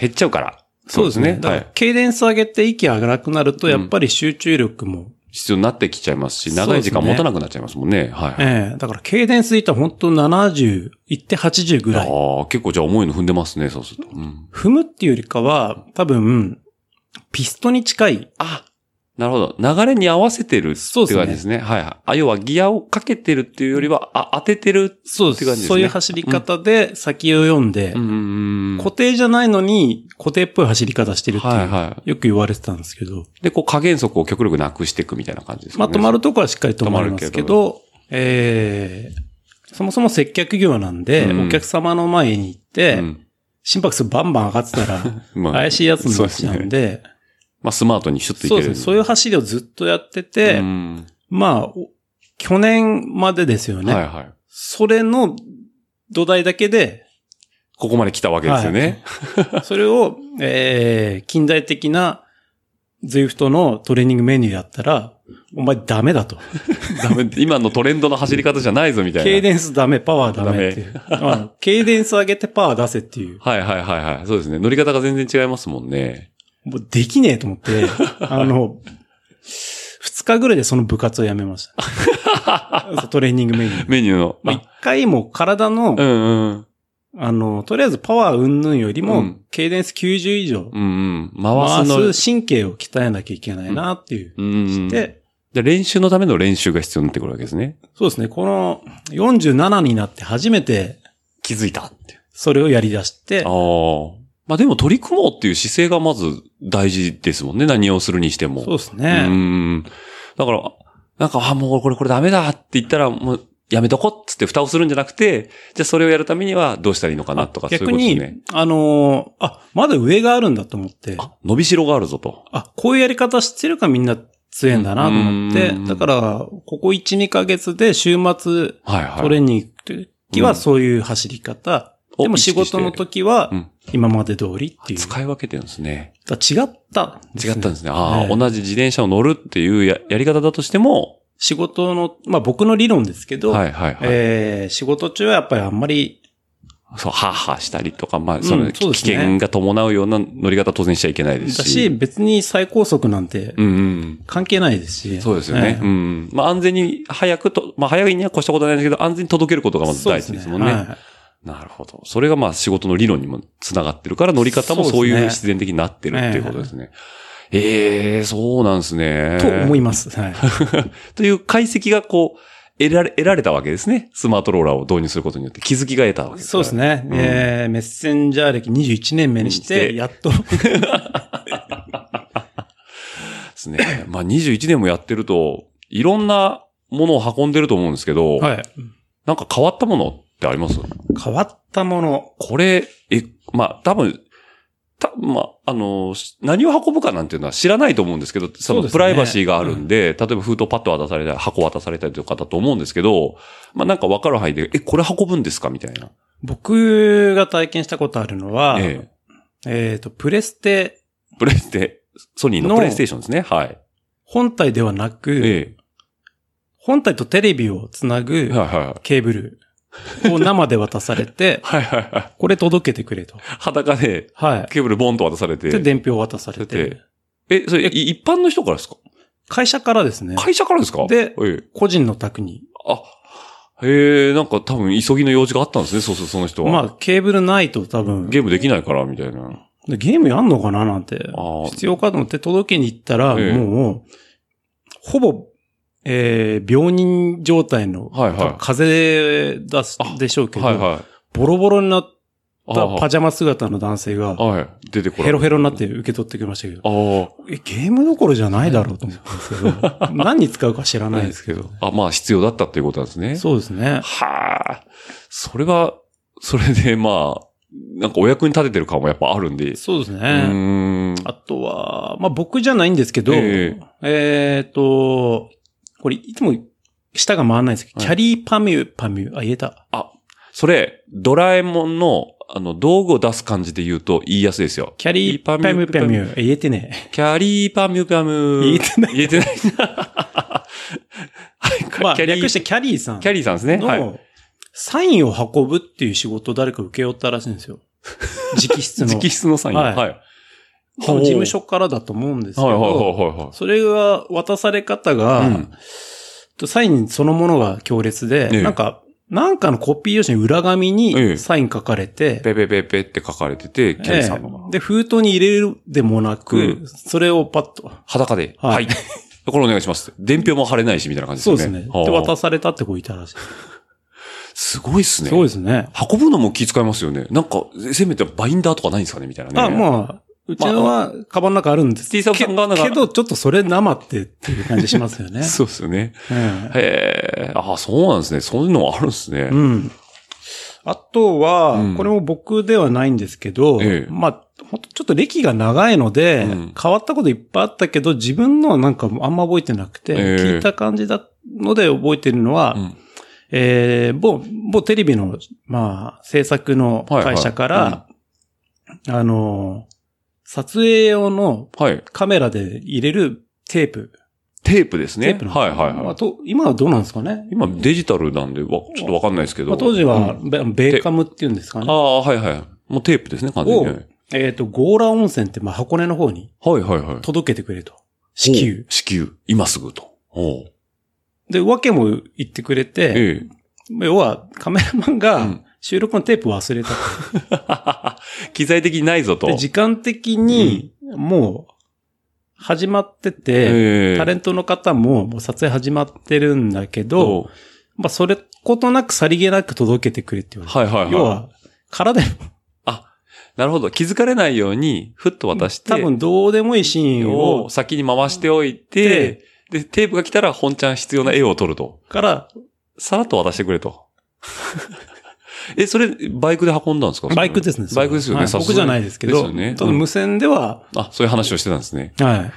減っちゃうから。そうですね。だはからい。軽電数上げて息上がなくなると、やっぱり集中力も、必要になってきちゃいますし、そうですね長い時間持たなくなっちゃいますもんね。はいはい。ええだから軽電数いったら本当70、いって80ぐらい。ああ、結構じゃあ重いの踏んでますね、そうすると。うん踏むっていうよりかは、多分、ピストに近い。あ、なるほど。流れに合わせてるってそう感でじすねですね。はいはい。あ、要はギアをかけてるっていうよりは、あ、当ててる。そうって感じですねそういう走り方で先を読んで、うんうんうん。固定じゃないのに固定っぽい走り方してるっていう、はいはよく言われてたんですけど、い。で、こう加減速を極力なくしていくみたいな感じですまかあね。止まるとこはしっかり止まりますけ止まど、ええそもそも接客業なんで、うんお客様の前に行って、うん心拍数バンバン上がってたら、まあ怪しいやつになっちゃうそうんですねで、まあスマートにシュッといそうけでする。ね。そういう走りをずっとやってて、うんまあ、お去年までですよね。はいはい。それの土台だけで、ここまで来たわけですよね。 それを、えー、近代的な ZWIFT のトレーニングメニューやったら、お前ダメだと。 ダメ今のトレンドの走り方じゃないぞみたいな。ケイデンスダメ、パワーダメっていう。うんケイデンス上げてパワー出せっていう。はいはいはいはい。そうですね。乗り方が全然違いますもんね。もうできねえと思って、 あの、二日ぐらいでその部活をやめました。 そうトレーニングメニュー。メニューの。まあ、一回も体のう、んうん。あの、とりあえずパワー云々よりうもん、ケイデンス90以上、うんうん。回回すの。す神経を鍛えなきゃいけないなっていう。うんうん。で、で、練習のための練習が必要になってくるわけですね。そうですね、この47になって初めて気づいたって。それをやり出してああ、。まあでも取り組もうっていう姿勢がまず大事ですもんね。何をするにしても。そうですうね。ん。だから、なんか、あ、もうこれこれダメだって言ったら、もうやめとこっつって蓋をするんじゃなくて、じゃあそれをやるためにはどうしたらいいのかなとか、そういうこ逆とですに、ね。あのーあ、まだ上があるんだと思って。あ、伸びしろがあるぞと。あ、こういうやり方知ってるからみんな強えんだなと思っうてん、だから、ここ1、2ヶ月で週末はいはい。トレーニング行く時うはんそういう走り方、おでも仕事の時はうん今まで通りっていう。使い分けてるんですね。だから違った、違ったんですね。ああ、ええ同じ自転車を乗るっていうややり方だとしても、仕事の、まあ僕の理論ですけど、はいはいはい。えー仕事中はやっぱりあんまり、そう、はあはあしたりとか、まあ、んその、そ危うですね険が伴うような乗り方は当然しちゃいけないでだすし。し、別に最高速なんてうんうん。関係ないですし。そうですよね。えうんうん。まあ、安全に、早くと、まあ、早いには越したことはないんですけど、安全に届けることがえまずそう大事ですもんね。はいなるほど。それがまあ、仕事の理論にもつながってるから、乗り方もそそううですいねう必然的になってるっていうことですね。ええそうなんですね。と思いいます。 はい。という解析がこう、得られ、得られたわけですね。スマートローラーを導入することによって気づきが得たわけですそうですね。ね。うんえーメッセンジャー歴21年目にしうて、んやっと、ですね。まあ、21年もやってると、いろんなものを運んでると思うんですけど、はい。なんか変わったものってあります変わったもの。これ、え、まあ、多分、た、まあ、あの、し何を運ぶかなんていうのは知らないと思うんですけど、そそうのですねプライバシーがあるんで、例えば封筒パッと渡されたり、箱渡されたりとかだと思うんですけど、まあ、なんか分かる範囲で、え、これ運ぶんですかみたいな。僕が体験したことあるのは、えっ、ええ。と、プレステプレステ、ソニーののプレイステーションですね。はい。本体ではなく、え本体とテレビをつなえ。ぐはいは、ケーブルを生で渡されて い。はいはいはい。これ届けてくれと。裸で、はケーブルボンと渡されい。で、て。伝票を渡され出てて、え、それ、い一般の人からですか会社からですね、会社からですかでええ。個人の宅に、あ、へえ、なんか多分急ぎの用事があったんですね、そうそう、その人は。まあ、ケーブルないと多分、ゲームできないから、みたいな。でゲームやんのかななんてあー、必要かと思って届けに行ったら、ええもう、ほぼ、えー病人状態の、はいはい多分風邪だすあでしょうけど、はいはい。ボロボロになっあたーパジャマ姿の男性が、はい。出てこらヘロヘロになって受け取ってくれましたけど、ああ、え、ゲームどころじゃないだろうと思ったんですけど、 何に使うか知らないですけど。あ、まあ必要だったっていうことなんですね。そうですね。はあ。それは、それでまあ、なんかお役に立ててる感もやっぱあるんで。そうですうね。ーん。あとは、まあ、僕じゃないんですけど、ええっ、と、これいつも舌が回らないんですけど、はいキャリーパミュパミュ、あ、言えた。それ、ドラえもんの、あの、道具を出す感じで言うと言いやすいですよ。キャリーパミュパミュ、え言えてね。キャリーパミュパミュ。。言えてない言えてない。はい、まあ、キャリー略してキャリーさんキャリーさんですね。はい。のサインを運ぶっていう仕事を誰か受け負ったらしいんですよ。直筆の。 直筆のサイン。は。はいいはい多分事務所からだと思うんですけはいはいど、はいはい。それが渡され方うがん、とサインそのものが強烈で、ええなんか、なんかのコピー用紙に裏紙ええにサイン書かれて、ペペペペって書かれてて、キャリーさんのが。ええで、封筒に入れるでもなく、うんそれをパッと。裸で。は。はいいこれお願いします。伝票も貼れないし、みたいな感じですそうよね。ですね。で、はあ渡されたって子いたらしい。すごいですね。そうですね。運ぶのも気遣いますよね。なんか、せめてバインダーとかないんですかねみたいなね。あ、まあ、うちのは、カバンの中あるんです。 T さんのカバンの中けけど、ちょっとそれ生ってっていう感じします よね。そうですよね。うんへえ。あ、そうなんですね。そういうのもあるんですね。うん。あとは、うんこれも僕ではないんですけど、ええまあ、ほんとちょっと歴が長いので、うん変わったこといっぱいあったけど、自分のはなんかあんま覚えてなくて、ええ聞いた感じだので覚えてるのは、うんえー、某、某テレビの、まあ、制作の会社から、はいはあの、撮影用のはい。カメラで入れるテープ。テープですね。テープのはいはいまはあい。と今はどうなんですかね今デジタルなんで、わちょっとわかんないですけまど。あ、当時うんはベ、ベーカムっていうんですかねあ。あ、はいはい。もうテープですね、完全にね。えっ、と、ゴーラ温泉って、まあ、箱根の方にはいはいはい。届けてくれと。至急。お。支給。今すぐと。おうで、訳も言ってくれて、ええ。要はカメラマンうがん 収録のテープ忘れたと。機材的にないぞと。で、時間的に、もう、始まってて、ええタレントの方ももう撮影始まってるんだけど、おうまあ、それことなくさりげなく届けてくれって言われて。はいはいはい。要は、空で、なるほど。気づかれないように、ふっと渡して、多分どうでもいいシーンをを、先に回しておいてで、で、テープが来たら本ちゃん必要な絵を撮ると。から、さらっと渡してくれ と。え、それ、バイクで運んだんですかバイクですね。バイクですよはね。い僕じゃないですけど、ですたよだね。無線では、あ、そういう話をしてたんですね。はい。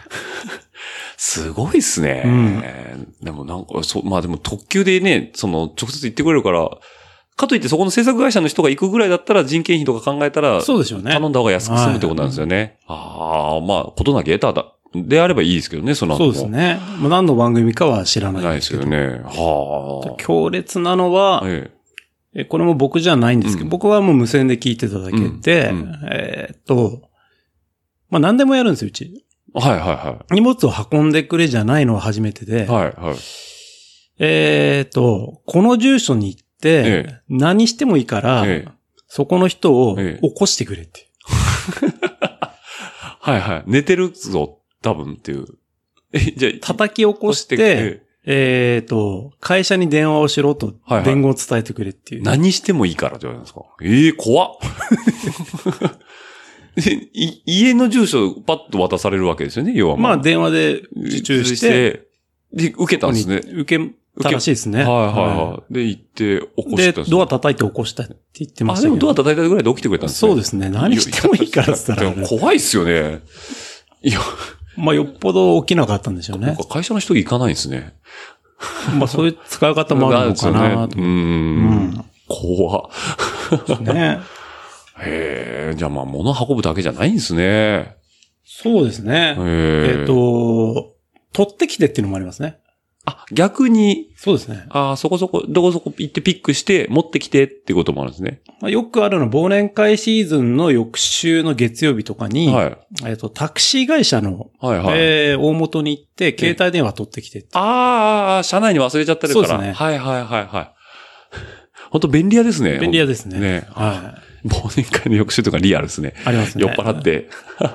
すごいっすね。でもなんか、そう、まあでも特急でね、その、直接行ってくれるから、かといってそこの制作会社の人が行くぐらいだったら人件費とか考えたら、そうでしょうね。頼んだ方が安く済むってことなんですよね。ああ、まあ、ことなき得ただ、であればいいですけどね、その後そうもです。ね。もう何の番組かは知らないないでですすけど。よね。は強烈なのあ。は、ええこれも僕じゃないんですけど、うん僕はもう無線で聞いてただけで、うんうんえーっと、まあ何でもやるんですよ、うち。えはいは荷物を運んでくれじゃないのは初めていはで、い。はいはい。えーっと、この住所に行って、ええ何してもいいから、ええそこの人をええ起こしてくれって。はいはい。寝てるぞ、多分っていう。え、じゃあ、叩き起こして、ええーっと、会社に電話をしろとはいはい伝言を伝えてくれっていう。何してもいいからって言われるんですかええ怖っ えい家の住所パッと渡されるわけですよね、要はもう。まあ電話で受注して、で、受けたんですね。受け受けらしいですね。はいはいはい。で、行って起こしで、たんすドア叩いて起こしたって言ってまあ、したでけど。もドア叩いたぐらいで起きてくれたんですね。そうですね。何してもいいからって言ったらでも。怖いっすよね。いや、まあ、よっぽど起きなかったんでしょうなんねか。会社の人行かないんですね。まあ、そういう使い方もあるのかななんですとよね。ううんん。怖。ね。へえ、じゃあまあ物運ぶだけじゃないんですね。そうですね。えっ、えと、取ってきてっていうのもありますね。あ、逆に、そうですね。あそこそこ、どこそこ行ってピックして、持ってきてってこともあるんですね。まあ、よくあるのは忘年会シーズンの翌週の月曜日とかに、はい。えっ、と、タクシー会社の、はいはい。えー大元に行って、携帯電話取ってきてって。ああ、車内に忘れちゃってるから。そうですねはいはいはいはい。 本当便利屋ですね。便利屋ですね。ねは忘年会の翌週とかリアルですね。い。ありますね。酔っ払っ。て。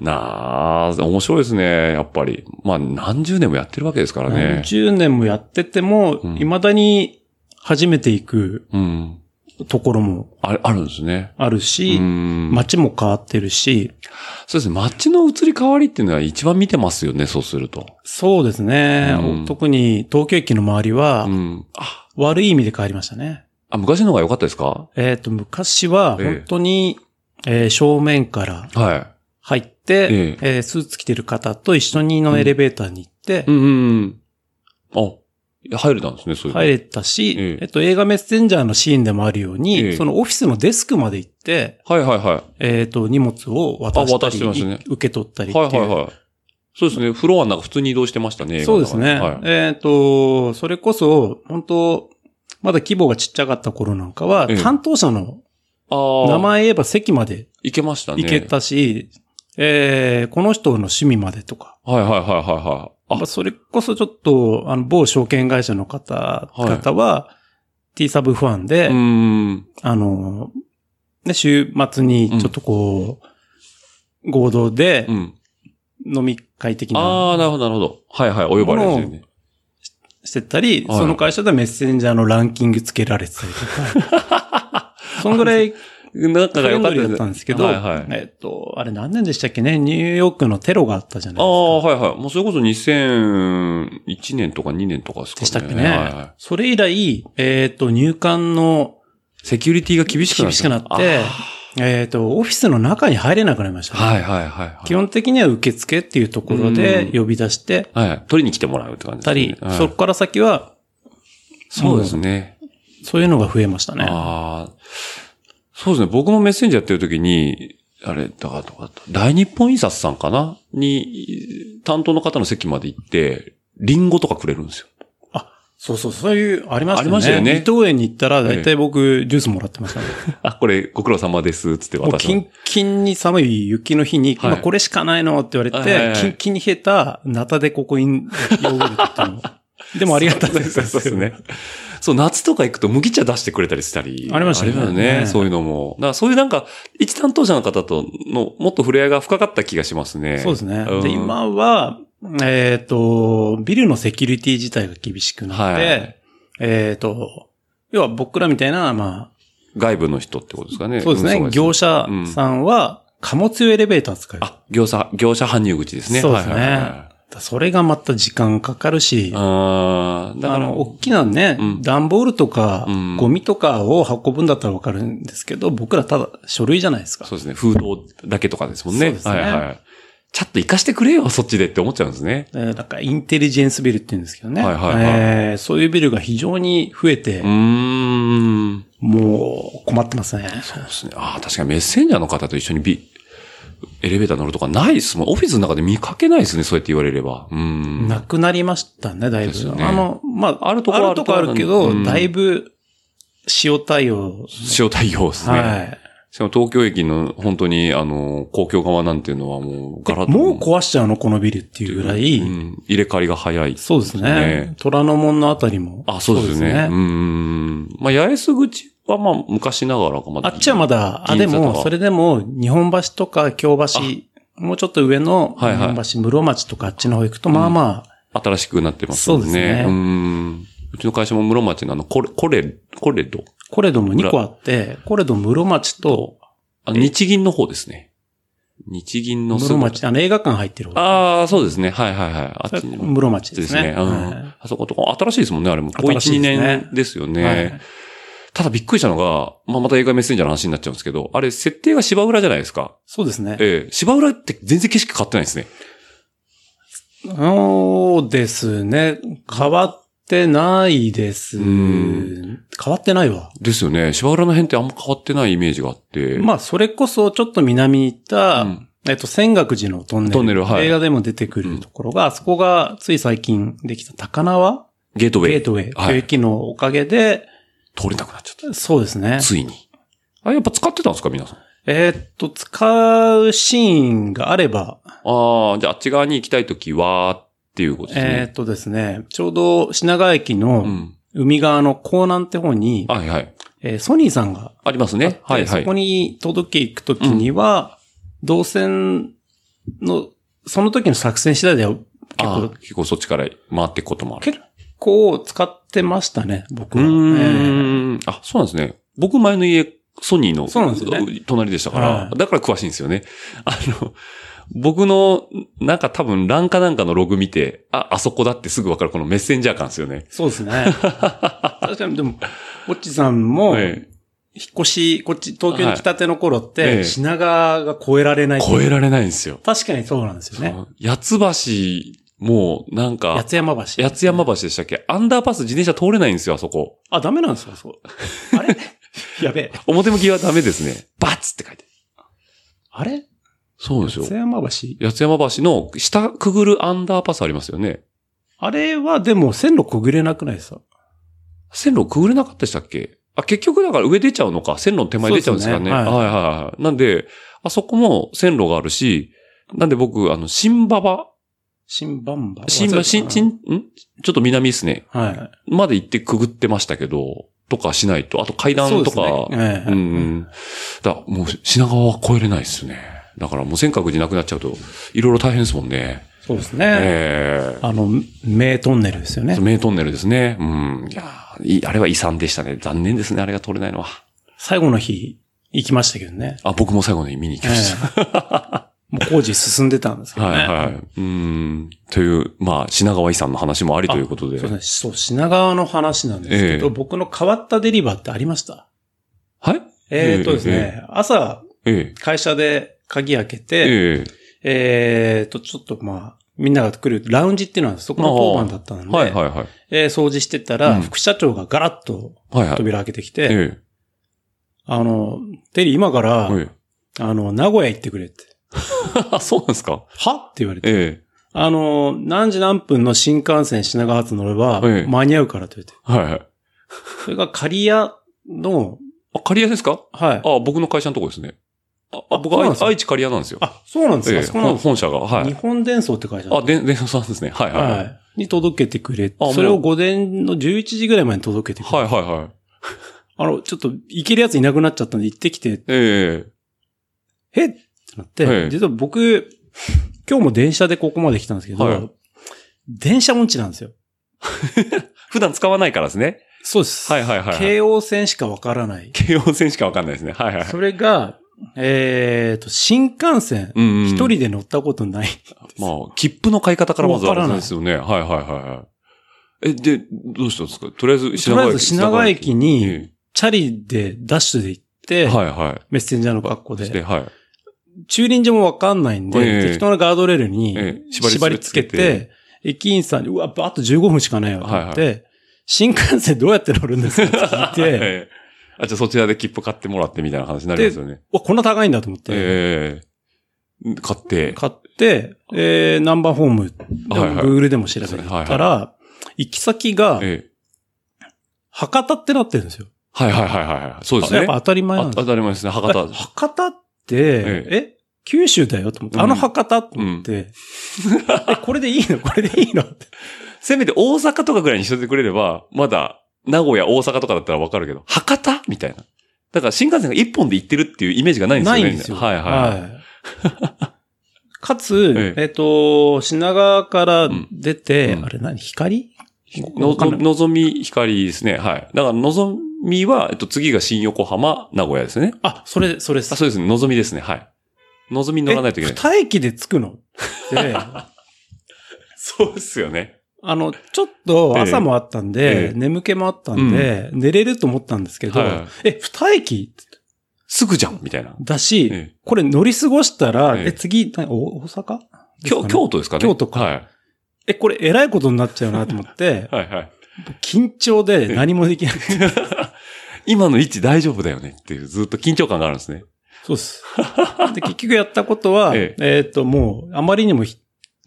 なあ、面白いですね、やっぱり。まあ、何十年もやってるわけですから何ね。十年もやってても、うん未だに初めて行くうん。ところもあれ、あるんですね。あるうし、ん。街も変わってるし、そうですね。街の移り変わりっていうのは一番見てますよね、そうすると。そうですね。うん特に東京駅の周りはう、ん。あ、悪い意味で変わりましたね。あ昔の方が良かったですかえっ、と、昔は、ええ本当に、えー正面からは入って、ええースーツ着てる方と一緒にのエレベーターに行ってい。う、んうんうん。あ、入れたんですね、そういうの。入れたし、えええっ、と、映画メッセンジャーのシーンでもあるように、ええそのオフィスのデスクまで行って、はいはいはい。えっ、と、荷物を渡あ渡したてしり、ますねい受け取ったりっていはう。いはいはい。そうですね。フロアなんか普通に移動してましたね。映画そのうで中すね。はい。えっ、と、それこそ、本当まだ規模がちっちゃかった頃なんかは、ええ担当者のああ。名前言えば席までいけましたね。行け。たし、えーこの人の趣味までとか。はいはいはいはいはい。あまあ、それこそちょっと、あの、某証券会社の方、はい方は、T サブファンで、うーん。あの、ね、週末にちょっとこう、合同でうん。飲み会的ああ、ななるほどなるほど。はいはい。お呼ばれですよね。してたり、はいその会社ではメッセンジャーのランキングつけられてたりとか、 そんぐらい仲が良かカっレンたでダーだっすたね。んですけど、はいはいえっと、あれ何年でしたっけね、ニューヨークのテロがあったじゃないあですか。あ、はいはい。もうそれこそ2001年とか2年とかですかね。でしたっけね。はいはそれ以来、えっ、と、入管のい。セキュリティが厳しくなっ厳しくなってあー、えっ、と、オフィスの中に入れなくなりましたね、はいはいはいはい。基本的には受付っていうところでう呼び出してはい。取りに来てもらうって感じたりです、ねはいそこから先は、そうですね。そういうのが増えましたね。ああ。そうですね。僕もメッセンジャーやってる時に、あれ、だからどこだった、大日本印刷さんかなに、担当の方の席まで行って、リンゴとかくれるんです よ。そうそう、そういう、ありまあしたよね。りましたよね伊藤園に行ったら、だいたい僕、ジュースもらってましたね。あ、これ、ご苦労様です、つってもう、私キも。ンキンに寒い雪の日に、はい今これしかないのって言われて、はいはいはいキンキンに冷えた、ナタデココインヨーグルトっ ていうのをでもありがたいです。そうですね。そう、夏とか行くと麦茶出してくれたりしたり。ありましたね。ねあれだよね。ねそういうのも。だからそういうなんか、一担当者の方との、もっと触れ合いが深かった気がしますね。そうですね。うんで、今は、えっ、と、ビルのセキュリティ自体が厳しくなって、はいえっ、と、要は僕らみたいな、ま外部の人ってことですかあ、ね。そうですね、ん業者さんは、貨物用エレベーター使う。あ、業者、業者搬入口ですね。そうですねはいはいはいそれがまた時間かかるし、あああ、だから、の、大きなねうん、段、ボールとか、うんゴミとかを運ぶんだったらわかるんですけど、僕らただ書類じゃないですか。そうですね、封筒だけとかですもんね。そうですねはいはい。ちゃんと活かしてくれよ、そっちでって思っちゃうんですね。えーなんかインテリジェンスビルって言うんですけどね。はいはいはいえーそういうビルが非常に増えて、うーん。もう困ってますね。そうですね。ああ、確かにメッセンジャーの方と一緒にビ、エレベーター乗るとかないですもん。オフィスの中で見かけないですね、そうやって言われれば。うーん。なくなりましたね、だいですよぶ。ねあの、まああ、あるるととここはああるるとことこあるけうど、んだいぶ、塩対応。塩対応ですね。はしかも東京駅の本当に、あの、公共側なんていうのはもうガラッと。い。もう壊しちゃうのこのビルっていうぐらい、うん入れ替わりが早い。そうですねね。虎ノ門のあたりも。あ、そうですよね。うーん。まあ、八重洲口はまあ、昔ながらかまだあっちはまだ、あ、銀で座とかも、それでも、日本橋とか京橋、もうちょっと上の、日はいはい本橋、室町とかあっちの方行くと、まあまあ、新しくなってますもんね。そうですねん。うちの会社も室町のあの、コレ、コレ、コレド。コレドも2個あって、コレド室町と、あの日銀の方ですね。日銀のす室ぐ町、あの映画館入ってる方。ああ、そうですね。はいはいはい。あっちにも。室町ですね。うんはあそことか、新しいですもんね、あれも。ここ新し1、い2ですね年ですよいね。はいただびっくりしたのが、まあ、また映画メッセンジャーの話になっちゃうんですけど、あれ、設定が芝浦じゃないですか。そうですね。ええ芝浦って全然景色変わってないですね。そうですね。変わってないです。う変んわってないわ。ですよね。芝浦の辺ってあんま変わってないイメージがあって。まあ、それこそちょっと南に行った、うんえっと、仙岳寺のトンネル。トンネルはい映画でも出てくるところが、あそこがつい最近できた高輪ゲートウェイ。ゲートウェイはいという駅のおかげで、通れなくなっちゃっそうですねた。。ついに。あ、やっぱ使ってたんですか、皆さん。えっと、使うシーンがあれば、ああ、じゃああっち側に行きたいときは、っていうことですえね。っとですね、ちょうど品川駅うのん。海側の港南って方に、はいはい。えーソニーさんがありますね。あはっていはそこい。に届け行くときには、動線の、その時の作戦次第では結あー構、結構そっちから回っていくこともある。結構使ってましたね、僕うは。ええーん。あ、そうなんですね。僕前の家、ソニーの、そうなんですよ隣でしたから、はいだから詳しいんですよね。あの、僕の、なんか多分、欄かなんかのログ見て、あ、あそこだってすぐわかる、このメッセンジャー感ですよね。そうです ね。確かに、でも、ぼっちさんも、引っえ越し、こっち、東京に来たての頃っはいえて、え品川が越えられないえっていう超えられないんですよ。確かにそうなんですよね。そう八つ橋、もう、なんか八、つ山橋。八つ山橋でしたっけアンダーパス自転車通れないんですよ、あそこ。あ、ダメなんですよ、そう。あれやべえ。表向きはダメですね。バツって書いてある。あれそうです八よつ。山橋八つ山橋の下くぐるアンダーパスありますよね。あれはでも線路くぐれなくないですか線路くぐれなかったでしたっけあ、結局だから上出ちゃうのか、線路の手前出ちゃうんですかね。そうではすねい、はいはいはい。なんで、あそこも線路があるし、なんで僕、あの、新馬場、新バンバ。新馬、新、新、新んちょっと南ですね。はまで行ってくぐってましたけど、とかしないと、あと階い。段とか、そうですねえうえん。だからもう品川は越えれないですね。だからもう尖閣寺なくなっちゃうと、いろいろ大変ですもんね。そうですね。えあの、名トンネルですよえね。名トンネルですね。うん。いやーいいあれは遺産でしたね。残念ですね。あれが取れないのは。最後の日、行きましたけどね。あ、僕も最後に見に行き えました。えもう工事進んでたんですけどはいね。はい。うん。という、まあ、品川遺産の話もありということで。そうですね。そう、品川の話なんですけえど、え僕の変わったデリバーってありましたはいえーっとですえね、朝、え会社で鍵開けえ。て、ええーっと、ちょっとまあ、みんなが来るラウンジっていうのはそこの当番だったえ。のはいで、はいはい。えー掃除してたら、うん副社長がガラッとはいはい。扉開けてきて、えあの、テリー今から、え。えあの、名古屋行ってくれって。え。そうなんですかはって言われて。えあの、何時何分の新幹線品川発乗れば、ええ間に合うからと言って。え。はいはい。それが刈谷の、あ、刈谷ですかはい。あ、僕の会社のとこですね。あ、あ僕そうなん愛です知、か愛知刈谷なんですよ。あ、そうなんですか、ええ、そうなん本ですか本社が。は日い。本電装って会社あ、で、電車さんですね。はいはい。はいはい。に届けてくれあ。それもをう午前の11時ぐらいまでに届けてくれ。はいはい。あの、ちょっと行けるやついなくなっちゃったんで行ってきて、ええ。へっってなって、ええ実は僕、今日も電車でここまで来たんですけど、はい電車音痴なんですよ。普段使わないからですね。そうです。はいはいはいはい。京王線しかわからない。京王線しかわかんないですね。はいはい。それが、えっ、と、新幹線、うんうん。一人で乗ったことない。まあ、切符の買い方からまずわあかれらないですよね。はいはいはいはい。え、で、どうしたんですかとりあえず品とり川あえ駅。ず品川駅にえチャリでダッシュで行って、えはいはメッセンジャーのい。格好してで。はい。駐輪場もわかんないんで、ええ適当なガードレールにええ縛り縛り付けつけて、駅員さんに、うわ、あと15分しかないよって言って、は新幹線どうやって乗るんですか って聞いて、ええあ、じゃあそちらで切符買ってもらってみたいな話になりますよね。うわこんな高いんだと思って、ええ。買って。買って、えー、ナンバーホーム、はいはい Google でも調べてはいたはら、行き先がええ。博多ってなってるんですよ。はいはいはいはいはい。そうですやっね。ぱ当たり前なんあです当よたり前ですね。博多。博多って、ええ九州だよと思って、うんあの博多と思って、 えこれでいいのこれでいいのって。せめて大阪とかぐらいにしといてくれれば、まだ、名古屋、大阪とかだったらわかるけど、博多みたいな。だから新幹線が一本で行ってるっていうイメージ がないんですよなね。いんですよ。はいはい。はい、 いかつ、えええっ、と、品川から出て、うんうんあれ何光のわかんないのぞみ光ですね。はい。だから、のぞみは、えっと、次が新横浜、名古屋ですね。あ、それ、それですあ、そうですね。のぞみですね。はい。望みに乗らないといけない。二駅で着くので、 あそうですよね。の、ちょっと朝もあったんえで、え眠気もあったんで、寝れると思ったんですけど、はえ、二駅すぐじゃんみたいな。だし、ええこれ乗り過ごしたら、えええ、次、なお大阪京京都ですかね。京都かはい。え、これ偉いことになっちゃうなと 思って、はいはい。緊張で何 もできなくて。今の位置大丈夫だよねっていう、ずっと緊張感があるんですね。そうです。 で、結局やったことは、ええっ、と、もう、あまりにもひ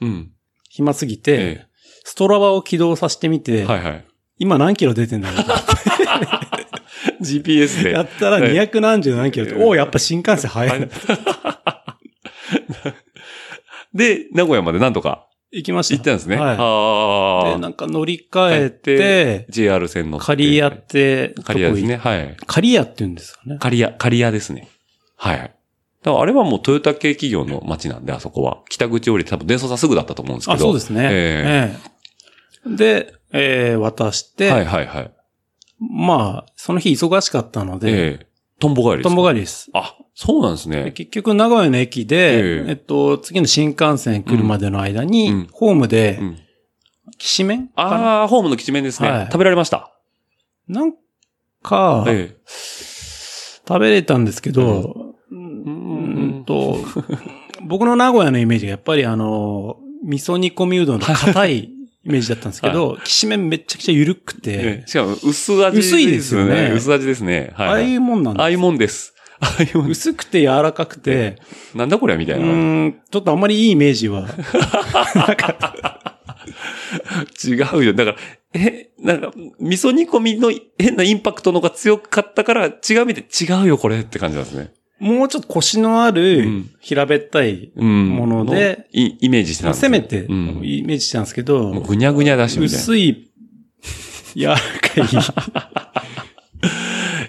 うん。暇すぎて、えストラバを起動させてみて、はいはい。今何キロ出てん だろうと GPS で。やったらええ2何十何キロって、ええおお、やっぱ新幹線速いな。 で、名古屋までなんとか行きました。行ったんですね。はいで、はなんか乗り換え、帰ってい。JR 線の。刈谷っ。て、刈谷ですね。どこ行はっ。い。刈谷って言うんですかね。刈谷、刈谷ですね。はい。だからあれはもうトヨタ系企業の街なんで、あそこは。北口降りて多分電装さんすぐだったと思うんですけど。あ、そうですね。えええで、えー渡して、はいはいはい。まあ、その日忙しかったので、ええ。トンボ帰りですか。トンボ帰りです。あ、そうなんですでね。結局、名古屋の駅えで、ええっと、次の新幹線来るまでの間に、うんホームでう、ん。きしめんかなああ、ホームの吉面ですね、はい食べられました。なんか、え食べれたんですけど、うえ。んううんん。と、僕の名古屋のイメージがやっぱりあの、味噌煮込みうどんの硬いイメージだったんですけど、きしめんめちゃくちゃ緩くえてえ、しかも、薄味薄いですよね薄味ですね。はいああはい、いうもんなんああでいうもんです。ああいうもんです。薄くて柔らかくて、なんだこりゃみたいうな。ーん、ちょっとあんまりいいイメージ は。違うよ。だから、え、なんか、味噌煮込みの変なインパクトの方が強かったから、違う意味で違うよ、これって感じなんですね。もうちょっと腰のあうるん平べったい、うん。ものでい、イメージしてたんですせよめてうんイメージしたんですけもうど、ぐにゃぐにゃだし、みたいな。薄い、柔 らか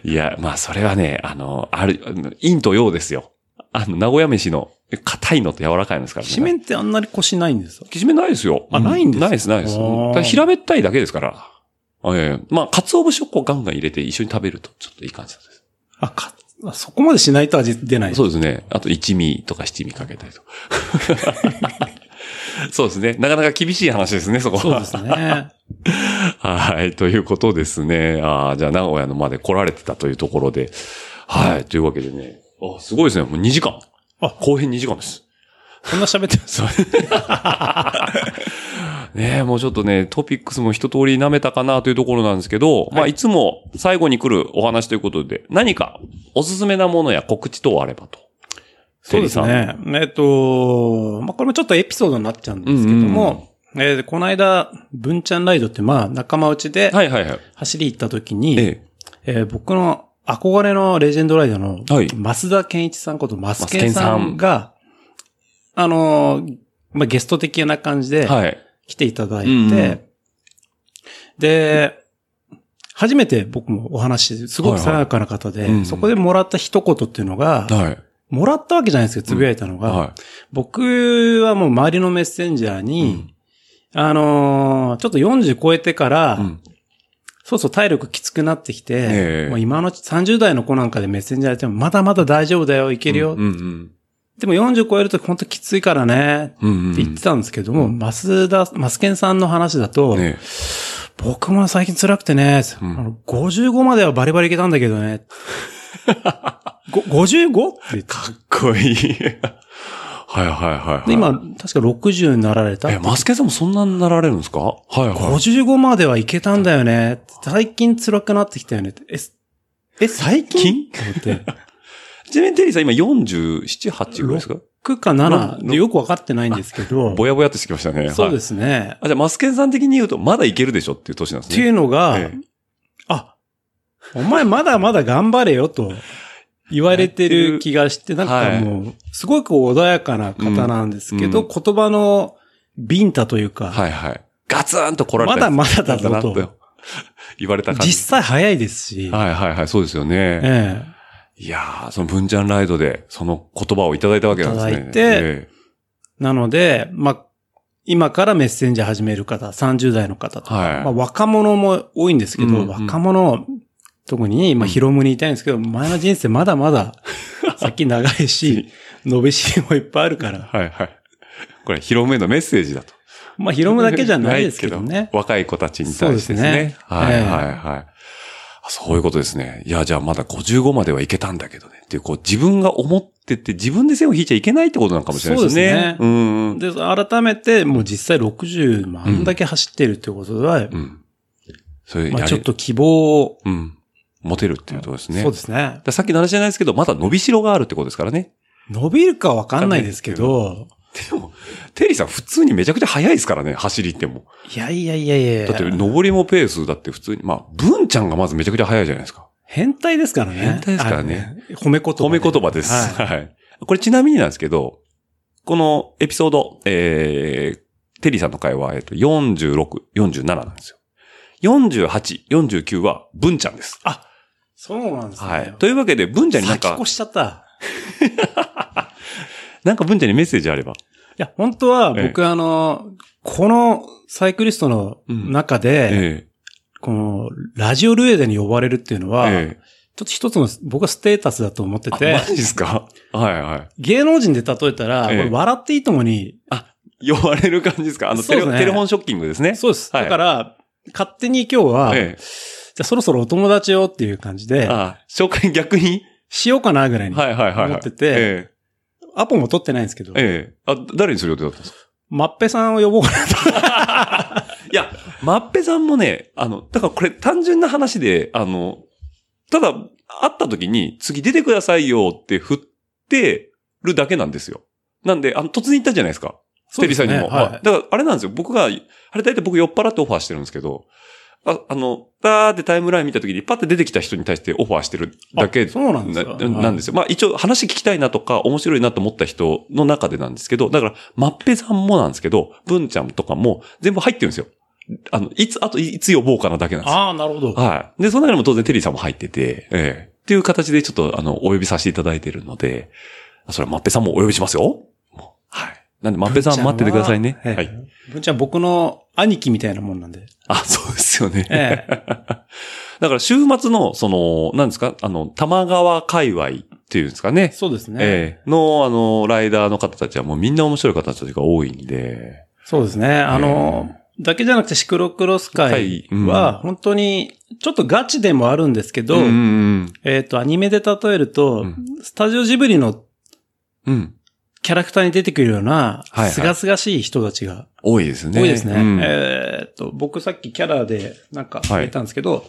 い。いや、まあ、それはね、あの、ある、あの陰と陽ですよ。あの、名古屋飯の、硬いのと柔らかいのですからね。きしめんってあんなに腰ないんですよ。きしめんないですよ。あないんですかないです、ないです。あーだから平べったいだけですから。ええまあ、鰹節をこうガンガン入れて一緒に食べるとちょっといい感じなんです。あ、か、あそこまでしないと味出ない。そうですね。あと一味とか七味かけたりとか。 そうですね。なかなか厳しい話ですね、そこは。そうで すね。はい。ということですね。ああ、じゃあ名古屋のまで来られてたというところで。はい。というわけでね。あ、すごいですね。もう2時間。あ、後編2時間です。こんな喋ってます。そう。 ねえ、もうちょっとね、トピックスも一通り舐めたかなというところなんですけど、まあいつも最後に来るお話ということで、何かおすすめなものや告知等あればと。そうですテリーね。えっと、まあ、これもちょっとエピソードになっちゃうんですけども、えーこの間、文ちゃんライドって、まあ、仲間内でさん。はいはいはい。走り行った時に、ええ。えー僕の憧れのレジェンドライダーの、はい増田健一さんこと増増健健ささんんが、あのーまあ、ゲスト的な感じではい。来ていただいて、うんうんで、初めて僕もお話し、すごく爽やかな方で、はいはいうんうんそこでもらった一言っていうのが、はい。もらったわけじゃないんですけど、つぶやいたのが、は僕はもう周りのメッセンジャーい。に、あのーちょっと40超えてから、うん。そうそう、体力きつくなってきて、ええもう今のうち30代の子なんかでメッセンジャーやっても、まだまだ大丈夫だよ、いけるよ。うんうんでも40超えると本当きついからね、うん。うんうん。って言ってたんですけども、マスダ、マスケンさんの話だと、ね僕も最近辛くてね、うんあの55まではバリバリいけたんだけ どね。ご 55? って言ってかっこいい。 はいはいはい、はい。で今、確か60になられた。え、マスケさんもそんなになられるんですかはいはい。 55まではいけたんだよね。最近辛くなってきたよねって。え、え、最近金って思って。ちなみにテリーさん今47、8ぐらいですか6か7でよくわかってないんですけど。ぼやぼやっとしてきましたね。。そうですすね。あ、じゃあマスケンさん的に言うと、まだいけるでしょっていう年なんでってすいね。うのが、ええあ、お前まだまだ頑張れよと言われてる気がして、なんかもう、すごく穏やかな方なんですけど、うん言葉のビンタというか、はいはい。ガツンと来られまただやつまだだなぞんなとん。 言われた感じ。実際早いですし、はいはいはい、そうですよえね。えいやー、その文ちゃんライドで、その言葉をいただいたわけなんですね。いただいてえなので、まあ、今からメッセンジャー始める方、30代の方とか、はいまあ、若者も多いんですけど、うんうん若者、特に今、ヒロムにいたいんですけど、前の人生まだま だ、先長いし、伸びしりもいっぱいあるから。はいはい。これ、広めのメッセージだと。まあ、ヒロムだけじゃないですけなどい ね。若い子たちに対してですね。そうですねはえいえはいはい。そういうことですね。いや、じゃあまだ55まではいけたんだけどね。っていう、こう自分が思ってて、自分で線を引いちゃいけないってことなのかもしれないですね。そうですねうんうん。で、改めて、もう実際60万だけ走ってるってことは、うん。それやまあ、りちょっと希望を、うん。持てるっていうことですね。そうですねだか。らさっきの話じゃないですけど、まだ伸びしろがあるってことですからね。伸びるかわかんないですけど、テリーさん普通にめちゃくちゃ速いですからね、走りっても。いやいやいやいやだって、上りもペースだって普通に、まあ、文ちゃんがまずめちゃくちゃ速いじゃないですか。変態ですからね。変態ですからねあれ。褒め言葉で。褒め言葉です。ははい。これちなみになんですけど、このエピソード、えー、テリーさんの回は、えっと、46、47なんですよ。48、49は、文ちゃんです。そうなんですね。はい。というわけで、文ちゃんになん先か越、しちゃった。なんか文ちゃんにメッセージあれば。いや、本当はええ僕、あの、このサイクリストの中で、えこの、ラジオルエダに呼ばれるっていうのえは、えちょっと一つの僕はステータスだと思ってえてあ、マジですかはいはい。芸能人で例えたら、こええれ笑っていいともに、呼ばれる感じですかあの、そテうですレねテレフォンショッキングですね。そうです。はいだから、勝手に今日は、えじゃあそろそろお友達をっていう感じえで、ああ紹介逆 にしようかなぐらいに。はいはいはいはい。思っててえアポも取ってないんですけどえ、ええあ、誰にする予定だったんですかマッペさんを呼ぼうかなと。いや、マッペさんもね、あの、だからこれ単純な話で、あの、ただ、会った時に、次出てくださいよって振ってるだけなんですよ。なんで、あの、突然行ったじゃないですか。テリーさんにも。そうですねはいだから、あれなんですよ。僕が、あれ大体僕酔っ払ってオファーしてるんですけど、ああの、パーってタイムライン見た時に、パって出てきた人に対してオファーしてるだけあそうなんですかななんですよ。まあ一応話聞きたいなとか、面白いなと思った人の中でなんですけど、だから、マッペさんもなんですけど、文ちゃんとかも全部入ってるんですよ。あの、いつ、あといつ呼ぼうかなだけなんですよ。ああ、なるほど。はい。で、その中にも当然テリーさんも入ってて、ええ。っていう形でちょっと、あの、お呼びさせていただいてるので、それはマッペさんもお呼びしますよ。もうはい。なんで、マッペさん待っててくださいね。ええはい。。文ちゃん僕の兄貴みたいなもんな んで。あ、そうですよね。ええ。だから週末の、その、なんですか、あの、玉川界隈っていうんですかね。そうですね。ええの、あの、ライダーの方たちはもうみんな面白い方たちが多いんで。そうですね。あの、だけじゃなくてシクロクロス界はは、本当に、ちょっとガチでもあるんですけど、うんうんえっ、と、アニメで例えると、うんスタジオジブリのうん。うん。キャラクターに出てくるようなはいはい、すがすがしい人たちが多いですね。多いですね。うんえっ、と、僕さっきキャラでなんか言ったんですけど、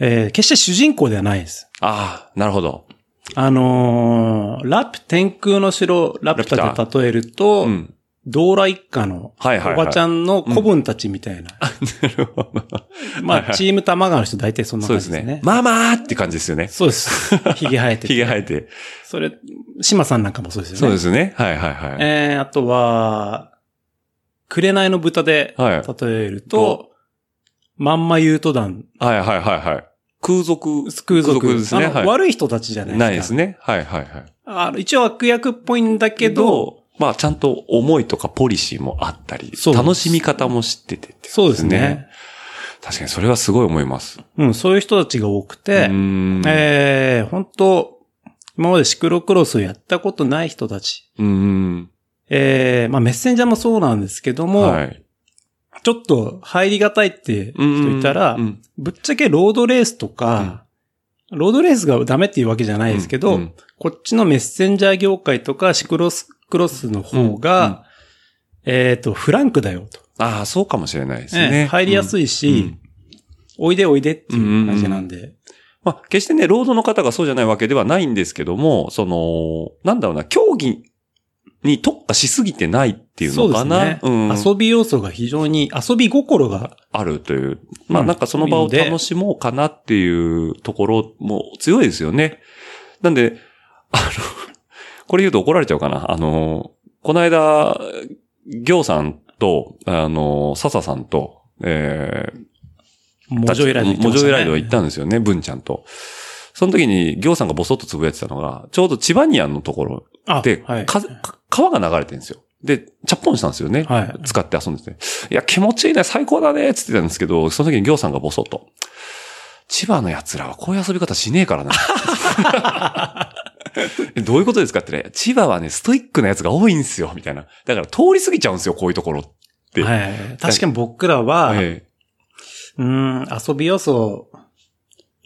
えー決して主人公ではないです。ああ、なるほど。あのーラピュ、天空の城、ラピュラピタュで例えると、うん。ドーラ一家のはいはいはいおばち ゃんの子分たちみたいな。なるほど。はい まはあ、いチーム玉川の人大体そんなそう感ですじですねね。。ママーって感じですよね。そうです。髭生 えてて。髭生えて。それ、島さんなんかもそうですよね。そうですね。はいはいはい。えー、あとは、紅の豚ではい例えると、まんま言うと団、はいはいはいはい。空賊。空空賊賊。ですねあのはい悪い人たちじゃないですか。ないですね。はいはいはい。あの一応悪役っぽいんだけけど、ど、まあちゃんと思いとかポリシーもあったりそ、う楽しみ方も知っててってそうことですね。。確かにそれはすごい思います。うん、そういう人たちが多くて、うーんえー、本当今までシクロクロスをやったことない人たち。うーん。えー、まあメッセンジャーもそうなんですけども、はい。ちょっと入りがたいって人いたら、うんうんぶっちゃけロードレースとか、ロードレースがダメっていうわけじゃないですけど、うんうんこっちのメッセンジャー業界とかシクロスクロスの方が、えっ、と、フランクだよと。ああ、そうかもしれないですえね。え入りやすいし、うんおいでおいでっていう感じなんで。まあ、決してね、ロードの方がそうじゃないわけではないんですけども、その、なんだろうな、競技に特化しすぎてないっていうのかな。そうですね、ん。遊び要素が非常に、遊び心が、あるという。まあうんなんかその場をそういうので楽しもうかなっていうところも強いですよね。なんで、あの、 これ言うと怒られちゃうかな。あの、この間、行さんと、あの、笹さんと、えー、モジョイライド行ってモまジしョたねイライド行ったんですよね、文ちゃんと。その時に、行さんがボソッとつぶやいてたのが、ちょうど千葉ニアンのところあで、はい。かか川が流れてるんですよ。で、チャッポンしたんですよね。はい使って遊んでて。いや、気持ちいいね、最高だね、つってたんですけど、その時に行さんがボソッと。千葉の奴らはこういう遊び方しねえからな。 えどういうことですかってね、千葉はね、ストイックなやつが多いんですよ、みたいな。だから通り過ぎちゃうんですよ、こういうところ。ではい。確かに僕らは、えうん、遊び要素、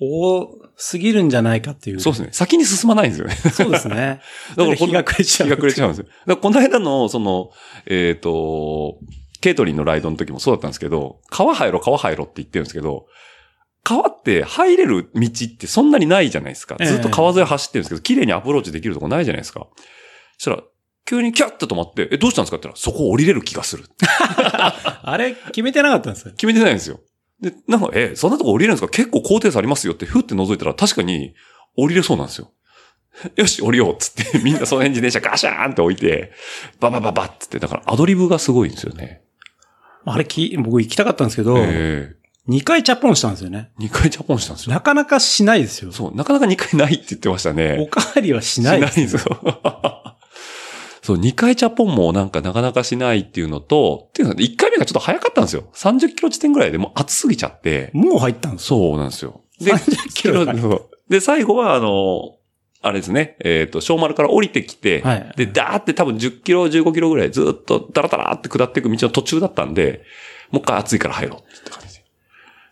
多すぎるんじゃないかっていえう。そうですね。先に進まないんですよね。そうで すね。だからこ日のが暮れちゃう。日が暮れちゃうんですよ。だからこの間の、その、えっ、と、ケイトリンのライドの時もそうだったんですけど、川入ろ、川入ろって言ってるんですけど、川って入れる道ってそんなにないじゃないですか。ええずっと川沿い走ってるんですけど、綺麗にアプローチできるとこないじゃないですか。そしたら、急にキャッと止まって、え、どうしたんですかって言ったら、そこ降りれる気がする。あれ、決めてなかったんですよ。決めてないんですよ。で、なんか、え、そんなとこ降りれるんですか結構高低差ありますよって、ふって覗いたら確かに降りれそうなんですよ。よし、降りようっつって、みんなその辺自転車ガシャーンって置いて、ババババっつって、だからアドリブがすごいんですよね。あれ、き僕行きたかったんですけど、え2回チャポンしたんですよね。え2回ジャポンしたんですよ。なかなかしないですよ。そう、なかなか2回ないって言ってましたおね。かわりはしないです。しないんですよ。そう、2回ジャポンもなんかなかなかしないっていうのと、っていうので1回目がちょっと早かったんですよ。30キロ地点ぐらいでもう暑すぎちゃって。もう入ったんですよ。そうなんですよ。で、 30キロだそうで、最後は、あの、あれですね、えっ、と、小丸から降りてきて、はいで、ダーって多分10キロ、15キロぐらいずっとダラダラって下っていく道の途中だったんで、もう一回暑いから入ろうって感じで。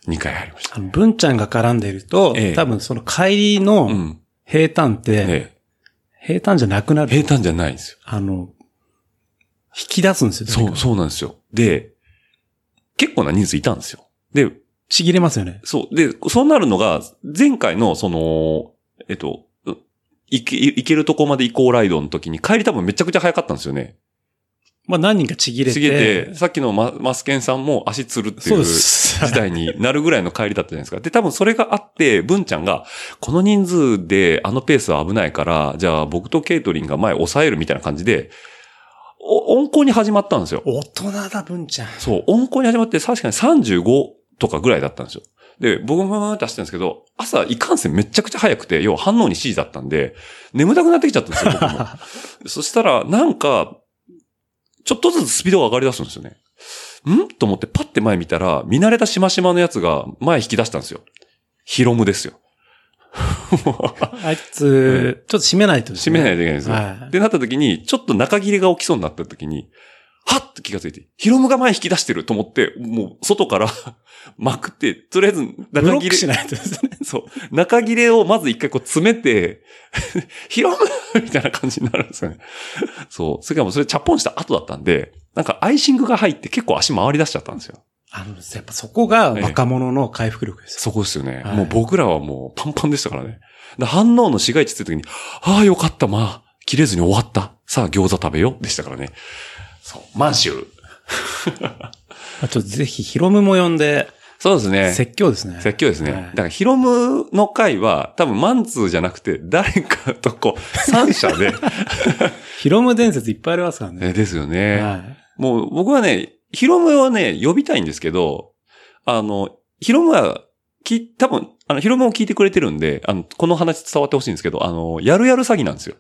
2回入りました。あの、文ちゃんが絡んでると、ええ多分その帰りうのん。平坦って、え平坦じゃなくなえる。平坦じゃないんですよ。あの、引き出すんですよ。そう、そうなんですよ。で、結構な人数いたんですよ。で、ちぎれますよね。そう。で、そうなるのが、前回の、その、えっと、う行け、行けるとこまで行こうライドの時に、帰り多分めちゃくちゃ早かったんですよね。まあ何人かちぎれて。すげて、さっきのママスケンさんも足つるってそいううで事す。態になるぐらいの帰りだったじゃないですか。で、多分それがあって、文ちゃんが、この人数であのペースは危ないから、じゃあ僕とケイトリンが前抑えるみたいな感じで、お温厚に始まったんですよ。大人だ、文ちゃん。そう、温厚に始まって確かに35とかぐらいだったんですよ。で、僕もふわふわって走ってたんですけど、朝いかんせんめちゃくちゃ早くて、要は反応に C だったんで、眠たくなってきちゃったんですよ、僕も。そしたら、なんか、ちょっとずつスピードが上がり出すんですよね。んと思ってパッて前見たら、見慣れたしましまのやつが前引き出したんですよ。ヒロムですよ。あいつ、ちょっと締めないとです閉ね、めないといけないんですよ。はいってなった時に、ちょっと中切れが起きそうになった時に、はっと気がついて、ヒロムが前引き出してると思って、もう外から まくって、とりあえずブロ中ッ切クしれ、ないとですね。 そう、中切れをまず一回こう詰めて、 ヒロム みたいな感じになるんですよね。そう。それからもうそれチャポンした後だったんで、なんかアイシングが入って結構足回り出しちゃったんですよ。あの、やっぱそこが若者の回復力ですよ。そこですよね。はいもう僕らはもうパンパンでしたからね。で反応の市街地ついた時に、ああ、よかった、まあ、切れずに終わった。さあ、餃子食べよう。でしたからね。そう、満州。まあちょっとぜひ、ヒロムも呼んで、そうですね。説教ですね。説教ですね。はいだから、ヒロムの会は、多分、マンツーじゃなくて、誰かとこう、三者 で。ヒロム伝説いっぱいありますからね。えですよね。はい。もう、僕はね、ヒロムをね、呼びたいんですけど、あの、ヒロムは、き、多分、あの、ヒロムを聞いてくれてるんで、あの、この話伝わってほしいんですけど、あの、やるやる詐欺なんですよ。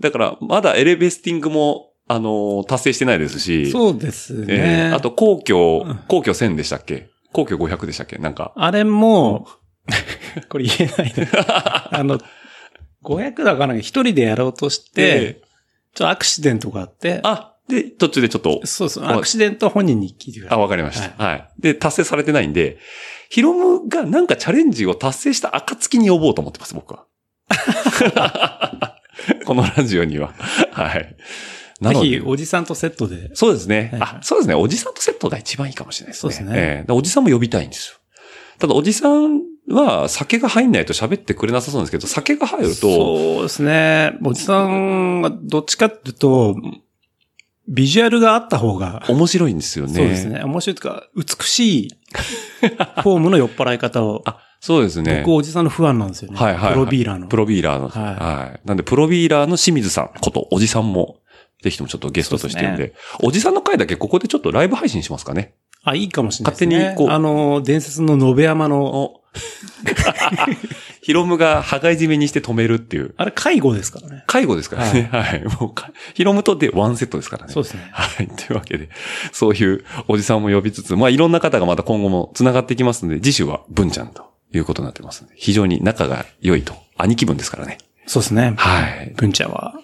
だから、まだエレベスティングも、あの、達成してないですし、そうですえね。ーあと、皇居うん、皇居1000でしたっけ皇居500でしたっけなん か。あれも、 これ言えないな。あの、500だから一人でやろうとして、えちょっとアクシデントがあってー、あ、で、途中でちょっと、そうそう、アクシデントは本人に聞いてくだあ、さい。わかりました。はい、で、達成されてないんで、ヒロムがなんかチャレンジを達成した暁に呼ぼうと思ってます、僕 は。このラジオには。はい。なぜのひ、で。おじさんとセットで。そうですね、はいあ、そうですね。おじさんとセットが一番いいかもしれないですね。そうですねええだからおじさんも呼びたいんですよ。ただ、おじさんは酒が入んないと喋ってくれなさそうなんですけど、酒が入ると、そうですね。おじさんはどっちかっていうと、ビジュアルがあった方が、面白いんですよね。そうです。ね。面白いというか、美 しいフォームの酔っ払い方を、あ、そうですね。僕おじさんの不安なんですよね。はいはいはいプロビーラーの。プロビーラーの。はいはい。なんで、プロビーラーの清水さんこと、おじさんも、ぜひともちょっとゲストとしてるんで、そうおじさんの回だけここでちょっとライブ配信しますかね。あ、いいかもしれないです、ね。勝手にこうあの、伝説の延山の、おヒロムが破壊締めにして止めるっていう。あれ介護ですからね。介護ですからね。はい。もうか、ヒロムとでワンセットですからね。そうですね。はい。というわけで、そういうおじさんも呼びつつ、まあいろんな方がまた今後も繋がっていきますので、次週は文ちゃんということになってますので。非常に仲が良いと。兄貴分ですからね。そうですね。はい。文ちゃんは。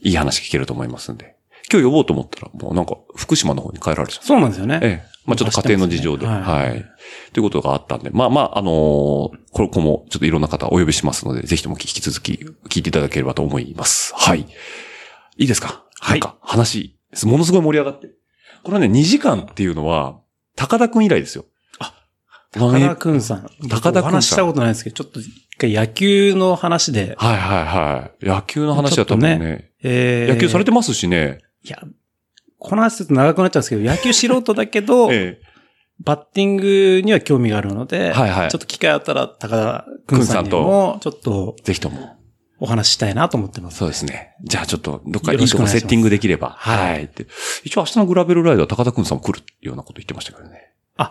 いい話聞けると思いますんで。今日呼ぼうと思ったら、もうなんか、福島の方に帰られちゃう。そうなんですよね。 ええ。まあちょっと家庭の事情で。明日ですねははいい、ということがあったんで。まあまあ、あのーこれこも、ちょっといろんな方お呼びしますので、ぜひとも引き続き聞いていただければと思います。はい。いいですかはいなんか話、ものすごい盛り上がってる。これはね、2時間っていうのは、高田くん以来ですよ。あ、高田くんさん。高田くんさんお話ししたことないですけど、ちょっと一回野球の話で。はいはいはい。野球の話だったもんねちょっとえー野球されてますしね。いや、この話すると長くなっちゃうんですけど、野球素人だけど、 えバッティングには興味があるので、はいはいちょっと機会あったら高田くんさんにも、ちょっとえ。ぜひとも。お話ししたいなと思ってます。そうですね。じゃあちょっと、どっかいよいろしとくおこ願いしセますッティングできれば。はいはい。って一応明日のグラベルライドは高田くんさんも来るようなこと言ってましたけどね。あ、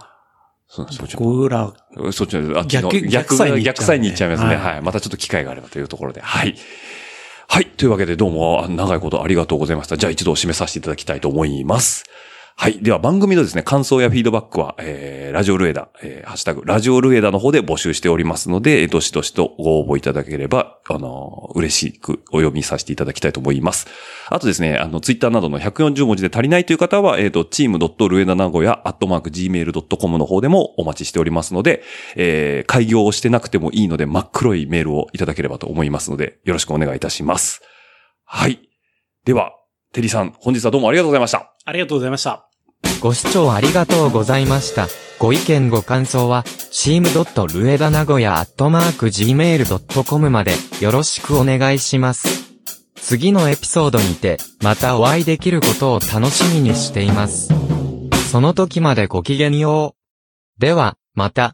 そうなんですそっちも僕ら、そっちの、あっちの逆逆逆ササイイにに行っちゃうんで逆サイに行っちゃいますね。ははいい、またちょっと機会があればというところで。はい。はい。というわけでどうもあ長いことありがとうございました。じゃあ一度締めさせていただきたいと思います。はい。では番組のですね、感想やフィードバックは、えー、ラジオルエダ、えー、ハッシュタグ、ラジオルエダの方で募集しておりますので、えーどしどしとご応募いただければ、あのー嬉しくお読みさせていただきたいと思います。あとですね、あの、ツイッターなどの140文字で足りないという方は、えっ、ー、と、team.rueda-nagoya、アットマーク gmail.com の方でもお待ちしておりますので、えー、開業をしてなくてもいいので、真っ黒いメールをいただければと思いますので、よろしくお願いいたします。はい。では、テリーさん、本日はどうもありがとうございました。ありがとうございました。ご視聴ありがとうございました。ご意見ご感想は、team.ruedanagoya.gmail.com までよろしくお願いします。次のエピソードにて、またお会いできることを楽しみにしています。その時までごきげんよう。では、また。